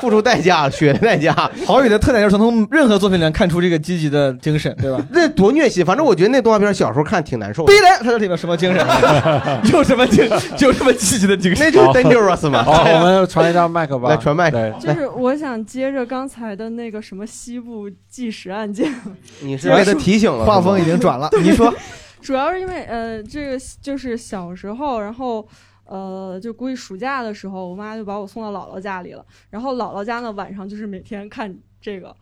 [SPEAKER 3] 付出代价，血的代价。
[SPEAKER 4] 郝宇的特点就是从任何作品里面看出这个积极的精神， 对吧？
[SPEAKER 3] 那多虐心！反正我觉得那动画片小时候看挺难受 的
[SPEAKER 4] 逼。来，他这里面什么精神？ 有什么精？有什么积极的精神？
[SPEAKER 3] 那就是 dangerous 嘛
[SPEAKER 2] 好，我们传一张麦克吧，
[SPEAKER 3] 来传麦克
[SPEAKER 2] 对
[SPEAKER 18] 就是我想接着刚才的那个什么西部纪实案件，
[SPEAKER 3] 你是被他提醒了，
[SPEAKER 4] 画风已经转了。你说，
[SPEAKER 18] 主要是因为呃，这个就是小时候，然后呃，就估计暑假的时候，我妈就把我送到姥姥家里了。然后姥姥家呢，晚上就是每天看这个，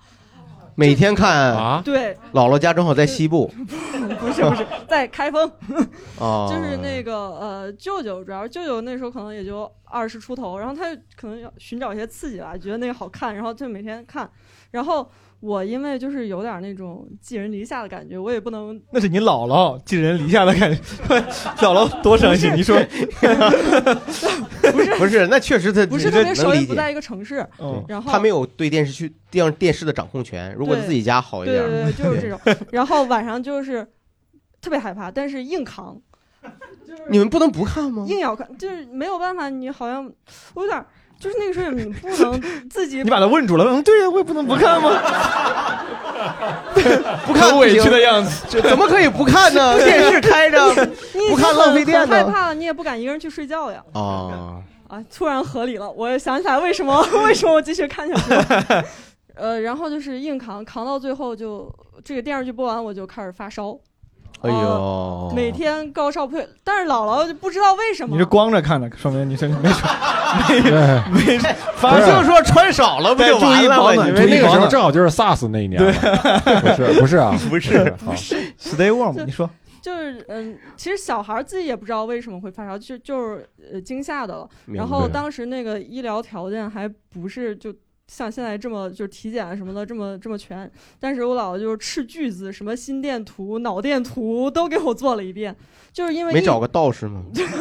[SPEAKER 3] 每天看
[SPEAKER 2] 啊
[SPEAKER 18] 对，
[SPEAKER 3] 姥姥家正好在西部
[SPEAKER 18] 不是不是，在开封，
[SPEAKER 3] 哦
[SPEAKER 18] 就是那个呃，舅舅，主要是舅舅那时候可能也就二十出头，然后他就可能要寻找一些刺激吧，觉得那个好看，然后就每天看。然后我因为就是有点那种寄人篱下的感觉，我也不 能
[SPEAKER 4] 那是你姥姥寄人篱下的感觉， 姥姥多伤 心。你说，
[SPEAKER 3] 不是不是，那确实他
[SPEAKER 18] 不是特别熟，也不在一个城市
[SPEAKER 3] 嗯，
[SPEAKER 18] 然后
[SPEAKER 3] 他没有对电视剧、电电视的掌控权。如果
[SPEAKER 18] 对
[SPEAKER 3] 自己家好一点，
[SPEAKER 18] 对对对，就是这种。然后晚上就是特别害怕，但是硬扛，
[SPEAKER 3] 你们不能不看吗？
[SPEAKER 18] 硬要看，就是没有办法，你好像我有点儿。就是那个时候，你不能自己
[SPEAKER 4] 你把他问住了，嗯，对呀，我也不能不看吗？ 不看
[SPEAKER 12] 委屈的样子
[SPEAKER 4] 这怎么可以不看 呢？电视开着，
[SPEAKER 18] 你已经
[SPEAKER 4] 不看
[SPEAKER 18] 很
[SPEAKER 4] 浪费电
[SPEAKER 18] 很害
[SPEAKER 4] 呢。
[SPEAKER 18] 怕了，你也不敢一个人去睡觉呀。
[SPEAKER 3] 啊，
[SPEAKER 18] 啊，突然合理了，我想起来为什么 为什么我继续看下去 了。呃，然后就是硬扛，扛到最后就这个电视剧播完，我就开始发烧，
[SPEAKER 12] 哎呦
[SPEAKER 18] 每天高烧不退。但是姥姥就不知道为什 么
[SPEAKER 12] 你是光着看的，说明你这没穿， 没没，
[SPEAKER 4] 反正就是说穿少了不就完了吗？
[SPEAKER 2] 因
[SPEAKER 4] 你
[SPEAKER 2] 为那个时候正好就是 SARS 那一年嘛，不 是不是啊，
[SPEAKER 12] 不是不是 stay warm，
[SPEAKER 18] 就
[SPEAKER 12] 你说
[SPEAKER 18] 就是嗯，其实小孩儿自己也不知道为什么会发烧，就就是呃惊吓的了。
[SPEAKER 12] 明
[SPEAKER 18] 然后
[SPEAKER 12] 白
[SPEAKER 18] 当时那个医疗条件还不是就像现在这么就是体检什么的这么这么全，但是我姥姥就是斥巨资，什么心电图、脑电图都给我做了一遍，就是因为
[SPEAKER 3] 没
[SPEAKER 18] 一
[SPEAKER 3] 找个道士吗？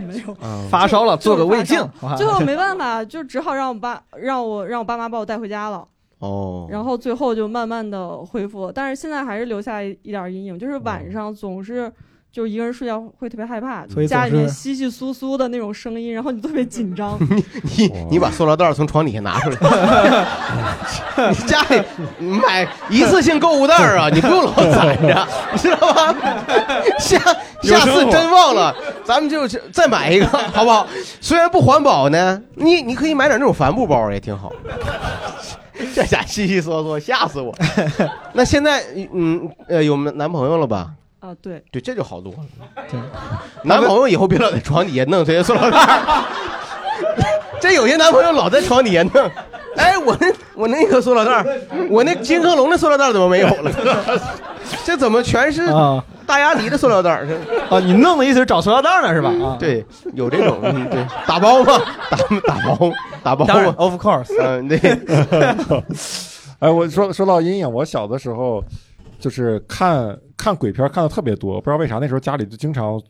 [SPEAKER 18] 没 有
[SPEAKER 3] 啊
[SPEAKER 4] 发烧了，做个胃镜
[SPEAKER 18] 就是发烧。嗯最后没办法，就只好让我爸让我让我爸妈把我带回家了。
[SPEAKER 3] 哦，
[SPEAKER 18] 然后最后就慢慢的恢复，但是现在还是留下一一点阴影，就是晚上总是就一个人睡觉会特别害怕，
[SPEAKER 3] 哦所以
[SPEAKER 18] 家里
[SPEAKER 3] 总是
[SPEAKER 18] 面稀稀疏疏的那种声音，然后你特别紧 张。
[SPEAKER 3] 你你把塑料袋从床底下拿出来， 你家里买一次性购物袋儿 啊，你不用老攒着，你知道吗？下
[SPEAKER 12] 有
[SPEAKER 3] 下
[SPEAKER 12] 生活
[SPEAKER 3] 次真忘了，咱们就去再买一个，好不好？虽然不环保呢，你你可以买点那种帆布包也挺好。 这家稀稀嗦嗦，吓死我！那现在嗯呃有男朋友了吧？
[SPEAKER 18] 啊，对，
[SPEAKER 3] 对，这就好多了。男朋友以后别老在床底下弄这些塑料袋儿。这有 些男朋友老在床底下弄， 哎，我那我那个塑料袋 儿，我那金客隆的塑料袋儿怎么没有 了？这怎么全是
[SPEAKER 12] 啊
[SPEAKER 3] 大鸭梨的塑料袋儿？
[SPEAKER 12] 啊，你弄的意思是找塑料袋呢是吧？
[SPEAKER 3] 嗯
[SPEAKER 12] 啊，
[SPEAKER 3] 对，有这种，嗯，对， 打包吗？打打包，
[SPEAKER 2] 啊
[SPEAKER 3] 打包
[SPEAKER 12] 当然
[SPEAKER 3] 吗
[SPEAKER 12] ，of course，
[SPEAKER 3] 嗯， 对，
[SPEAKER 2] 哎，我说说到阴影，我小的时候就是看看鬼片儿看的特别多，不知道为啥那时候家里就经常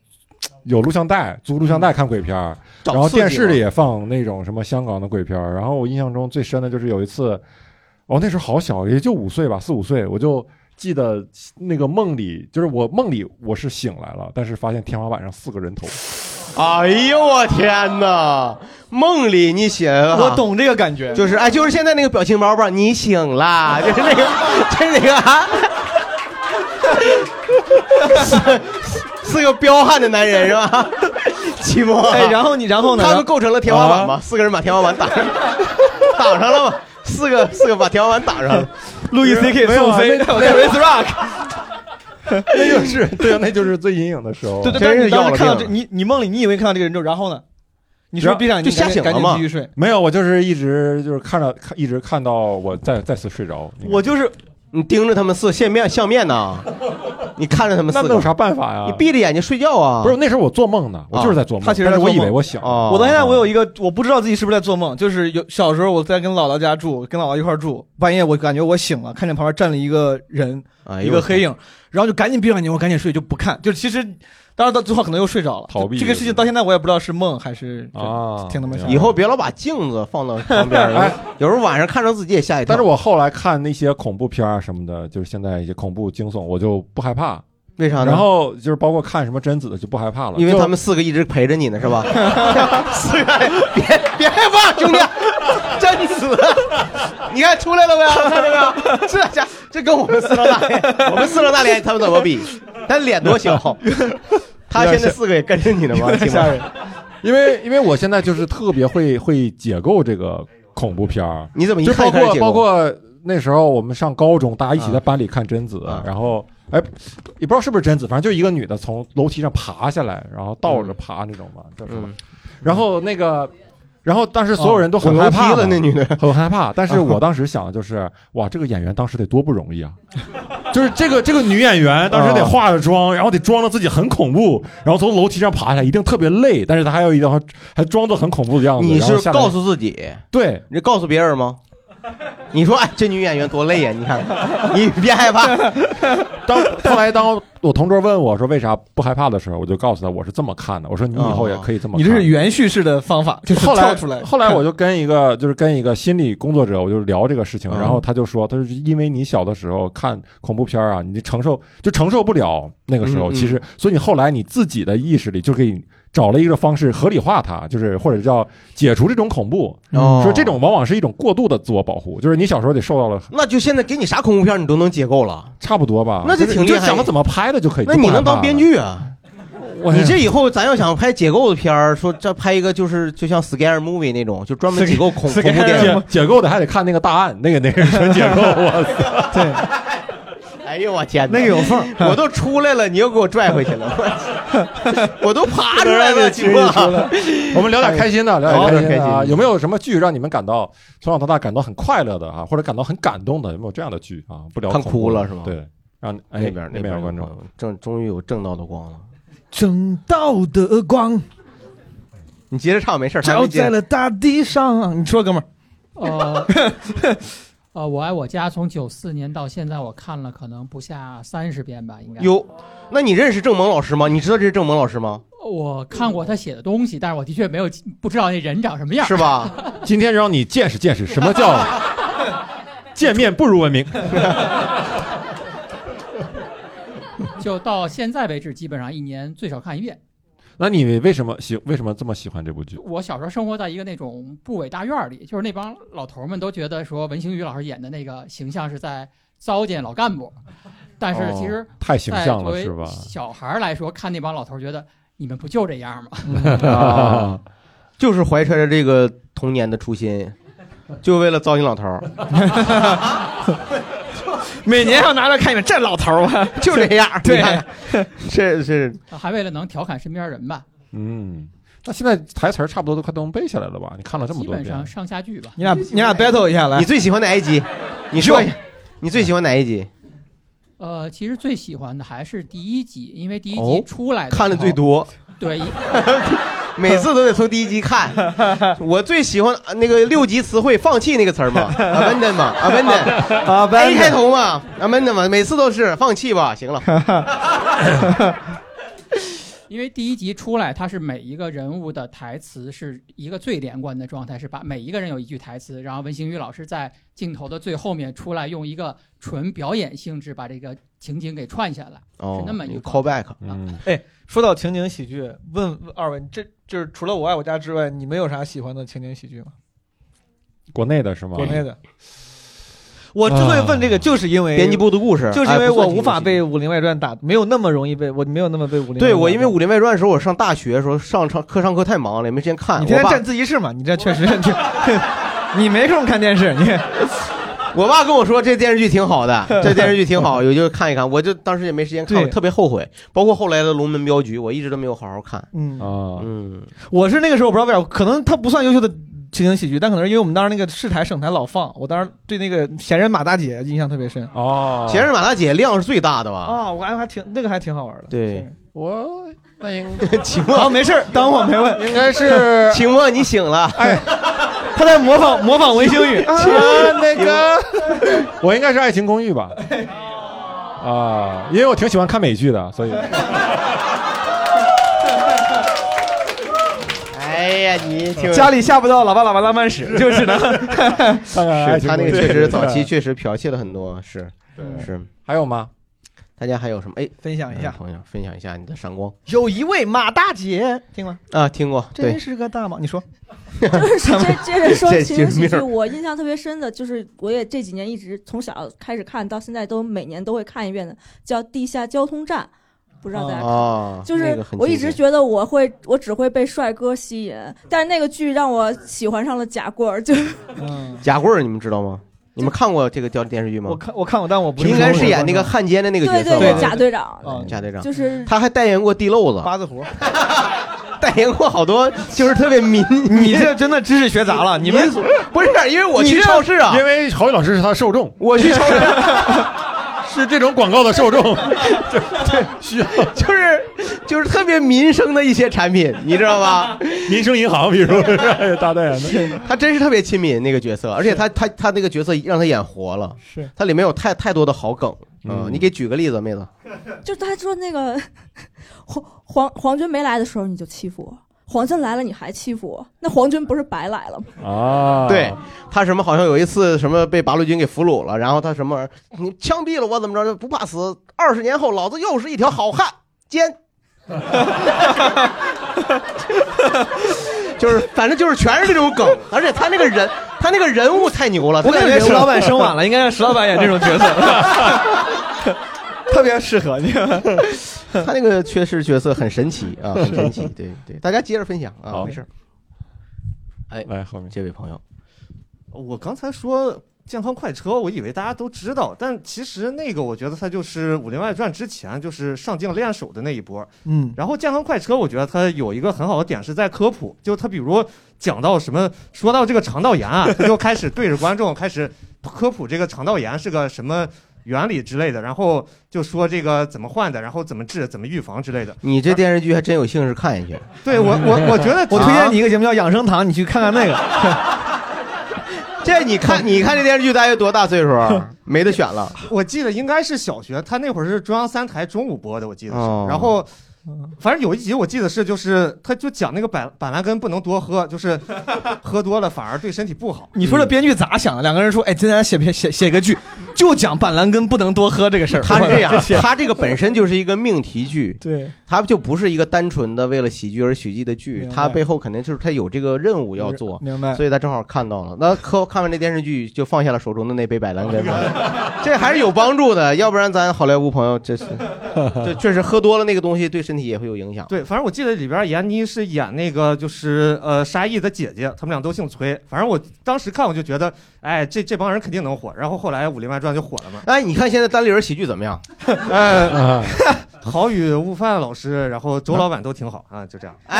[SPEAKER 2] 有录像带，租录像带看鬼片儿，
[SPEAKER 12] 嗯找
[SPEAKER 2] 然后
[SPEAKER 12] 刺激
[SPEAKER 2] 电视里
[SPEAKER 12] 嘛
[SPEAKER 2] 也放那种什么香港的鬼片儿。然后我印象中最深的就是有一次，我、那时候好小，也就五岁吧，四五岁，我就记得那个梦里，就是我梦里我是醒来了，但是发现天花板上四个人头。
[SPEAKER 3] 哎呦我天哪！梦里你醒了，
[SPEAKER 2] 我懂
[SPEAKER 3] 这个感觉就是哎，就是现在那个表情包吧，你 醒啦，就是那个，就是那个、啊，四四个彪悍的男人是吧？齐墨，
[SPEAKER 12] 哎然后你然后呢
[SPEAKER 3] 他们构成了天花板吗？
[SPEAKER 12] 啊
[SPEAKER 3] 四个人把天花板挡上， 挡上了吗？四个四个把天花板挡上了。
[SPEAKER 12] 路易 C.K.
[SPEAKER 3] 没有
[SPEAKER 12] 宋
[SPEAKER 3] 啊
[SPEAKER 12] 飞
[SPEAKER 3] 那
[SPEAKER 12] ，Chris Rock，
[SPEAKER 2] 那就是对啊，那就是最阴影的
[SPEAKER 3] 哦
[SPEAKER 2] 时候。
[SPEAKER 12] 对对，但是你当时看到这，你你梦里你以为看到这个人之后，然后呢？你是不是闭上眼睛赶紧赶紧继续睡？
[SPEAKER 2] 没有，我就是一直就是看着看，一直看到我再再次睡着。
[SPEAKER 3] 我就是你盯着他们四现面相 面呐，你看着他们四个，
[SPEAKER 2] 那有啥办法呀
[SPEAKER 3] 你闭着眼睛睡觉啊？
[SPEAKER 2] 不是那时候我做梦呢，我就是在做梦，
[SPEAKER 12] 啊他其实在
[SPEAKER 2] 但是
[SPEAKER 12] 做
[SPEAKER 2] 我
[SPEAKER 12] 梦啊
[SPEAKER 2] 以为我啊醒了。
[SPEAKER 3] 哦
[SPEAKER 12] 我到现在我有一个，我不知道自己是不是在做梦，就是有小时候我在跟姥姥家住，跟姥姥一块儿住，半夜我感觉我醒了，看见旁边站了一个人，
[SPEAKER 3] 哎呦
[SPEAKER 12] 一个黑影，然后就赶紧闭上眼睛，我赶紧睡，就不看。就其实，当然到最后可能又睡着了。
[SPEAKER 3] 逃避
[SPEAKER 12] 这个事情到现在我也不知道是梦还是
[SPEAKER 2] 啊
[SPEAKER 12] 听他们说。
[SPEAKER 3] 以后别老把镜子放到旁边
[SPEAKER 2] 哎
[SPEAKER 3] 儿，有时候晚上看着自己也吓一跳。
[SPEAKER 2] 但是我后来看那些恐怖片啊什么的，就是现在一些恐怖惊悚，我就不害怕。
[SPEAKER 3] 为啥呢
[SPEAKER 2] 然后就是包括看什么贞子的就不害怕了，
[SPEAKER 3] 因为
[SPEAKER 2] 就
[SPEAKER 3] 他们四个一直陪着你呢，是吧？
[SPEAKER 2] 哎
[SPEAKER 3] 四个， 别别害怕，兄弟，真死！ 你看出来了没有？啊看到没有？这家这 跟我们四老大连，我们四老大连他们怎么比？他脸 多
[SPEAKER 2] 哦
[SPEAKER 3] 小，他现在四个也跟着你呢 吗？亲们。
[SPEAKER 2] 因为因为我现在就是特别会会解构这个恐怖片儿，
[SPEAKER 3] 你怎么一
[SPEAKER 2] 就
[SPEAKER 3] 看
[SPEAKER 2] 包
[SPEAKER 3] 就开始
[SPEAKER 2] 括
[SPEAKER 3] 解构嗯
[SPEAKER 2] 包括那时候我们上高中，大家一起在班里看《贞子》然后哎也不知道是不是贞子，反正就一个女的从楼梯上爬下来，然后
[SPEAKER 3] 嗯
[SPEAKER 2] 倒着爬那种嘛，叫什么？然后那个。然后当时所有人都很
[SPEAKER 3] 啊
[SPEAKER 2] 害怕
[SPEAKER 3] 我楼梯了那女的
[SPEAKER 2] 很害 怕。但是我当时想的就是，哇，这个演员当时得多不容易啊！ 就是这个这个女演员当时得化着妆，然后得装的自己很恐怖，然后从楼梯上爬下来，一定特别累，但是她还有一定还装作很恐怖的样子。
[SPEAKER 3] 你
[SPEAKER 2] 然后
[SPEAKER 3] 是
[SPEAKER 2] 下来
[SPEAKER 3] 告诉自己，
[SPEAKER 2] 对，
[SPEAKER 3] 你告诉别人吗？你说，哎，这女演员多累呀、你看，你别害怕，
[SPEAKER 2] 当后来当我同桌问我说为啥不害怕的时候，我就告诉他我是这么看的，我说你以后
[SPEAKER 3] 哦
[SPEAKER 2] 也可以这么
[SPEAKER 12] 你
[SPEAKER 2] 看。
[SPEAKER 12] 这是延续式的方法，就是
[SPEAKER 2] 后
[SPEAKER 12] 跳
[SPEAKER 2] 来
[SPEAKER 12] 出来看。
[SPEAKER 2] 后来我就跟一个就是跟一个心理工作者，我就聊这个事情，然
[SPEAKER 3] 嗯
[SPEAKER 2] 后他就说，他说因为你小的时候看恐怖片啊，你承受就承受不了那个时候，
[SPEAKER 12] 嗯嗯
[SPEAKER 2] 其实所以你后来你自己的意识里就给你找了一个方式合理化它，就是或者叫解除这种恐怖。
[SPEAKER 3] 哦
[SPEAKER 2] 说这种往往是一种过度的自我保护，就是你小时候得受到了
[SPEAKER 3] 那就现在给你啥恐怖片你都能解构了，
[SPEAKER 2] 差不多吧
[SPEAKER 3] 那就挺厉害
[SPEAKER 2] 就是想着怎么拍的就可以
[SPEAKER 3] 那你
[SPEAKER 2] 就不害
[SPEAKER 3] 能
[SPEAKER 2] 怕
[SPEAKER 3] 当编剧啊？
[SPEAKER 2] 我
[SPEAKER 3] 你这以后咱要想拍解构的片儿，说这拍一个就是就像 scare movie 那种，就专门解构恐恐怖电影
[SPEAKER 2] 解。解构的还得看那个大案，那个那个是纯解构，我操！ 对，
[SPEAKER 3] 哎呦我天哪，
[SPEAKER 2] 那个有缝
[SPEAKER 3] 我都出来了，你又给我拽回去了， 我我都爬出来了，
[SPEAKER 2] 情
[SPEAKER 3] 情
[SPEAKER 2] 况
[SPEAKER 3] 况。
[SPEAKER 2] 我们聊点开心的，聊
[SPEAKER 3] 好
[SPEAKER 2] 点开
[SPEAKER 3] 开
[SPEAKER 2] 心的啊！
[SPEAKER 3] 心
[SPEAKER 2] 有没有什么剧让你们感到从小到大感到很快乐的啊，或者感到很感动的？有没有这样的剧啊？ 不聊
[SPEAKER 3] 看
[SPEAKER 2] 恐
[SPEAKER 3] 哭
[SPEAKER 2] 怖
[SPEAKER 3] 了是吗？
[SPEAKER 2] 对，让哎
[SPEAKER 3] 那边
[SPEAKER 2] 那边有观众，
[SPEAKER 3] 正终于有正道的光了。
[SPEAKER 12] 正道的光
[SPEAKER 3] 你接着唱没事儿，他
[SPEAKER 12] 照
[SPEAKER 3] 没接
[SPEAKER 12] 在了大地上。你说，哥们儿，
[SPEAKER 19] 呃， 呃，我爱我家从九四年到现在，我看了可能不下三十遍吧，应该。
[SPEAKER 3] 哟，那你认识郑萌老师吗？你知道这是郑萌老师吗？
[SPEAKER 19] 我看过他写的东西，但是我的确没有不知道那人长什么样，
[SPEAKER 3] 是？吧？
[SPEAKER 2] 今天让你见识见识什 么叫见面不如闻名。
[SPEAKER 19] 就到现在为止，基本上一年最少看一遍。
[SPEAKER 2] 那你为什么喜为什么这么喜欢这部剧？
[SPEAKER 19] 我小时候生活在一个那种部委大院儿里，就是那帮老头儿们都觉得说文星宇老师演的那个形象是在糟践老干部，但是其实、
[SPEAKER 2] 哦太形象了是吧
[SPEAKER 19] 小孩儿来说，看那帮老头儿觉得你们不就这样吗？
[SPEAKER 3] 啊， 就是怀揣着这个童年的初心，就为了糟践老头儿。
[SPEAKER 12] 每年要拿来看一遍，这老头儿啊吧，
[SPEAKER 3] 就这 样
[SPEAKER 12] 对
[SPEAKER 3] 你看，是是，
[SPEAKER 19] 呃还为了能调侃身边人吧，
[SPEAKER 2] 嗯，那现在台词儿差不多都快都能背下来了吧？你看了这么
[SPEAKER 19] 基
[SPEAKER 2] 多
[SPEAKER 19] 本
[SPEAKER 2] 遍，
[SPEAKER 19] 上上下句吧。
[SPEAKER 12] 你俩你俩 battle 一下来。
[SPEAKER 3] 你最喜欢哪一集？你说一下，你最喜欢哪一集？
[SPEAKER 19] 呃，其实最喜欢的还是第一集，因为第一
[SPEAKER 3] 哦
[SPEAKER 19] 集出来的、
[SPEAKER 3] 看的最。多，
[SPEAKER 19] 对，一
[SPEAKER 3] 每次都得从第一 集看。我最喜欢呃那个六级词汇“放弃”那个词 儿嘛，abandon 嘛，abandon，a 开头嘛，abandon 嘛，每次都是放弃吧，行了。
[SPEAKER 19] 因为第一集出来，它是每一个人物的台词是一个最连贯的状态，是把每一个人有一句台词，然后文星宇老师在镜头的最后面出来，用一个纯表演性质把这个情景给串下来，
[SPEAKER 3] 哦
[SPEAKER 19] 是那么一个
[SPEAKER 3] callback。
[SPEAKER 2] 嗯，
[SPEAKER 12] 哎，说到情景喜剧，问问二位，这就是除了《我爱我家》之外，你们有啥喜欢的情景喜剧吗？
[SPEAKER 2] 国内的是吗？啊
[SPEAKER 12] 国内的。我之所以问这个，就是因为
[SPEAKER 3] 编辑部的故事
[SPEAKER 12] 就是因为
[SPEAKER 3] 哎不
[SPEAKER 12] 我
[SPEAKER 3] 算
[SPEAKER 12] 无法被《武林外传》打，没有那么容易被我没有那么被《武林外传》
[SPEAKER 3] 对我，因为《武林外传》的时候，我上大学的时候上上课上课太忙了，也没时间看。
[SPEAKER 12] 你天
[SPEAKER 3] 我
[SPEAKER 12] 天
[SPEAKER 3] 爸
[SPEAKER 12] 站自习室嘛，你这确实 你你没空看电视，你
[SPEAKER 3] 我爸跟我说这电视剧挺 好的，这电视剧挺好，有就看一看。我就当时也没时间看，
[SPEAKER 12] 对
[SPEAKER 3] 我特别后悔。包括后来的《龙门镖局》，我一直都没有好好看。
[SPEAKER 12] 嗯
[SPEAKER 2] 啊，
[SPEAKER 3] 嗯，
[SPEAKER 12] 我是那个时候不知道为啥，可能它不算优秀的情景喜剧，但可能是因为我们当时那个市台省台老放，我当时对那个闲人马大姐印象特别深。
[SPEAKER 2] 哦
[SPEAKER 3] 闲人马大姐量是最大的吧？
[SPEAKER 12] 啊，我还还挺那个还挺好玩的。
[SPEAKER 3] 对，
[SPEAKER 2] 我那应
[SPEAKER 3] 秦墨、
[SPEAKER 12] 没事儿，当我没问。
[SPEAKER 2] 应该 是
[SPEAKER 3] 秦墨，你醒了。
[SPEAKER 2] 哎，
[SPEAKER 12] 他在模仿模仿文星宇
[SPEAKER 2] 啊那个，我应该是《爱情公寓》吧？啊，因为我挺喜欢看美剧的，所以
[SPEAKER 3] 哎呀，你挺
[SPEAKER 12] 家里下不到《喇叭喇叭浪漫史》，就只 能
[SPEAKER 3] 是他那个确实早期确实剽窃了很多，是
[SPEAKER 12] 对
[SPEAKER 3] 是。
[SPEAKER 2] 还有吗？
[SPEAKER 3] 大家还有什么？哎，
[SPEAKER 12] 分享一下
[SPEAKER 3] 朋友，分享一下你的闪光
[SPEAKER 12] 有一位马大姐，听吗？
[SPEAKER 3] 啊，听过对
[SPEAKER 12] 真。是个大忙。你说，
[SPEAKER 5] 就是这接着说
[SPEAKER 3] 这
[SPEAKER 5] 情景喜剧，
[SPEAKER 3] 这是命
[SPEAKER 5] 我印象特别深的就是，我也这几年一直从小开始看到现在，都每年都会看一遍的，叫《地下交通站》，不
[SPEAKER 12] 哦
[SPEAKER 5] 知道大家看过
[SPEAKER 3] 啊，
[SPEAKER 5] 就
[SPEAKER 3] 那
[SPEAKER 5] 是
[SPEAKER 3] 个很
[SPEAKER 5] 我一
[SPEAKER 3] 经
[SPEAKER 5] 直
[SPEAKER 3] 典
[SPEAKER 5] 觉得我会，我只会被帅哥吸引，但是那个剧让我喜欢上了贾棍儿，就是
[SPEAKER 3] 贾棍儿，你们知道吗？你们看过这个叫电视剧吗？
[SPEAKER 12] 嗯我看我看过，但我不是
[SPEAKER 3] 应该是演那个汉奸的那个角色吧？
[SPEAKER 5] 对对对贾队长
[SPEAKER 12] 哦
[SPEAKER 3] 嗯贾队长
[SPEAKER 5] 就是
[SPEAKER 3] 他还代言过地漏子，
[SPEAKER 12] 八字胡，
[SPEAKER 3] 代言过好多，就是特别民。
[SPEAKER 12] 你这真的知识学杂了，你们
[SPEAKER 3] 不是因为我去超市啊，
[SPEAKER 2] 因为郝宇老师是他的受众，
[SPEAKER 3] 我去超市
[SPEAKER 2] 是这种广告的受 众。需要
[SPEAKER 3] 就是就是特别民生的一些产品，你知道吧？
[SPEAKER 2] 民生银行，比如是大代言的，
[SPEAKER 3] 他真是特别亲民那个角色，而且他他他那个角色让他演活了，
[SPEAKER 12] 是
[SPEAKER 3] 他里面有太太多的好梗。嗯
[SPEAKER 2] 嗯，
[SPEAKER 3] 你给举个例子，妹子。
[SPEAKER 5] 就是他说那个黄黄黄军没来的时候你就欺负我，黄军来了你还欺负我，那黄军不是白来了吗？
[SPEAKER 2] 啊
[SPEAKER 3] 对他什么好像有一次什么被八路军给俘虏了，然后他什么你枪毙了我怎么着不怕死，二十年后老子又是一条好汉，奸。就是反正就是全是这种梗，而且他那个人，他那个人物太牛了。
[SPEAKER 12] 我感觉
[SPEAKER 3] 石
[SPEAKER 12] 石老板生晚了，应该让石老板演这种角色，特别适合你。
[SPEAKER 3] 他那个缺失角色很神奇啊，很神奇。对对，大家接着分享啊，
[SPEAKER 12] 好
[SPEAKER 3] 没事儿。哎，
[SPEAKER 2] 来后面
[SPEAKER 3] 这位朋友，
[SPEAKER 20] 我刚才说健康快车，我以为大家都知道，但其实那个我觉得它就是《武林外传》之前就是上镜练手的那一波。
[SPEAKER 12] 嗯，
[SPEAKER 20] 然后健康快车，我觉得它有一个很好的点是在科普，就它比如讲到什么，说到这个肠道炎 啊，它就开始对着观众开始科普这个肠道炎是个什么原理之类的，然后就说这个怎么患的，然后怎么治、怎么预防之类的。
[SPEAKER 3] 你这电视剧还真有兴致看下去。
[SPEAKER 20] 对我，我我觉得
[SPEAKER 12] 我推荐你一个节目叫《养生堂》，你去看看那个。
[SPEAKER 3] 这你看，你看这电视剧，大约多大岁数啊？没得选了。
[SPEAKER 20] 我记得应该是小学，他那会儿是中央三台中午播的，我记得是。
[SPEAKER 3] 哦
[SPEAKER 20] 然后，反正有一集我记得是，就是他就讲那个板板蓝根不能多喝，就是喝多了反而对身体不好。
[SPEAKER 12] 你说这编剧咋想的？两个人说，哎，今天写篇写写个剧，就讲板蓝根不能多喝这 个事儿。
[SPEAKER 3] 他是这样，他这个 本身就是一个命题剧，
[SPEAKER 12] 对，
[SPEAKER 3] 他就不是一个单纯的为了喜剧而喜剧的剧
[SPEAKER 12] 明，白
[SPEAKER 3] 他背后肯定就是他有这个任务要做，
[SPEAKER 12] 明白
[SPEAKER 3] 所以他正好看到了。那看看完这电视剧，就放下了手中的那杯百 蓝根，这还是有帮助的，要不然咱好莱坞朋友 这是，这确实喝多了那个东西对身体也会有影响。
[SPEAKER 20] 对，反正我记得里边闫妮是演那个就是呃沙溢的姐姐，他们俩都姓崔。反正我当时看我就觉得，哎，这这帮人肯定能火。然后后来《武林外传》就火了嘛。
[SPEAKER 3] 哎，你看现在单立人喜剧怎么样？
[SPEAKER 20] 呃， 郝宇、悟饭老师，然后周老板都挺好啊，就这样。
[SPEAKER 12] 啊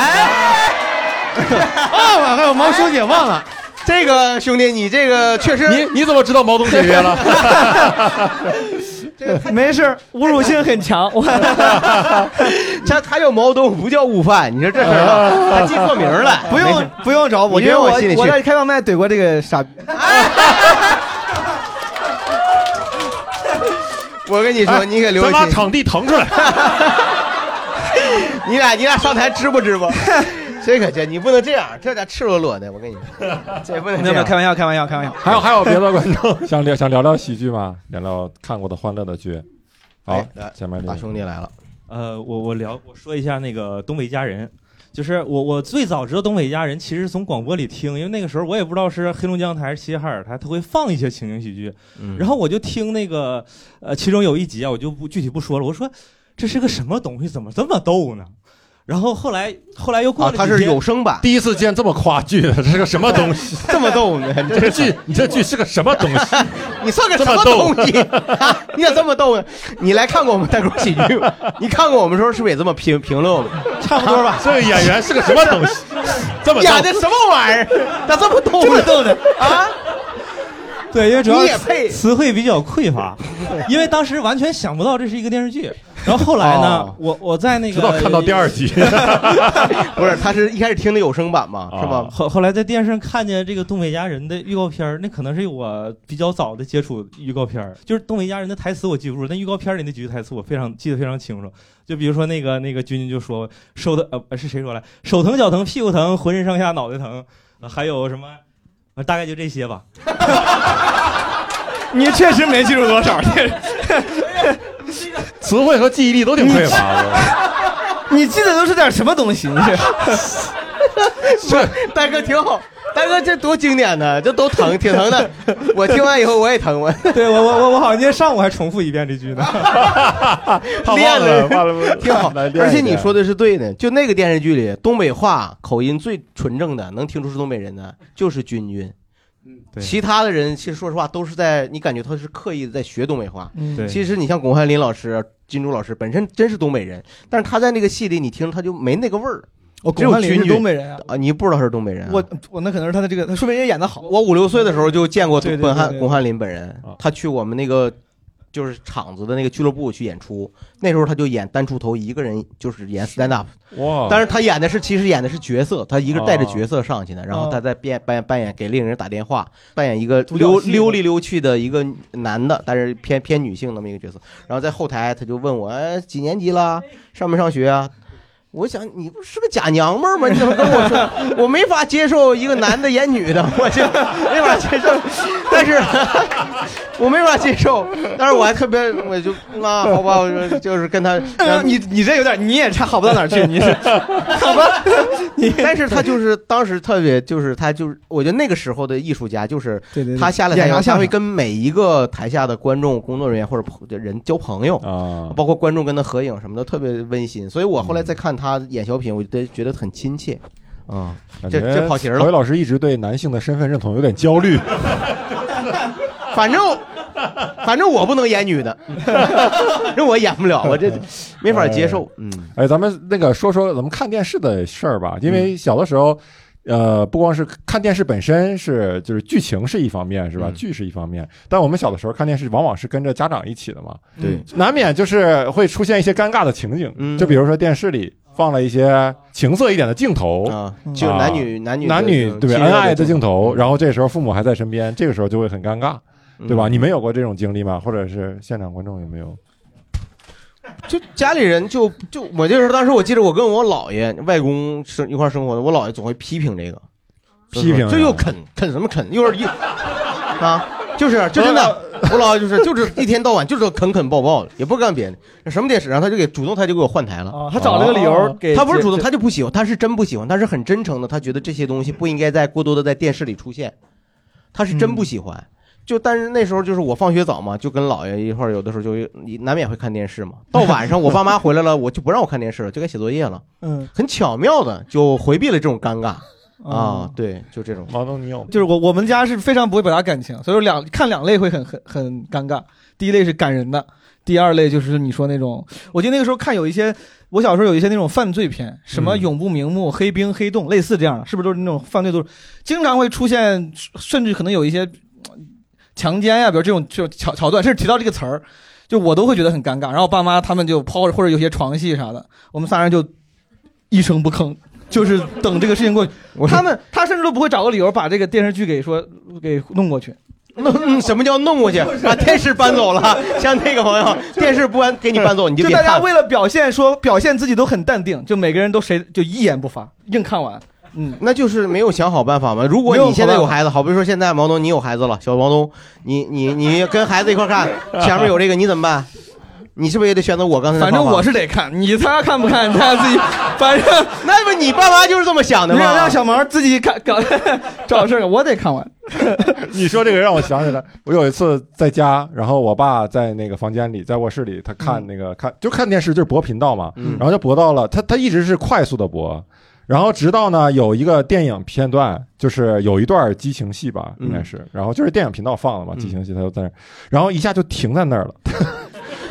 [SPEAKER 3] 忘了，还有毛书姐忘了。这个兄弟，你这个确实，
[SPEAKER 17] 你你怎么知道毛东解约 了？
[SPEAKER 2] 啊
[SPEAKER 12] 没事儿，侮辱性很强。我
[SPEAKER 3] 他他叫毛东，不叫悟饭，你说这事儿 啊还记错名儿了。
[SPEAKER 12] 哎不
[SPEAKER 3] 没
[SPEAKER 12] 用
[SPEAKER 3] 事
[SPEAKER 12] 不用找我，
[SPEAKER 3] 你
[SPEAKER 12] 觉得
[SPEAKER 3] 扔
[SPEAKER 12] 我
[SPEAKER 3] 我心里去
[SPEAKER 12] 我在开放麦怼过这个傻逼。
[SPEAKER 3] 我跟你说，你给刘雨
[SPEAKER 12] 咱把
[SPEAKER 3] 欣
[SPEAKER 12] 场
[SPEAKER 2] 地腾出 来。
[SPEAKER 3] 你俩你俩上台支不 支吧？这可这你不能这样，这家赤裸裸的，我跟你说， 这不能
[SPEAKER 12] 没有没
[SPEAKER 3] 这
[SPEAKER 12] 有，
[SPEAKER 3] 样。
[SPEAKER 12] 开玩笑，开玩笑，开玩笑。
[SPEAKER 2] 还有还有别的观众想聊想聊聊喜剧吗？聊聊看过的欢乐的剧。好
[SPEAKER 21] 哎来，
[SPEAKER 2] 前面啊
[SPEAKER 21] 大
[SPEAKER 3] 嗯兄弟来了。
[SPEAKER 21] 呃，我我聊我说一下那个东北一家人，就是我我最早知道东北一家人，其实是从广播里听，因为那个时候我也不知道是黑龙江台还是齐齐哈尔台，他会放一些情景喜剧，
[SPEAKER 3] 嗯
[SPEAKER 21] 然后我就听那个呃，其中有一集啊，我就不具体不说了，我说这是个什么东西，怎么这么逗呢？然后后来后来又
[SPEAKER 3] 啊
[SPEAKER 21] 过了几天、
[SPEAKER 3] 声版，
[SPEAKER 2] 第一次见这么夸剧的，这是个什么东西？
[SPEAKER 3] 这么逗呢？
[SPEAKER 2] 你这剧你这剧是个什么东 西？
[SPEAKER 3] 你算个什么东西？ 你咋这么逗呢？你来看过我们单口喜剧吗？你看过我们时候是不是也这么评评论我们？
[SPEAKER 2] 差不多吧这个演员是个什么 东西这么逗
[SPEAKER 3] 演的什么玩意儿？咋这么逗？这么逗的啊？
[SPEAKER 21] 对，因为主要
[SPEAKER 3] 你也配
[SPEAKER 21] 词词汇比较匮乏，因为当时完全想不到这是一个电视剧。然后后来呢，
[SPEAKER 3] 哦
[SPEAKER 21] 我我在那个
[SPEAKER 3] 直到看到第二 集不是，他是一开始听的有声版
[SPEAKER 21] 啊
[SPEAKER 3] 嘛， 是吧？
[SPEAKER 21] 后后来在电视上看见这个《东北一家人》的预告片儿那可能是我比较早的接触预告片儿就是《东北一家人》的台词我记不住，但预告片儿里那几句台词我非常记得非常清楚。就比如说那个那个君君就说手疼呃是谁说来手疼脚疼屁股疼浑身上下脑袋疼，呃还有什么、呃大概就这些吧。
[SPEAKER 12] 你确实没记住多 少，
[SPEAKER 2] 词汇和记忆力都挺 匮乏
[SPEAKER 12] 你记得都是点什么东西？你这
[SPEAKER 3] 是 大哥挺好，大哥这多经典呢，这都疼，挺疼 的。我听完以后我也疼，我
[SPEAKER 21] 对我我我我好像今天上午还重复一遍这 句呢。
[SPEAKER 3] 练
[SPEAKER 21] 了忘了
[SPEAKER 3] 挺 好。
[SPEAKER 21] 来练一下
[SPEAKER 3] 而且你说的是对的，就那个电视剧里，东北话口音最纯正的，能听出是东北人的，就是君君。
[SPEAKER 21] 对
[SPEAKER 3] 其他的人其实说实话都是在，你感觉他是刻意的在学东北话。
[SPEAKER 21] 嗯对
[SPEAKER 3] 其实你像巩汉林老师、金珠老师，本身真是东北人，但是他在那个戏里，你听他就没那个味儿。
[SPEAKER 12] 哦
[SPEAKER 3] 只有
[SPEAKER 12] 巩汉林是
[SPEAKER 3] 君君
[SPEAKER 12] 东北人啊哦
[SPEAKER 3] 你不知道他是东北人啊、
[SPEAKER 12] 我我那可能是他的这个，他说明人家演的好。
[SPEAKER 3] 我五六岁的时候就见过
[SPEAKER 12] 对对
[SPEAKER 3] 巩
[SPEAKER 12] 对
[SPEAKER 3] 汉
[SPEAKER 12] 对哦
[SPEAKER 3] 巩汉林本人，他去我们那个就是厂子的那个俱乐部去演出，那时候他就演单出头，一个人就是演 stand up。
[SPEAKER 2] 哇
[SPEAKER 3] 但是他演的是其实演的是角色，他一个带着
[SPEAKER 2] 哦
[SPEAKER 3] 角色上去的，然后
[SPEAKER 2] 哦
[SPEAKER 3] 他在扮扮扮演给另一人打电话，扮演一个
[SPEAKER 2] 角
[SPEAKER 3] 溜
[SPEAKER 2] 戏
[SPEAKER 3] 溜里溜去的一个男的，但是偏偏女性那么一个角色。然后在后台他就问我，哎，几年级啦？上没上学啊？我想你不是个假娘们儿吗？你怎么跟我说？ 我没法接受一个男的演女的，我就没法接受。但是，我没法接受。但是我还特别，我就 那啊好吧，我就就是跟他。哎你你这有点，你也差好不到哪儿 去，你是好吧？你 但是他就是当时特别，就是他就是，我觉得那个时候的艺术家就是
[SPEAKER 22] 对
[SPEAKER 3] 他下了台
[SPEAKER 22] 演
[SPEAKER 3] 上，
[SPEAKER 22] 员下
[SPEAKER 3] 他
[SPEAKER 22] 场
[SPEAKER 3] 会跟每一个台下的观众、工作人员或者朋人交朋友
[SPEAKER 2] 啊，
[SPEAKER 3] 包括观众跟他合影什么的，特别温馨。所以我后来再看他演小品，我就觉得很亲 切。啊，这这跑题儿
[SPEAKER 2] 郝宇
[SPEAKER 3] 了。
[SPEAKER 2] 老师一直对男性的身份认同有点焦虑。
[SPEAKER 3] 反 正 反正我不能演女的，这我演不了，我这没法接受。嗯，
[SPEAKER 2] 哎，咱们那个说说咱们看电视的事儿吧，因
[SPEAKER 3] 嗯
[SPEAKER 2] 为小的时候。呃，不光是看电视本身是，就是剧情是一方面，
[SPEAKER 3] 嗯
[SPEAKER 2] 是吧？剧是一方面，但我们小的时候看电视往往是跟着家长一起的嘛，嗯
[SPEAKER 11] 对，
[SPEAKER 2] 难免就是会出现一些尴尬的情景，
[SPEAKER 3] 嗯
[SPEAKER 2] 就比如说电视里放了一些情色一点的镜头啊
[SPEAKER 3] 就男女男女的
[SPEAKER 2] 男女
[SPEAKER 3] 这种
[SPEAKER 2] 对
[SPEAKER 3] 亲热的
[SPEAKER 2] 恩爱的
[SPEAKER 3] 镜
[SPEAKER 2] 镜头，然后这时候父母还在身边，这个时候就会很尴尬，对吧？
[SPEAKER 3] 嗯
[SPEAKER 2] 你们有过这种经历吗？或者是现场观众有没有？
[SPEAKER 3] 就家里人就就我就是当时我记得我跟我姥爷外公生一块儿生活的，我姥爷总会批评这个，
[SPEAKER 2] 批评
[SPEAKER 3] 这又啃啃什么啃，又是一啊，就是就真的，我姥爷就是就是一天到晚就是啃啃抱抱的，也不干别的，什么电视，然后他就给主动他就给我换台
[SPEAKER 2] 哦
[SPEAKER 3] 了，
[SPEAKER 4] 啊他找了个理由给
[SPEAKER 3] 哦他不是主动，
[SPEAKER 4] 这
[SPEAKER 3] 他就不喜欢，他是真不喜欢，他是很真诚的，他觉得这些东西不应该在过多的在电视里出现，他是
[SPEAKER 4] 嗯
[SPEAKER 3] 真不喜欢。就但是那时候就是我放学早嘛，就跟姥爷一块儿，有的时候就你难免会看电视嘛。到晚上我爸妈回来了，我就不让我看电视了，就该写作业了。
[SPEAKER 4] 嗯，
[SPEAKER 3] 很巧妙的就回避了这种尴尬啊
[SPEAKER 4] 哦，
[SPEAKER 3] 对，就这种。
[SPEAKER 2] 毛东，你有
[SPEAKER 4] 就是我我们家是非常不会表达感情，所以说两看两类会很很很尴尬。第一类是感人的，第二类就是你说那种，我记得那个时候看有一些，我小时候有一些那种犯罪片，什么永不瞑
[SPEAKER 3] 嗯
[SPEAKER 4] 目、黑冰、黑洞，类似这样的，是不是都是那种犯罪都是经常会出现，甚至可能有一些强奸啊呀、比如这种这种桥桥段，甚至提到这个词儿，就我都会觉得很尴尬。然后我爸妈他们就抛，或者有些床戏啥的，我们仨人就一声不吭，就是等这个事情 过去。他们他甚至都不会找个理由把这个电视剧给说给弄过去。
[SPEAKER 3] 弄什么叫弄过去？把电视搬走了， 像那个 朋友，电视不搬给你搬走，你就
[SPEAKER 4] 就
[SPEAKER 3] 别
[SPEAKER 4] 大
[SPEAKER 3] 看
[SPEAKER 4] 家
[SPEAKER 3] 了。
[SPEAKER 4] 为了表现说表现自己都很淡定，就每个人都谁就一言不发，硬看完。嗯，
[SPEAKER 3] 那就是没有想好办法嘛。如果你现在有孩子，好比说现在毛东你有孩子了，小毛东，你你你跟孩子一 块儿看，
[SPEAKER 4] 啊
[SPEAKER 3] 前面有这个你怎么办？你是不是也得选择我刚才的
[SPEAKER 4] 反
[SPEAKER 3] 方法？
[SPEAKER 4] 正我是得看，你他看不看，他自己，反正
[SPEAKER 3] 那不你爸妈就是这么想的吗
[SPEAKER 4] 让让小毛自己看搞找事儿，我得看完。
[SPEAKER 2] 你说这个让我想起来，我有一次在家，然后我爸在那个房间里，在卧室里，他看那个、看就看电视，就是播频道嘛，
[SPEAKER 3] 嗯
[SPEAKER 2] 然后就播到了他他一直是快速的播，然后直到呢有一个电影片段，就是有一段激情戏吧，
[SPEAKER 3] 嗯
[SPEAKER 2] 应该是，然后就是电影频道放了嘛，激情戏他就在那儿，然后一下就停在那儿了。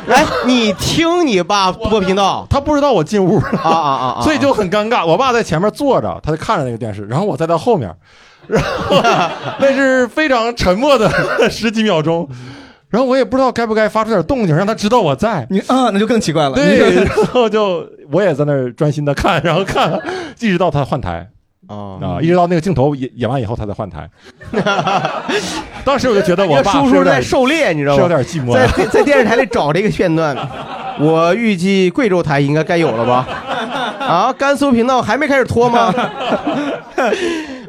[SPEAKER 3] 哎，你听你爸播频 道，
[SPEAKER 2] 他不知道我进屋了
[SPEAKER 3] 啊啊啊啊
[SPEAKER 2] 所以就很尴尬。我爸在前面坐着，他就看着那个电视，然后我在他后面，然后 那是非常沉默的 十几秒钟，然后我也不知道该不该发出点动静，让他知道我在。
[SPEAKER 4] 你啊，那就更奇怪了
[SPEAKER 2] 对，
[SPEAKER 4] 你
[SPEAKER 2] 然后就我也在那儿专心的看，然后看， 一直到他换台。
[SPEAKER 3] 啊
[SPEAKER 2] 啊！一直到那个镜头演演完以后，他才换台。当时我就觉得我爸
[SPEAKER 3] 叔
[SPEAKER 2] 是有
[SPEAKER 3] 叔
[SPEAKER 2] 点
[SPEAKER 3] 在狩猎，你知道吗？
[SPEAKER 2] 是有点寂寞啊
[SPEAKER 3] 在在电视台里找这个 片段，我预计贵州台应该该有了吧？啊，甘肃频道还没开始 拖吗？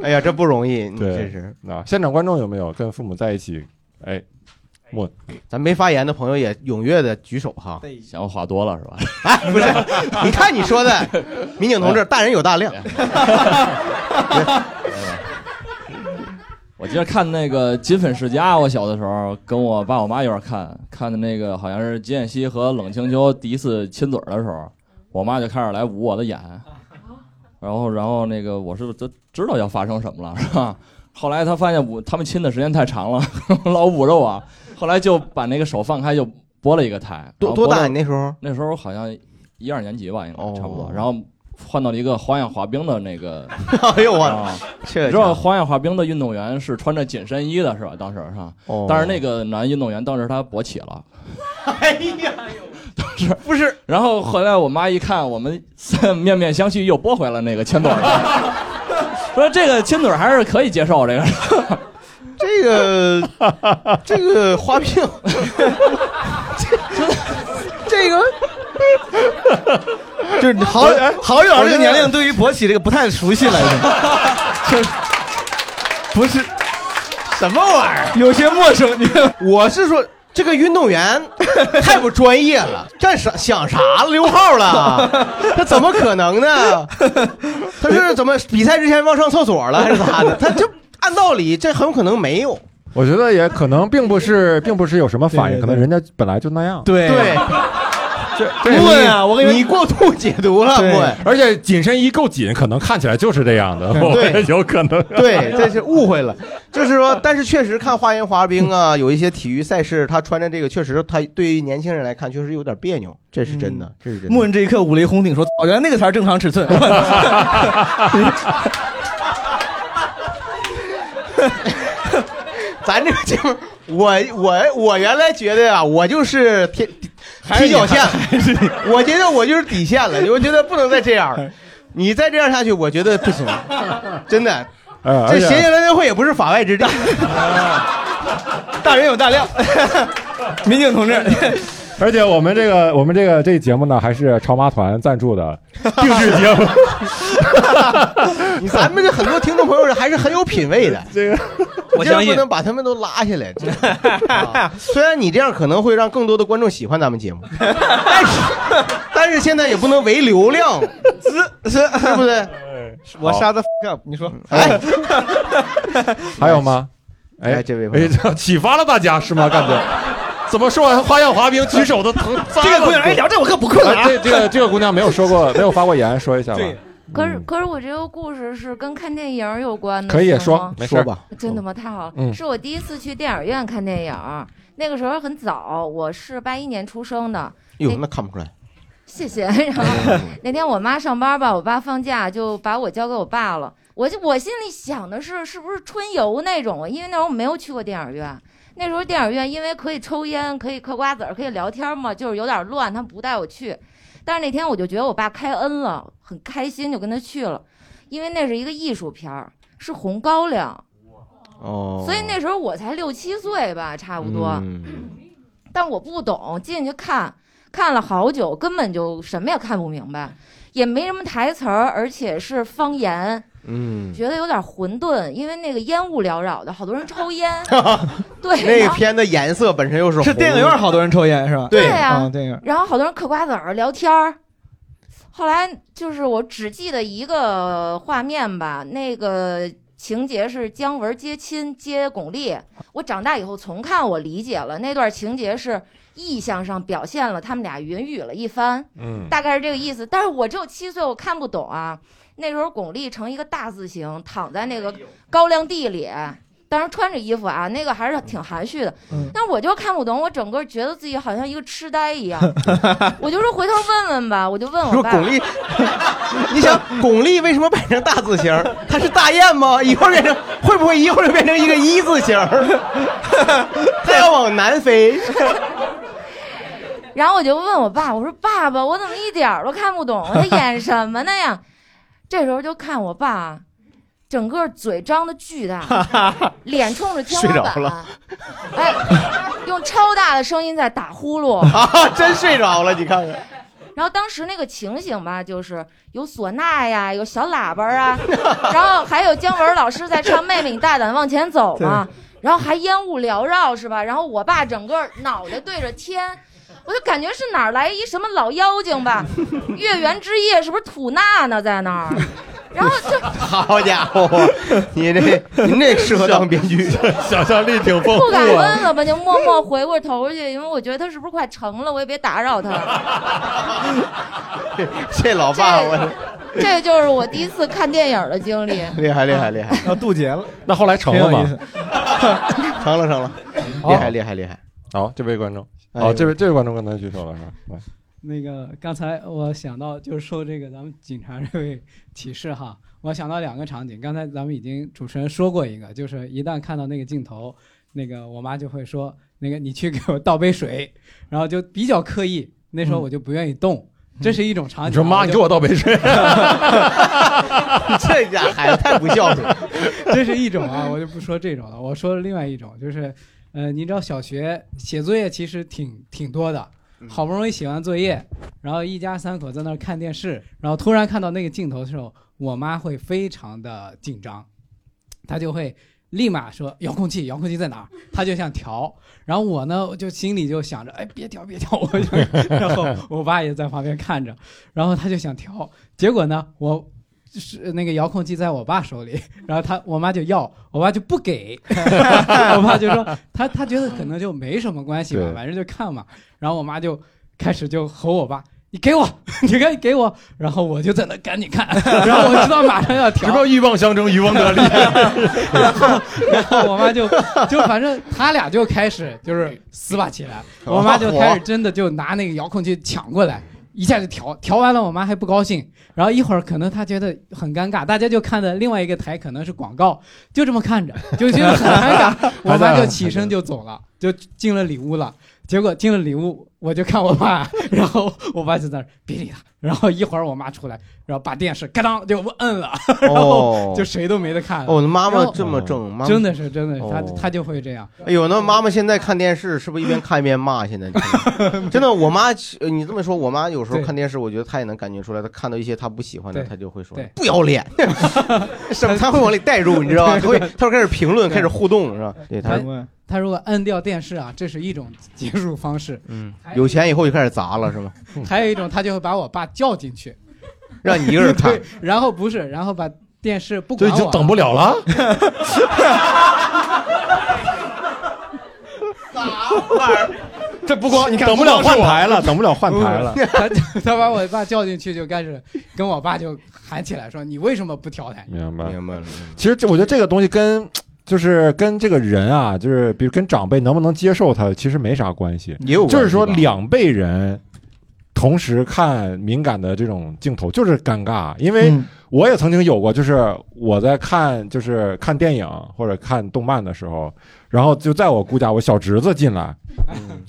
[SPEAKER 3] 哎呀，这不容易，
[SPEAKER 2] 对，
[SPEAKER 3] 这是
[SPEAKER 2] 啊。现场观众有没有跟父母在一起？哎，我
[SPEAKER 3] 咱没发言的朋友也踊跃的举手哈。
[SPEAKER 17] 想我话多了是吧？
[SPEAKER 3] 哎， 不是，你看你说的，民警同
[SPEAKER 17] 哎
[SPEAKER 3] 志，大人 有大量。
[SPEAKER 17] 我记得看那个《金粉世家》，我小的时候跟我爸我妈一块儿看，看的那个好像是金燕西和冷清秋第一次亲嘴儿的时候，我妈就开始来捂我的眼， 然后然后那个我是都知道要发生什么了，是吧？后来她发现我他们亲的时间太长了， 老捂着我，后来就把那个手放开，就拨了一个胎。
[SPEAKER 3] 多
[SPEAKER 17] 然后拨
[SPEAKER 3] 多大
[SPEAKER 17] 到
[SPEAKER 3] 你那时候？
[SPEAKER 17] 那时候好像一二年级吧，应
[SPEAKER 3] 哦
[SPEAKER 17] 该差不多。然后换到了一个花样滑冰的那个，
[SPEAKER 3] 哎呦我
[SPEAKER 17] 啊，
[SPEAKER 3] 这
[SPEAKER 17] 你知道花样滑冰的运动员是穿着紧身衣的是吧？当时是吧？
[SPEAKER 3] 哦
[SPEAKER 17] 但是那个男运动员当时他勃起了，
[SPEAKER 3] 哎呀，
[SPEAKER 17] 是
[SPEAKER 3] 不是？
[SPEAKER 17] 然后后来我妈一看，我们面面相觑，又拨回了那个亲嘴儿， 说这个亲嘴儿还是可以接受这个。
[SPEAKER 3] 这个这个花瓶，这这个
[SPEAKER 4] 就是郝
[SPEAKER 12] 哎
[SPEAKER 4] 郝宇老师
[SPEAKER 12] 我觉得
[SPEAKER 4] 这个年 龄，对于勃起这个不太熟悉了，已经就是不是
[SPEAKER 12] 什么玩意儿？有些陌生。你
[SPEAKER 3] 我是说，这个运动员太不专业了，干啥想啥了溜号了？他怎么可能呢？他是怎么比赛之前忘上厕所了还是咋的？他就按道理这很有可能没有。
[SPEAKER 2] 我觉得也可能并不是，并不是有什么反应，可能人家本来就那样。
[SPEAKER 3] 对对，
[SPEAKER 2] 对
[SPEAKER 3] 顾问
[SPEAKER 2] 你
[SPEAKER 3] 啊，我跟你过度解读了，顾问。
[SPEAKER 2] 而且紧身衣够紧，可能看起来就是这样的，我
[SPEAKER 3] 对
[SPEAKER 2] 也有可能。
[SPEAKER 3] 对，这是误会了。就是说，但是确实看花样滑冰啊，有一些体育赛事，他穿着这个，确实他对于年轻人来看，确实有点别扭，这是真
[SPEAKER 12] 嗯
[SPEAKER 3] 的，这是真的。
[SPEAKER 4] 木人这一刻五雷轰顶，说：“哦，原来那个才是正常尺寸。”
[SPEAKER 3] 咱这个节目，我我我原来觉得啊，我就是天
[SPEAKER 12] 是
[SPEAKER 3] 踢
[SPEAKER 12] 你
[SPEAKER 3] 脚线了，我觉得我就是底线了，我觉得不能再这 样了。你再这样下去，我觉得不行，真的。
[SPEAKER 4] 啊
[SPEAKER 2] 呃
[SPEAKER 4] 哎
[SPEAKER 3] 这
[SPEAKER 2] 而且
[SPEAKER 3] 谐星联欢会也不是法外之地。
[SPEAKER 4] 大人有大 量，民警同志。
[SPEAKER 2] 而且我们这个我们这个这节目呢，还是潮妈团赞助的定制节目。
[SPEAKER 3] 咱们这很多听众朋友还是很有品位的，
[SPEAKER 2] 这个
[SPEAKER 3] 我真的不能把他们都拉下 来。真的啊虽然你这样可能会让更多的观众喜欢咱们节目，但是但是现在也不能唯流量，是是，对不对？
[SPEAKER 4] 哎我杀的 up，你说，
[SPEAKER 3] 哎，
[SPEAKER 2] 还有吗？
[SPEAKER 3] 哎
[SPEAKER 2] 哎，
[SPEAKER 3] 这位朋
[SPEAKER 2] 哎
[SPEAKER 3] 友，
[SPEAKER 2] 这启发了大家是吗？感觉 怎么说完花样滑冰，举手都 疼。
[SPEAKER 4] 这个姑娘哎聊这我可不困了啊
[SPEAKER 2] 哎这这个这个姑娘没有说 过，没有发过言，说一下吧。
[SPEAKER 1] 可
[SPEAKER 2] 嗯
[SPEAKER 1] 是，可是我这个故事是跟看电影有关的，
[SPEAKER 2] 可以
[SPEAKER 1] 是吗
[SPEAKER 2] 说没事儿说吧
[SPEAKER 1] 真的吗？太好了，
[SPEAKER 2] 嗯
[SPEAKER 1] 是我第一次去电影院看电影儿，那个时候很早，我是八一年出生的。
[SPEAKER 3] 哟，那看不出来，
[SPEAKER 1] 谢谢。然后那天我妈上班吧，我爸放假，就把我交给我爸了。我就我心里想的是，是不是春游那种啊？因为那时候没有去过电影院。那时候电影院因为可以抽烟、可以嗑瓜子儿、可以聊天嘛，就是有点乱，他们不带我去。但是那天我就觉得我爸开恩了，很开心，就跟他去了。因为那是一个艺术片儿，是《红高粱》，
[SPEAKER 3] 哦
[SPEAKER 1] 所以那时候我才六七岁吧，差不多。
[SPEAKER 3] 嗯
[SPEAKER 1] 但我不懂，进去看看了好久，根本就什么也看不明白，也没什么台词儿，而且是方言，
[SPEAKER 3] 嗯，，
[SPEAKER 1] 觉得有点混沌，因为那个烟雾缭绕的，好多人抽烟对，啊
[SPEAKER 3] 那
[SPEAKER 1] 然
[SPEAKER 3] 个
[SPEAKER 1] 后
[SPEAKER 3] 片的颜色本身又是
[SPEAKER 4] 是
[SPEAKER 3] 红
[SPEAKER 4] 电影院好多人抽烟是吧？
[SPEAKER 1] 对呀、
[SPEAKER 4] 啊，电影院。
[SPEAKER 1] 然后好多人嗑瓜子儿聊天儿。后来就是我只记得一个画面吧，那个情节是姜文接亲接巩俐。我长大以后重看，我理解了那段情节是意象上表现了他们俩云雨了一番，
[SPEAKER 23] 嗯
[SPEAKER 1] 大概是这个意思。但是我只有七岁，我看不懂啊。那时候巩俐成一个大字形躺在那个高粱地里，当然穿着衣服啊，那个还是挺含蓄的。
[SPEAKER 3] 嗯
[SPEAKER 1] 但我就看不懂，我整个觉得自己好像一个痴呆一 样。我就说回头问问吧，我就问哦我
[SPEAKER 3] 说
[SPEAKER 1] 爸。
[SPEAKER 3] 巩俐， 你想巩俐为什么摆成大字形？她是大雁吗？一会儿变成会不会一会儿变成一个一字形？她要往南 飞。
[SPEAKER 1] 然后我就问我爸，我说爸爸，我怎么一点儿都看不懂啊？他演什么呢呀？ 这时候就看我爸，整个嘴张的巨大， 脸冲着天
[SPEAKER 3] 睡
[SPEAKER 1] 花
[SPEAKER 3] 着
[SPEAKER 1] 板，
[SPEAKER 3] 了
[SPEAKER 1] 哎，用超大的声音在打呼 噜。
[SPEAKER 3] 啊，真睡着了，你看看。
[SPEAKER 1] 然后当时那个情形吧，就是有唢呐呀，有小喇叭啊，然后还有姜文老师在唱《妹妹你大胆往前走》嘛，然后还烟雾缭绕是吧？然后我爸整个脑袋对着天，我就感觉是哪儿来一什么老妖精吧，月圆之夜是不是吐纳呢在那儿？然后就
[SPEAKER 3] 好家伙，你这您这适合当编剧，
[SPEAKER 2] 想象力挺丰
[SPEAKER 1] 不敢问了吧，就默默回过头去，因为我觉得他是不是快成了，我也别打扰他。
[SPEAKER 3] 这老爸我
[SPEAKER 1] 这就是我第一次看电影的经历。
[SPEAKER 3] 厉害厉害厉害，
[SPEAKER 4] 要渡劫了。
[SPEAKER 2] 那后来成了
[SPEAKER 3] 挺有意
[SPEAKER 2] 吗
[SPEAKER 3] 思？ 成了成了，厉害厉害厉害。
[SPEAKER 2] 好，这位观众，
[SPEAKER 3] 哎呦
[SPEAKER 2] 哦，这位这位观众刚才举手了是吧？来
[SPEAKER 7] 那个刚才我想到，就是受这个咱们警察这位启示哈，我想到两个场景。刚才咱们已经主持人说过一个，就是一旦看到那个镜头，那个我妈就会说，那个你去给我倒杯水，然后就比较刻意。那时候我就不愿意动，这是一种场景啊。
[SPEAKER 2] 嗯你说妈，
[SPEAKER 7] 就
[SPEAKER 2] 你给我倒杯 水。
[SPEAKER 3] 这家孩子太不孝顺。
[SPEAKER 7] 这是一种啊，我就不说这种了，我说另外一种，就是，呃，你知道小学写作业其实挺挺多的，好不容易写完作业，然后一家三口在那儿看电视，然后突然看到那个镜头的时候，我妈会非常的紧张，她就会立马说遥控器，遥控器在哪儿？她就想调，然后我呢就心里就想着，哎，别调，别调，我就， 然后我爸也在旁边看着，然后他就想调，结果呢，我。是那个遥控器在我爸手里， 然后他我妈就要，我爸就不给，我爸就说他他觉得可能就没什么关系吧，
[SPEAKER 2] 对
[SPEAKER 7] 反正就看嘛。然后我妈就开始就吼我爸：“你给我， 你赶紧给我！”然后我就在那赶紧看， 然后我知道马上要调，
[SPEAKER 2] 直报鹬蚌相争，渔翁得 利。
[SPEAKER 7] 然后然后我妈就就反正他俩就开始就是撕巴起来，我妈就开始真的就拿那个遥控器抢过来，一下就调调完了，我妈还不高兴，然后一会儿可能她觉得很尴尬，大家就看的另外一个台可能是广告，就这么看着，就觉得很尴尬，我妈就起身就走了，就进了里屋了。结果进了里屋，我就看我爸， 然后我爸就在那儿别理他，然后一会儿我妈出来，然后把电视嘎当就摁了， 然后就谁都没得看了。
[SPEAKER 3] 哦哦，那妈
[SPEAKER 7] 然
[SPEAKER 3] 妈
[SPEAKER 7] 后
[SPEAKER 3] 这么正，妈妈
[SPEAKER 7] 真的是真的是，她
[SPEAKER 3] 哦
[SPEAKER 7] 她就会这样。
[SPEAKER 3] 哎呦，那妈妈现在看电视是不是一边看一边骂？现在真的，我妈呃你这么说，我妈有时候
[SPEAKER 7] 对
[SPEAKER 3] 看电视，我觉得她也能感觉出来，她看到一些她不喜欢的，
[SPEAKER 7] 对
[SPEAKER 3] 她就会说
[SPEAKER 7] 对
[SPEAKER 3] 不要脸，什么她会往里带入，你知道吧？她会
[SPEAKER 7] 对
[SPEAKER 3] 她会开始评论，开始互动，是吧？对，
[SPEAKER 4] 哎
[SPEAKER 3] 她
[SPEAKER 7] 她她如果摁掉电视啊，这是一种结束方式。
[SPEAKER 3] 嗯，有钱以后就开始砸了，是吗？
[SPEAKER 7] 还有一种，她就会把我爸叫进去，
[SPEAKER 3] 让你一个人看
[SPEAKER 7] 对，然后不是，然后把电视不
[SPEAKER 2] 就
[SPEAKER 7] 管
[SPEAKER 2] 已
[SPEAKER 7] 我
[SPEAKER 2] 经等不了了。
[SPEAKER 7] 这不
[SPEAKER 2] 光你看等不了换台 了等不了换台了
[SPEAKER 7] 他他把我爸叫进去就开始跟我爸就喊起来说：“你为什么不调台
[SPEAKER 2] 明白，明
[SPEAKER 3] 白了。
[SPEAKER 2] 其实这我觉得这个东西跟就是跟这个人啊，就是比如跟长辈能不能接受他，其实没啥关系。
[SPEAKER 3] 也有关系吧
[SPEAKER 2] 就是说两辈人同时看敏感的这种镜头，就是尴尬。因为
[SPEAKER 3] 嗯
[SPEAKER 2] 我也曾经有过，就是我在看就是看电影或者看动漫的时候，然后就在我姑家，我小侄子进来，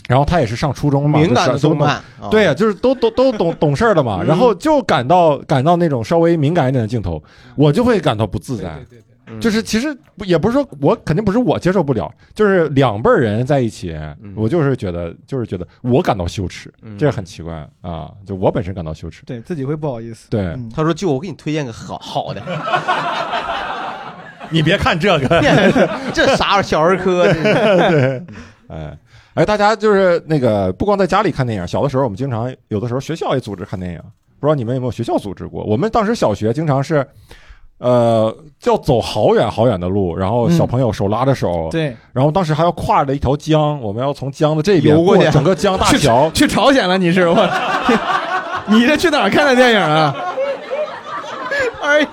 [SPEAKER 2] 然后他也是上初中嘛，
[SPEAKER 3] 嗯敏感的
[SPEAKER 2] 就是都
[SPEAKER 3] 动漫哦
[SPEAKER 2] 都对呀，就是都都都懂懂事儿了嘛，
[SPEAKER 3] 嗯
[SPEAKER 2] 然后就感到感到那种稍微敏感一点的镜头，我就会感到不自在。
[SPEAKER 3] 嗯
[SPEAKER 2] 就是其实不也不是说我肯定不是我接受不了，就是两辈儿人在一起，我就是觉得就是觉得我感到羞耻，这个很奇怪啊，就我本身感到羞耻。
[SPEAKER 4] 对自己会不好意思。
[SPEAKER 2] 对，
[SPEAKER 3] 她说：“舅，我给你推荐个好好的，
[SPEAKER 2] 你别看这个
[SPEAKER 3] 这啥小儿科？这是
[SPEAKER 2] 对，哎。哎，大家就是那个，不光在家里看电影，小的时候我们经常有的时候学校也组织看电影，不知道你们有没有学校组织过？我们当时小学经常是，呃，要走好远好远的路，然后
[SPEAKER 3] 嗯
[SPEAKER 2] 小朋友手拉着手，
[SPEAKER 4] 对，
[SPEAKER 2] 然后当时还要跨着一条江，我们要从江的这边
[SPEAKER 4] 游过去
[SPEAKER 2] 整个江大桥，
[SPEAKER 4] 去朝鲜了，你是我， 你这去哪儿看的电影 啊？
[SPEAKER 3] 哎，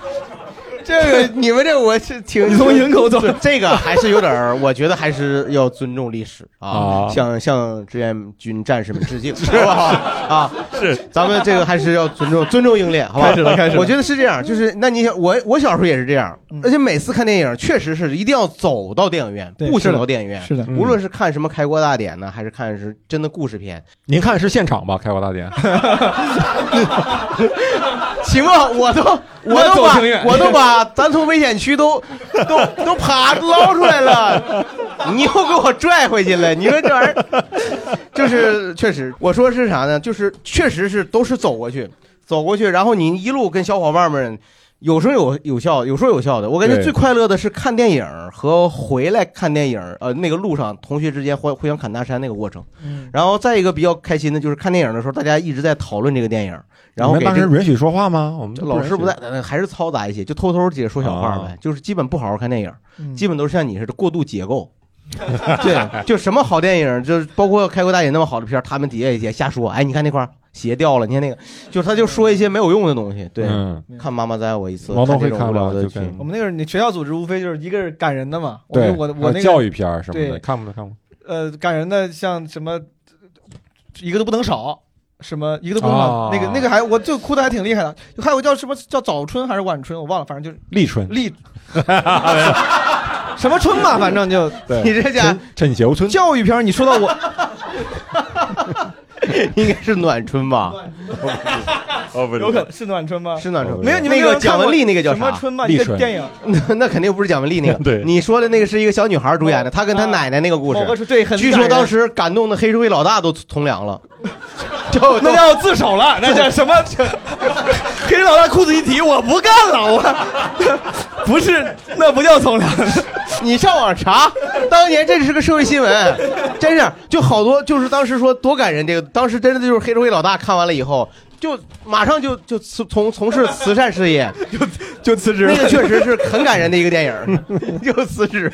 [SPEAKER 3] 这个你们这我是挺
[SPEAKER 4] 你从营口走
[SPEAKER 3] 这个还是有点儿，我觉得还是要尊重历史啊
[SPEAKER 2] 啊，
[SPEAKER 3] 向向志愿军战士们 致敬，是吧？啊，是， 咱们这个还是要尊重尊重英烈，好吧？
[SPEAKER 4] 开始了开嗯始了
[SPEAKER 3] 我觉得是这样，就是那你想，我我小时候也是这样，而且每次看电影确实是一定要走到电影院，
[SPEAKER 2] 对
[SPEAKER 3] 步
[SPEAKER 2] 是
[SPEAKER 3] 行
[SPEAKER 2] 的
[SPEAKER 3] 到电影院，
[SPEAKER 2] 是的
[SPEAKER 3] 无
[SPEAKER 4] 嗯
[SPEAKER 3] 论是看什么开国大典呢，还是看是真的故事片，
[SPEAKER 2] 您看是现场吧？开国大典，
[SPEAKER 3] 行啊，我都我
[SPEAKER 2] 那
[SPEAKER 3] 都
[SPEAKER 2] 走
[SPEAKER 3] 把
[SPEAKER 2] 挺远
[SPEAKER 3] 我都把咱从危险区都都都爬捞出来了， 你又给我拽回去了。你说这玩意儿，就是确实，我说是啥呢？就是确实是都是走过去，走过去，然后你一路跟小伙伴们。有时候有有效，有说有笑的。我感觉
[SPEAKER 2] 对
[SPEAKER 3] 最快乐的是看电影和回来看电影，呃，那个路上同学之间互互相砍大山那个过程。
[SPEAKER 2] 嗯，
[SPEAKER 3] 然后再一个比较开心的就是看电影的时候，大家一直在讨论这个电影，然 后
[SPEAKER 2] 你
[SPEAKER 3] 给
[SPEAKER 2] 们当
[SPEAKER 3] 这
[SPEAKER 2] 时允许说话吗？我们
[SPEAKER 3] 老师不
[SPEAKER 2] 允
[SPEAKER 3] 在
[SPEAKER 2] 许，
[SPEAKER 3] 呃还是嘈杂一些，就偷偷姐说小话
[SPEAKER 2] 啊
[SPEAKER 3] 呗，就是基本不好好看电影，基本都是像你似的过度 解构。对，就什么好电影，就是包括《开国大典》那么好的片儿，他们底下也瞎说。哎，你看那块儿鞋掉了，你看那个，就是他就说一些没有用的东西。对，
[SPEAKER 2] 嗯
[SPEAKER 3] 看妈妈栽我一次，
[SPEAKER 2] 毛东
[SPEAKER 3] 这
[SPEAKER 2] 会看
[SPEAKER 3] 种无聊
[SPEAKER 2] 吗
[SPEAKER 3] 的
[SPEAKER 2] 就
[SPEAKER 3] 剧
[SPEAKER 2] 看。
[SPEAKER 4] 我们那个你学校组织无非就是一个是感人的嘛，我
[SPEAKER 2] 对
[SPEAKER 4] 们我我
[SPEAKER 2] 还
[SPEAKER 4] 那个
[SPEAKER 2] 有教育片儿什么的
[SPEAKER 4] 对
[SPEAKER 2] 看不看不
[SPEAKER 4] 呃，感人的像什么，呃一个都不能少，什么一个都不能少，
[SPEAKER 2] 哦
[SPEAKER 4] 那个那个还我就哭的还挺厉害的，还有个叫什么叫早春还是晚春，我忘了，反正就是
[SPEAKER 2] 立春，
[SPEAKER 4] 立什么春吧，反正就
[SPEAKER 2] 对
[SPEAKER 4] 你这家
[SPEAKER 2] 陈陈小春
[SPEAKER 4] 教育片儿，你说到我
[SPEAKER 3] 应该是暖春吧？
[SPEAKER 2] 哦，不
[SPEAKER 4] 有可能是暖春吗？
[SPEAKER 3] 是暖春，
[SPEAKER 4] 没有你们
[SPEAKER 3] 那
[SPEAKER 4] 有没有
[SPEAKER 3] 个
[SPEAKER 4] 看
[SPEAKER 3] 蒋雯
[SPEAKER 4] 过
[SPEAKER 3] 丽那个叫
[SPEAKER 4] 什么
[SPEAKER 3] 啥？
[SPEAKER 4] 春吗？一个电影，
[SPEAKER 3] 那那肯定不是蒋雯丽 那个。
[SPEAKER 2] 对，
[SPEAKER 3] 你说的那个是一个小女孩主演的，她跟她奶奶那个故
[SPEAKER 4] 哦啊某个
[SPEAKER 3] 事。
[SPEAKER 4] 是对很
[SPEAKER 3] 据
[SPEAKER 4] 感
[SPEAKER 3] 说
[SPEAKER 4] 人
[SPEAKER 3] 当时感动的黑社会老大都从 良了，就
[SPEAKER 4] 那叫自首了，那叫 什么？
[SPEAKER 3] 黑老大裤子一提，我不干了，我不是，那不叫从良。你上网查，当年这是个社会新闻，真是就好多，就是当时说多感人，这个当时真的就是黑社会老大看完了以后，就马上就就从从从事慈善 事业，就就辞职
[SPEAKER 4] 了
[SPEAKER 3] 那个确实是很感人的一个 电影， 就辞职。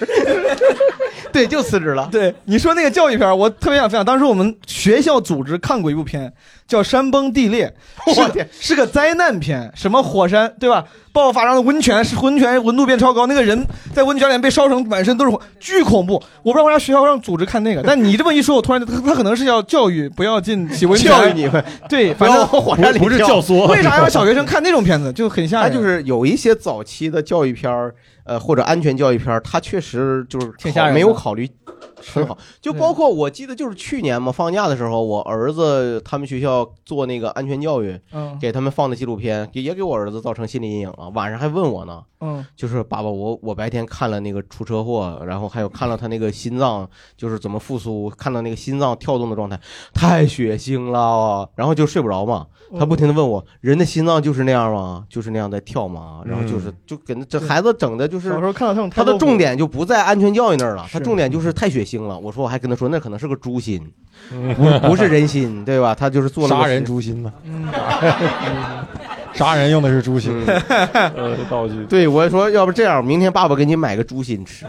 [SPEAKER 3] 对，就辞职了。
[SPEAKER 4] 对，你说那个教育片儿，我特别想分享。当时我们学校组织看过一部片，叫《山崩地 裂》，是个是个灾难片，什么火山对吧？爆发，然后温泉是温泉温度变超高，那个人在温泉里面被烧成满身都是火，巨恐怖。我不知道为啥学校让组织看那个，但你这么一说，我突然 他他可能是要教育不要进洗温泉，
[SPEAKER 3] 教育你们
[SPEAKER 4] 对，
[SPEAKER 3] 不
[SPEAKER 4] 反
[SPEAKER 3] 要
[SPEAKER 4] 正
[SPEAKER 3] 往火山里不是跳教 唆
[SPEAKER 4] 为啥要让小学生看那种片子？就很吓
[SPEAKER 3] 他
[SPEAKER 4] 人。
[SPEAKER 3] 就是有一些早期的教育片儿，呃，或者安全教育片儿，他确实就是
[SPEAKER 4] 挺吓人的嗯
[SPEAKER 3] 没有考虑很好。就包括我记得，就是去年嘛，放假的时候，我儿子他们学校做那个安全教育，
[SPEAKER 4] 嗯
[SPEAKER 3] 给他们放的纪录片，也也给我儿子造成心理阴影了。晚上还问我呢，
[SPEAKER 4] 嗯，
[SPEAKER 3] 就是爸爸，我我白天看了那个出车祸，然后还有看了他那个心脏就是怎么复苏，看到那个心脏跳动的状态，太血腥了，然后就睡不着嘛。
[SPEAKER 4] 哦
[SPEAKER 3] 他不停的问我，人的心脏就是那样吗？就是那样在跳吗？然后就是
[SPEAKER 4] 嗯
[SPEAKER 3] 就给那这孩子整的就是
[SPEAKER 4] 小时候看到这种
[SPEAKER 3] 他
[SPEAKER 4] 太
[SPEAKER 3] 的
[SPEAKER 4] 露骨
[SPEAKER 3] 重点就不在安全教育那儿了，他
[SPEAKER 4] 是
[SPEAKER 3] 重点就是太血腥了。我说我还跟他说那可能是个猪心， 不不是人心，对吧？他就是做了个嗯
[SPEAKER 2] 杀人
[SPEAKER 3] 实
[SPEAKER 2] 诛心嘛， 杀人用的是猪 心，呃，道具。
[SPEAKER 3] 对，我说要不这样，明天爸爸给你买个猪心 吃，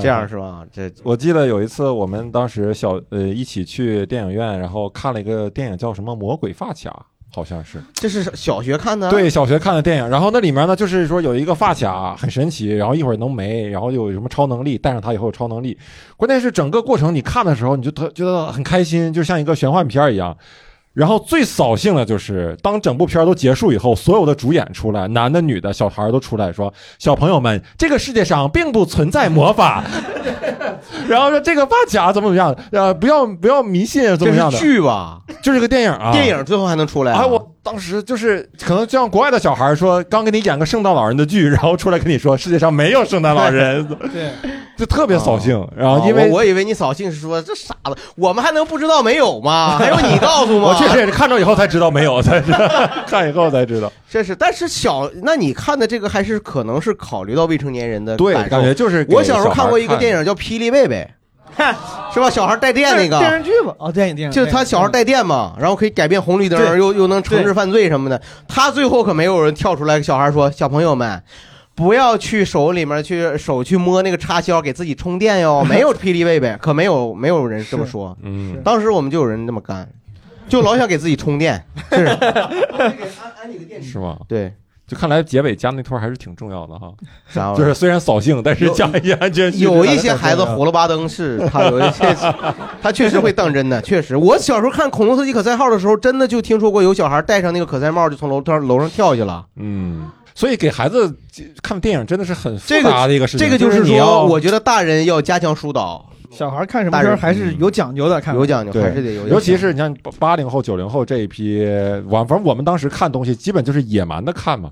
[SPEAKER 3] 这样是吧？这
[SPEAKER 2] 我记得有一次我们当时小呃一起去电影院，然后看了一个电影叫什么《魔鬼发卡》，好像是。
[SPEAKER 3] 这是小学看的，
[SPEAKER 2] 对，小学看的电影，然后那里面呢，就是说有一个发卡很神奇，然后一会儿能没，然后有什么超能力，戴上它以后有超能力。关键是整个过程你看的时候，你就特觉得很开心，就像一个玄幻片一样。然后最扫兴的就是，当整部片都结束以后，所有的主演出来，男的、女的、小孩都出来说：“小朋友们，这个世界上并不存在魔法。”然后说这个发卡怎么怎么样，呃，不要不要迷信，怎么样的
[SPEAKER 3] 这是剧吧？
[SPEAKER 2] 就是个电影啊，
[SPEAKER 3] 电影最后还能出来啊
[SPEAKER 2] 哎，我当时就是可能就像国外的小孩说，刚给你演个圣诞老人的剧，然后出来跟你说世界上没有圣诞老 人，
[SPEAKER 4] 对，
[SPEAKER 2] 就特别扫兴。然后
[SPEAKER 3] 啊
[SPEAKER 2] 因为
[SPEAKER 3] 我我以为你扫兴是说这傻子，我们还能不知道没有 吗？啊还用你告诉吗？
[SPEAKER 2] 我确实也是看着以后才知道没有，才知道看以后才知道。
[SPEAKER 3] 这是，但是小，那你看的这个还是可能是考虑到未成年人的
[SPEAKER 2] 对
[SPEAKER 3] 感受
[SPEAKER 2] 感觉就是给
[SPEAKER 3] 我小时候看过一
[SPEAKER 2] 小孩
[SPEAKER 3] 个
[SPEAKER 2] 看
[SPEAKER 3] 电影叫《霹雳 贝贝》，是吧？小孩带电那个
[SPEAKER 4] 电视剧吧？哦，电影电影
[SPEAKER 3] 就是他小孩带电嘛，然后可以改变红绿灯，
[SPEAKER 4] 对
[SPEAKER 3] 又又能惩治犯罪什么的。他最后可没有人跳出来，小孩说：“小朋友们。”不要去手里面去手去摸那个插销，给自己充电哟。没有霹雳贝贝，可没有没有人这么说。
[SPEAKER 2] 嗯，
[SPEAKER 3] 当时我们就有人这么干，就老想给自己充电。
[SPEAKER 2] 是吗？
[SPEAKER 3] 对，
[SPEAKER 2] 就看来结尾加那托还是挺重要的哈。
[SPEAKER 3] 啥玩意儿
[SPEAKER 2] 就是虽然扫兴，但是加一安全啊须知
[SPEAKER 3] 有
[SPEAKER 2] 还
[SPEAKER 3] 一
[SPEAKER 2] 是
[SPEAKER 3] 些
[SPEAKER 2] 很
[SPEAKER 3] 孩子
[SPEAKER 2] 重要
[SPEAKER 3] 胡了吧登是，他有一 些，他确实会当真的，确实。我小时候看《恐龙特技可赛号》的时候，真的就听说过有小孩戴上那个可赛帽就从楼上楼上跳下去了。
[SPEAKER 2] 嗯，所以给孩子看电影真的是很复
[SPEAKER 3] 这
[SPEAKER 2] 杂
[SPEAKER 3] 个
[SPEAKER 2] 的一个事情。
[SPEAKER 3] 这个
[SPEAKER 2] 就
[SPEAKER 3] 就是
[SPEAKER 2] 你要
[SPEAKER 3] 说，我觉得大人要加强疏导。
[SPEAKER 4] 小孩看什
[SPEAKER 3] 么
[SPEAKER 4] 么
[SPEAKER 3] 片
[SPEAKER 4] 片
[SPEAKER 3] 儿
[SPEAKER 4] 儿
[SPEAKER 3] 还
[SPEAKER 4] 还
[SPEAKER 3] 是
[SPEAKER 4] 是有讲究的，看
[SPEAKER 3] 有讲究还是得有点
[SPEAKER 2] 尤其是你像八零后、九零后这一批，我反正我们当时看东西基本就是野蛮的看嘛，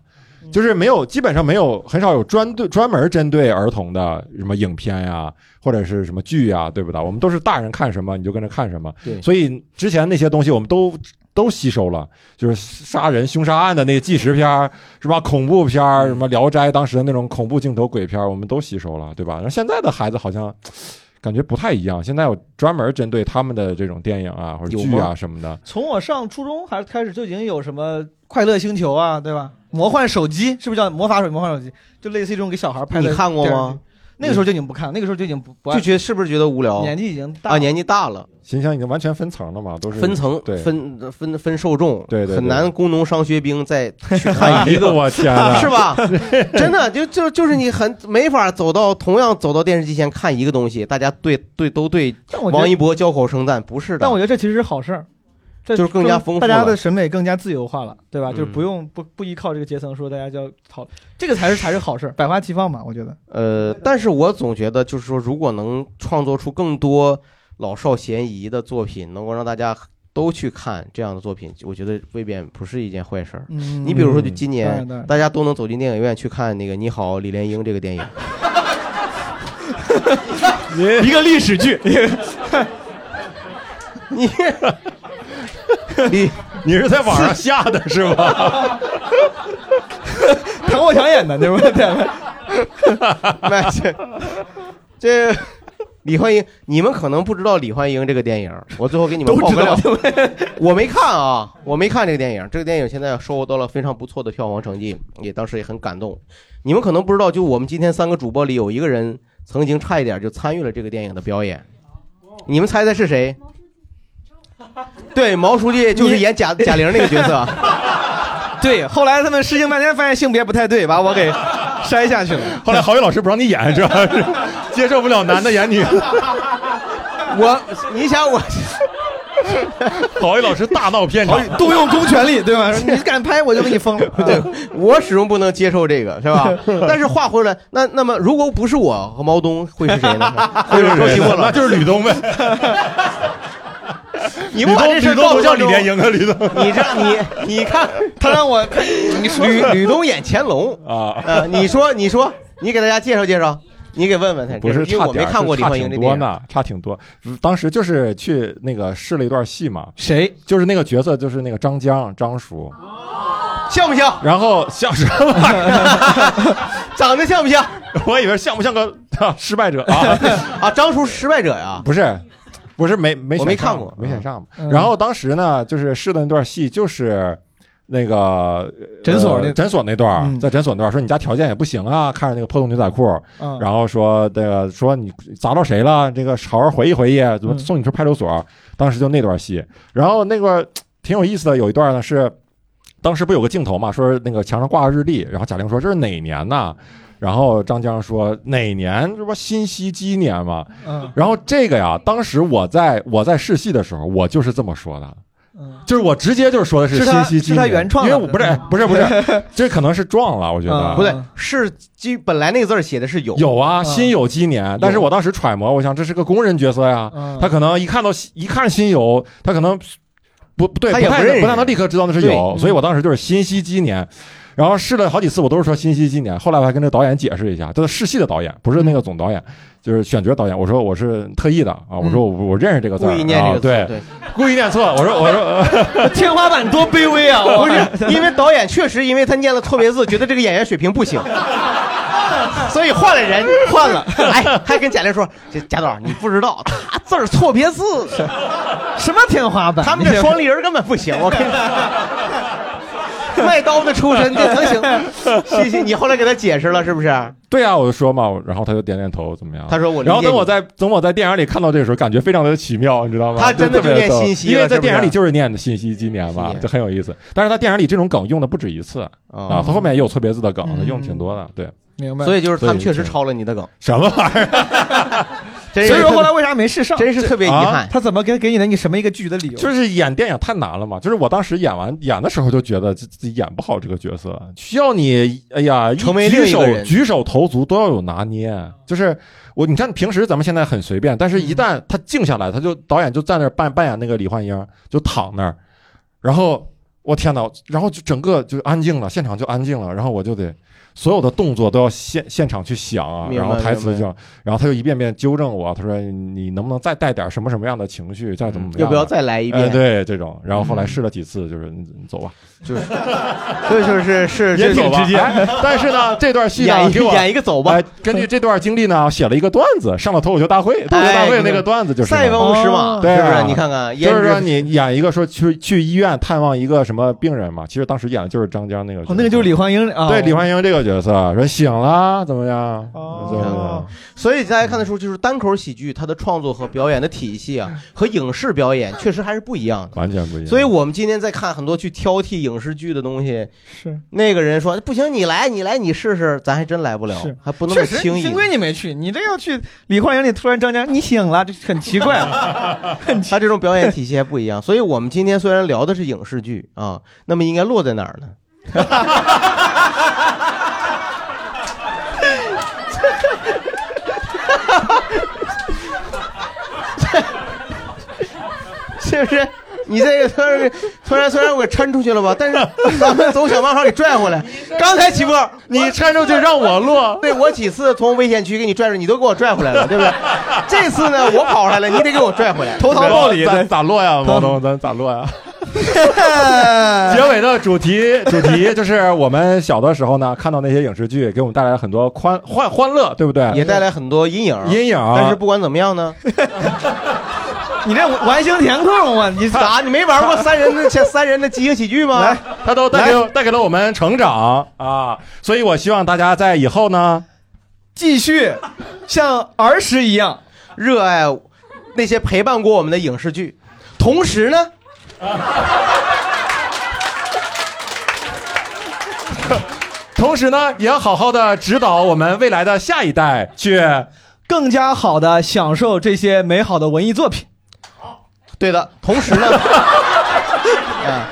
[SPEAKER 2] 就是没有基本上没有很少有专对专门针对儿童的什么影片呀、或者是什么剧呀、对不对？我们都是大人看什么你就跟着看什么，
[SPEAKER 3] 对
[SPEAKER 2] 所以之前那些东西我们都。都吸收了，就是杀人、凶杀案的那个纪实片儿是吧？恐怖片儿什么《聊斋》当时的那种恐怖镜头、鬼片儿，我们都吸收了，对吧？然后现在的孩子好像感觉不太一样，现在有专门针对他们的这种电影啊或者
[SPEAKER 4] 有
[SPEAKER 2] 剧啊
[SPEAKER 4] 吗
[SPEAKER 2] 什么的。
[SPEAKER 4] 从我上初中还是开始就已经有什么快乐星球啊，对吧？魔幻手机是不是叫魔法手魔幻手机？就类似于这种给小孩拍的。
[SPEAKER 3] 你看过吗？
[SPEAKER 4] 那个时候就已经不看，那个时候就已经不不爱
[SPEAKER 3] 就觉得是不是觉得无聊？
[SPEAKER 4] 年纪已经大
[SPEAKER 3] 啊，年纪大了，
[SPEAKER 2] 形象已经完全分层了嘛，都是
[SPEAKER 3] 分层
[SPEAKER 2] 对
[SPEAKER 3] 分分分受众，
[SPEAKER 2] 对对对
[SPEAKER 3] 很难工农伤学兵再去
[SPEAKER 2] 哎
[SPEAKER 3] 看
[SPEAKER 2] 呦
[SPEAKER 3] 一个，
[SPEAKER 2] 我天啊哪
[SPEAKER 3] 是吧？真的就就就是你很没法走到同样走到电视机前看一个东西，大家对对都对
[SPEAKER 4] 我觉得
[SPEAKER 3] 王一博交口称赞，不是的。
[SPEAKER 4] 但我觉得这其实是好事儿，这
[SPEAKER 3] 就是更加丰富了
[SPEAKER 4] 大家的审美更加自由化了，对吧？就是
[SPEAKER 3] 嗯
[SPEAKER 4] 不用不不依靠这个阶层说大家就要讨，这个才是才是好事儿，百花齐放嘛，我觉得。
[SPEAKER 3] 呃，但是我总觉得就是说，如果能创作出更多老少咸宜的作品，能够让大家都去看这样的作品，我觉得未免不是一件坏事儿。
[SPEAKER 12] 嗯
[SPEAKER 3] 你比如说，就今
[SPEAKER 12] 当
[SPEAKER 3] 年
[SPEAKER 12] 然当然
[SPEAKER 3] 大家都能走进电影院去看那个《你好，李莲英》这个电影， 一个历史 剧。 你你
[SPEAKER 2] 你是在网上下的是吧？
[SPEAKER 12] 唐国强演的，对不对？
[SPEAKER 3] 那这这李焕英，你们可能不知道李焕英这个电影，我最后给你们
[SPEAKER 12] 都
[SPEAKER 3] 爆
[SPEAKER 12] 知
[SPEAKER 3] 个料
[SPEAKER 12] 道，
[SPEAKER 3] 我没看啊，我没看这个电影。这个电影现在收到了非常不错的票房成绩，也当时也很感动。你们可能不知道，就我们今天三个主播里有一个人曾经差一点就参与了这个电影的表演，你们猜猜是谁？ 对，毛书记就是演贾贾玲那个角 色。
[SPEAKER 12] 对，后来他们试镜半天，发现性别不太对，把我给筛下去了。
[SPEAKER 2] 后来郝宇老师不让你演，主要是接受不了男的演女。
[SPEAKER 3] 我，你想我，
[SPEAKER 2] 郝宇老师大闹 片场，
[SPEAKER 3] 动用公权
[SPEAKER 12] 力 对 吧你敢拍我就给你封了。
[SPEAKER 3] 对，我始终不能接受这个，是 吧？但是话回来，那那么如果不是我和毛东，会是谁 呢？会是周奇墨了？
[SPEAKER 2] 那就是吕东呗。
[SPEAKER 3] 你不把这事儿告诉
[SPEAKER 2] 吕东吕东不叫李连英啊吕东
[SPEAKER 3] 你这 你你看，他让我你
[SPEAKER 2] 说
[SPEAKER 3] 吕吕东演乾隆
[SPEAKER 2] 啊
[SPEAKER 3] 呃，你说你说，你给大家介绍介绍，你给问问他，
[SPEAKER 2] 不是差
[SPEAKER 3] 因为我没
[SPEAKER 2] 点儿，
[SPEAKER 3] 看过
[SPEAKER 2] 是
[SPEAKER 3] 李
[SPEAKER 2] 差
[SPEAKER 3] 焕英这
[SPEAKER 2] 挺
[SPEAKER 3] 电
[SPEAKER 2] 多
[SPEAKER 3] 影，
[SPEAKER 2] 呢，差挺多。当时就是去那个试了一段戏嘛，
[SPEAKER 12] 谁
[SPEAKER 2] 就是那个角色，就是那个张江张叔，
[SPEAKER 3] 像不像？
[SPEAKER 2] 然后像什么玩意儿？
[SPEAKER 3] 长得像不像？
[SPEAKER 2] 我以为像不像个、 啊失败者啊
[SPEAKER 3] 啊！张叔是失败者呀？
[SPEAKER 2] 不是，不是没没
[SPEAKER 3] 啊我没
[SPEAKER 2] 选上
[SPEAKER 3] 看过
[SPEAKER 2] 没选上。
[SPEAKER 3] 嗯
[SPEAKER 2] 然后当时呢，就是试的那段戏就是。那个呃
[SPEAKER 12] 诊所那
[SPEAKER 2] 诊所那段儿
[SPEAKER 12] 嗯
[SPEAKER 2] 在诊所那段儿说你家条件也不行啊，看着那个破洞牛仔裤，
[SPEAKER 12] 嗯
[SPEAKER 2] 然后说这个说你砸到谁了，这个好好回忆回忆，怎么
[SPEAKER 12] 嗯
[SPEAKER 2] 送你去派出所？当时就那段戏，然后那个挺有意思的，有一段呢是当时不有个镜头嘛，说是那个墙上挂着日历，然后贾玲说这是哪年呐？然后张江说哪年？这不新禧鸡年吗？
[SPEAKER 12] 嗯
[SPEAKER 2] 然后这个呀，当时我在我在试戏的时候，我就是这么说的，就是我直接就说的
[SPEAKER 12] 嗯是
[SPEAKER 2] 新
[SPEAKER 12] 他
[SPEAKER 2] 禧鸡
[SPEAKER 12] 是
[SPEAKER 2] 年，
[SPEAKER 12] 他原创
[SPEAKER 2] 因
[SPEAKER 12] 的嗯
[SPEAKER 2] 为我不是哎不是 不是，这可能是撞了，我觉得啊
[SPEAKER 3] 嗯不对，是基本来那个字儿写的是有嗯
[SPEAKER 2] 有啊，辛酉鸡年，但是我当时揣摩，我想这是个工人角色呀
[SPEAKER 3] 嗯，
[SPEAKER 2] 他可能一看到一看辛酉，他可能不不对，
[SPEAKER 3] 他
[SPEAKER 2] 不
[SPEAKER 3] 也不
[SPEAKER 2] 太
[SPEAKER 3] 认识
[SPEAKER 2] 不太能立刻知道那是
[SPEAKER 3] 对嗯
[SPEAKER 2] 酉，所以我当时就是新禧鸡年。然后试了好几次，我都是说新禧鸡年。后来我还跟这导演解释一下，这是试戏的导演，不是
[SPEAKER 3] 嗯
[SPEAKER 2] 那个总导演，就是选角导演。我说我是特意的啊，我说我我认识这个字儿，
[SPEAKER 3] 嗯故意念这
[SPEAKER 2] 啊
[SPEAKER 3] 个字
[SPEAKER 2] 对
[SPEAKER 3] 对，
[SPEAKER 2] 故意念错。我说我说
[SPEAKER 3] 天花板多卑微
[SPEAKER 2] 啊我
[SPEAKER 3] 不是，因为导演确实因为他念了错别字，觉得这个演员水平不行，所以换了人，换了，哎，还跟贾玲说：“这贾导，你不知道，他字儿错别字，
[SPEAKER 12] 什么天花板？
[SPEAKER 3] 他们这双立人根本不行，我 跟你说。”卖刀的出身，这能 行？谢谢你后来给他解释了，是不是？
[SPEAKER 2] 对啊，我就说嘛，然后他就点点头，怎么样？
[SPEAKER 3] 他说我理解
[SPEAKER 2] 然后等
[SPEAKER 3] 你
[SPEAKER 2] 我在等我在电影里看到这个时候，感觉非常的奇妙，你知道吗？
[SPEAKER 3] 他真的
[SPEAKER 2] 特别
[SPEAKER 3] 就念
[SPEAKER 2] 逗
[SPEAKER 3] 信息
[SPEAKER 2] 因为
[SPEAKER 3] 了
[SPEAKER 2] 在
[SPEAKER 3] 是不
[SPEAKER 2] 电影
[SPEAKER 3] 是
[SPEAKER 2] 里就是念的信息今年嘛，就很有意思。但是他电影里这种梗用的不止一次啊，他后面也有错别字的梗，他用挺多的，对。
[SPEAKER 12] 明白
[SPEAKER 3] 哦嗯所以就是他们确实抄了你的梗，
[SPEAKER 2] 什么玩意儿？
[SPEAKER 3] 真
[SPEAKER 12] 所以
[SPEAKER 3] 是
[SPEAKER 12] 说
[SPEAKER 3] 特
[SPEAKER 12] 后来为啥没试上？
[SPEAKER 3] 真是特别遗憾
[SPEAKER 12] 他怎么给给你的你什么一个拒绝的理由？
[SPEAKER 2] 就是演电影太难了嘛，就是我当时演完演的时候就觉得自自己演不好这个角色，需要你哎呀，
[SPEAKER 3] 成为
[SPEAKER 2] 一
[SPEAKER 3] 另
[SPEAKER 2] 举
[SPEAKER 3] 一
[SPEAKER 2] 手
[SPEAKER 3] 个人
[SPEAKER 2] 举手投足都要有拿捏。就是我，你看平时咱们现在很随便，但是一旦他静下来，他就导演就在那儿扮扮演那个李焕英，就躺那儿，然后我天哪，然后就整个就安静了，现场就安静了，然后我就得所有的动作都要现现场去想啊，
[SPEAKER 3] 明白
[SPEAKER 2] 然后台词
[SPEAKER 3] 明
[SPEAKER 2] 就
[SPEAKER 3] 白，
[SPEAKER 2] 然后他就一遍遍纠正我，他说你能不能再带点什么什么样的情绪，再怎么怎么样啊，
[SPEAKER 3] 嗯要不要再来一遍嗯
[SPEAKER 2] 哎对，这种，然后后来试了几次，就是你你走吧，
[SPEAKER 3] 就是所以就是是
[SPEAKER 2] 也
[SPEAKER 3] 是
[SPEAKER 2] 挺
[SPEAKER 3] 走吧
[SPEAKER 2] 直接
[SPEAKER 3] 哎
[SPEAKER 2] 但是呢，这段戏
[SPEAKER 3] 演
[SPEAKER 2] 呢，
[SPEAKER 3] 一
[SPEAKER 2] 给我
[SPEAKER 3] 演一个走吧
[SPEAKER 2] 哎根据这段经历呢，写了一个段子，上了脱口秀大会，脱口秀大会那个段子就是
[SPEAKER 3] 哎塞翁失马，
[SPEAKER 2] 对
[SPEAKER 3] 是
[SPEAKER 2] 啊
[SPEAKER 3] 不是？你看看，
[SPEAKER 2] 就
[SPEAKER 3] 胭
[SPEAKER 2] 是
[SPEAKER 3] 脂
[SPEAKER 2] 说你演一个说去去医院探望一个什么病人嘛，其实当时演的就是张江那个角色，
[SPEAKER 12] 哦，那个就是李焕英啊，
[SPEAKER 2] 对李焕英这个角色，说醒了怎么样？
[SPEAKER 3] 所以大哦家看得出，就是单口喜剧它的创作和表演的体系啊，和影视表演确实还是不一样的。
[SPEAKER 2] 完全不一样。
[SPEAKER 3] 所以我们今天在看很多去挑剔影视剧的东西，
[SPEAKER 12] 是
[SPEAKER 3] 那个人说不行，你来，你来，你试试，咱还真来不了，还不那么
[SPEAKER 12] 确实，
[SPEAKER 3] 轻易
[SPEAKER 12] 幸。亏你没去，你这要去李焕英里突然张江，你醒了，这很奇怪。
[SPEAKER 3] 他这种表演体系还不一样，所以我们今天虽然聊的是影视剧啊，那么应该落在哪儿呢？ 是不是？你这个突然突然虽然我给抻出去了吧，但是咱们总想办法给拽回来。刚才齐波，你抻出去让我落，对我几次从危险区给你拽出去，你都给我拽回来了，对不对？这次呢，我跑出来了，你得给我拽回来，
[SPEAKER 2] 投桃报李咱咋落呀，毛东，咱咋落 呀？结尾的主题主题就是我们小的时候呢，看到那些影视剧，给我们带来很多欢欢欢乐，对不对？
[SPEAKER 3] 也带来很多阴影，
[SPEAKER 2] 啊阴影。
[SPEAKER 3] 但是不管怎么样呢，
[SPEAKER 12] 你这完形填空吗？你
[SPEAKER 3] 咋？啊你没玩过三人的三人的即兴喜剧吗？
[SPEAKER 2] 来，他都带给带给了我们成长啊，所以我希望大家在以后呢，
[SPEAKER 3] 继续像儿时一样热爱那些陪伴过我们的影视剧，同时呢。
[SPEAKER 2] 同时呢，也要好好的指导我们未来的下一代去
[SPEAKER 12] 更加好的享受这些美好的文艺作品。
[SPEAKER 3] 对的，同时呢，啊，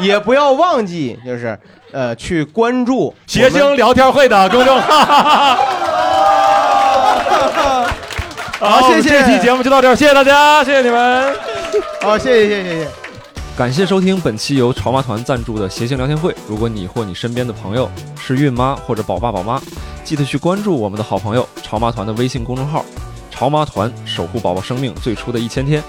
[SPEAKER 3] 也不要忘记，就是呃，去关注
[SPEAKER 2] 谐星聊天会的公众号。 好，
[SPEAKER 3] 谢谢
[SPEAKER 2] 啊这期节目就到这儿，谢谢大家，谢谢你们。
[SPEAKER 3] 好，谢谢谢谢谢谢。
[SPEAKER 16] 感谢收听本期由潮妈团赞助的谐星聊天会。如果你或你身边的朋友是孕妈或者宝爸宝妈，记得去关注我们的好朋友潮妈团的微信公众号“潮妈团”，守护宝宝生命最初的一千天。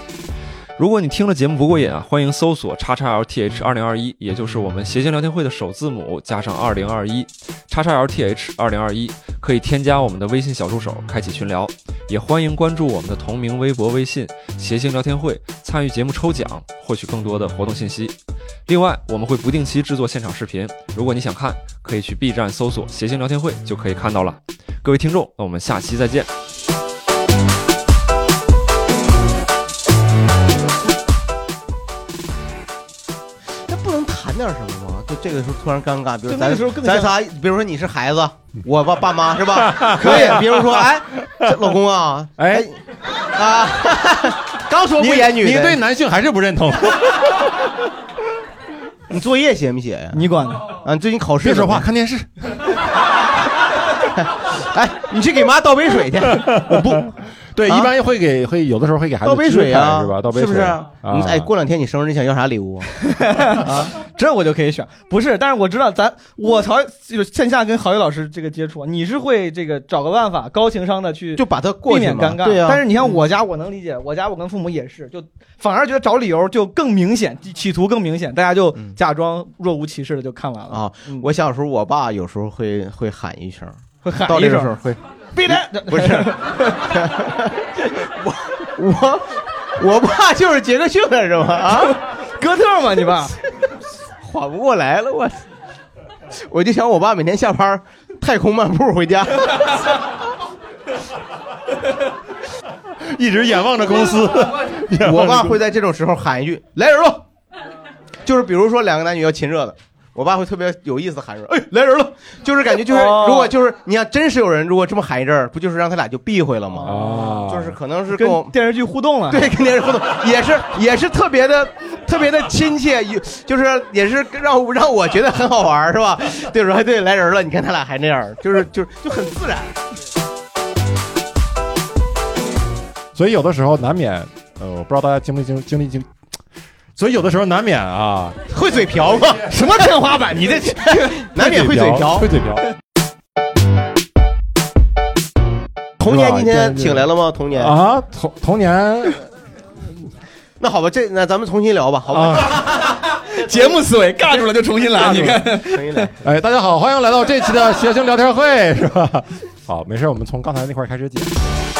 [SPEAKER 16] 如果你听了节目不过瘾啊，欢迎搜索叉叉 LTH 二零二一，也就是我们谐星聊天会的首字母加上二零二一，叉叉 LTH 二零二一，可以添加我们的微信小助手，开启群聊，也欢迎关注我们的同名微博、微信谐星聊天会，参与节目抽奖，获取更多的活动信息。另外，我们会不定期制作现场视频，如果你想看，可以去 B 站搜索“谐星聊天会”就可以看到了。各位听众，那我们下期再见。
[SPEAKER 3] 那不能谈点什么吗？就这个时候突然尴尬，比如
[SPEAKER 12] 对那
[SPEAKER 3] 咱
[SPEAKER 12] 个时候更
[SPEAKER 3] 咱
[SPEAKER 12] 像
[SPEAKER 3] 仨，比如说你是孩子，我爸爸妈 是吧？可以。比如说， 哎，这 老公啊，
[SPEAKER 2] 哎
[SPEAKER 3] 啊，刚说不
[SPEAKER 2] 你
[SPEAKER 3] 言语的，
[SPEAKER 2] 你对男性还是不认同？
[SPEAKER 3] 你作业写没写呀？
[SPEAKER 12] 你管的
[SPEAKER 3] 啊！你最近考试
[SPEAKER 2] 别说话看
[SPEAKER 3] 电视。 哎，你去给妈倒杯水去。我不，
[SPEAKER 2] 对，
[SPEAKER 3] 啊
[SPEAKER 2] 一般会给会有的时候会给孩子
[SPEAKER 3] 倒杯水
[SPEAKER 2] 支开
[SPEAKER 3] 啊，
[SPEAKER 2] 是吧？倒杯
[SPEAKER 3] 是
[SPEAKER 2] 水
[SPEAKER 3] 不是？
[SPEAKER 2] 啊
[SPEAKER 3] 你哎，过两天你生日，你想要啥礼物啊？
[SPEAKER 12] 这我就可以选，不是？但是我知道咱我曹就线下跟郝宇老师这个接触，啊你是会这个找个办法，高情商的去
[SPEAKER 3] 就把它过
[SPEAKER 12] 避
[SPEAKER 3] 去
[SPEAKER 12] 免
[SPEAKER 3] 嘛
[SPEAKER 12] 尴尬。
[SPEAKER 3] 对啊
[SPEAKER 12] 但是你像我家，我能理解，我家我跟父母也是，就反而觉得找理由就更明显，企图更明显，大家就假装若无其事的就看完了。
[SPEAKER 3] 啊，我小时候我爸有时候会会喊一声，
[SPEAKER 12] 会喊一声
[SPEAKER 3] 到这个时候会
[SPEAKER 12] 闭嘴
[SPEAKER 3] 不是 我我我爸就是杰克逊了是吧？啊，
[SPEAKER 12] 哥特嘛你 爸，
[SPEAKER 3] 缓不过来了我，我就想我爸每天下班儿太空漫步回家，
[SPEAKER 2] 一直眼望着公司眼望着公司
[SPEAKER 3] 我爸会在这种时候喊一句“来人了”，就是比如说两个男女要亲热的。我爸会特别有意思地喊说：“哎，来人了！”就是感觉就是，
[SPEAKER 12] 哦
[SPEAKER 3] 如果就是你要真是有人如果这么喊一阵儿，不就是让他俩就避讳了吗？就是可能是跟 我
[SPEAKER 12] 跟电视剧互动了，
[SPEAKER 3] 对，跟电视互 动也是也是特别的特别的亲切，有就是也是让我让我觉得很好玩儿是吧？ 对说哎对来人了，你看他俩还那样儿，就是就是就很自然。
[SPEAKER 2] 所以有的时候难免，呃，我不知道大家经不经经历 经，所以有的时候难免啊，
[SPEAKER 3] 会嘴瓢吗？
[SPEAKER 12] 什么天花板？你这
[SPEAKER 3] 难免会嘴瓢
[SPEAKER 2] 会嘴瓢。
[SPEAKER 3] 童年
[SPEAKER 2] 是
[SPEAKER 3] 今
[SPEAKER 2] 吧
[SPEAKER 3] 天请来了吗？童年
[SPEAKER 2] 啊，童童 年。
[SPEAKER 3] 那好吧，这那咱们重新聊吧，好吧？
[SPEAKER 12] 啊 节目思维尬住了就重新来，你看，
[SPEAKER 3] 重新来。
[SPEAKER 2] 哎，大家好，欢迎来到这期的谐星聊天会，是吧？好，没事，我们从刚才那块儿开始讲。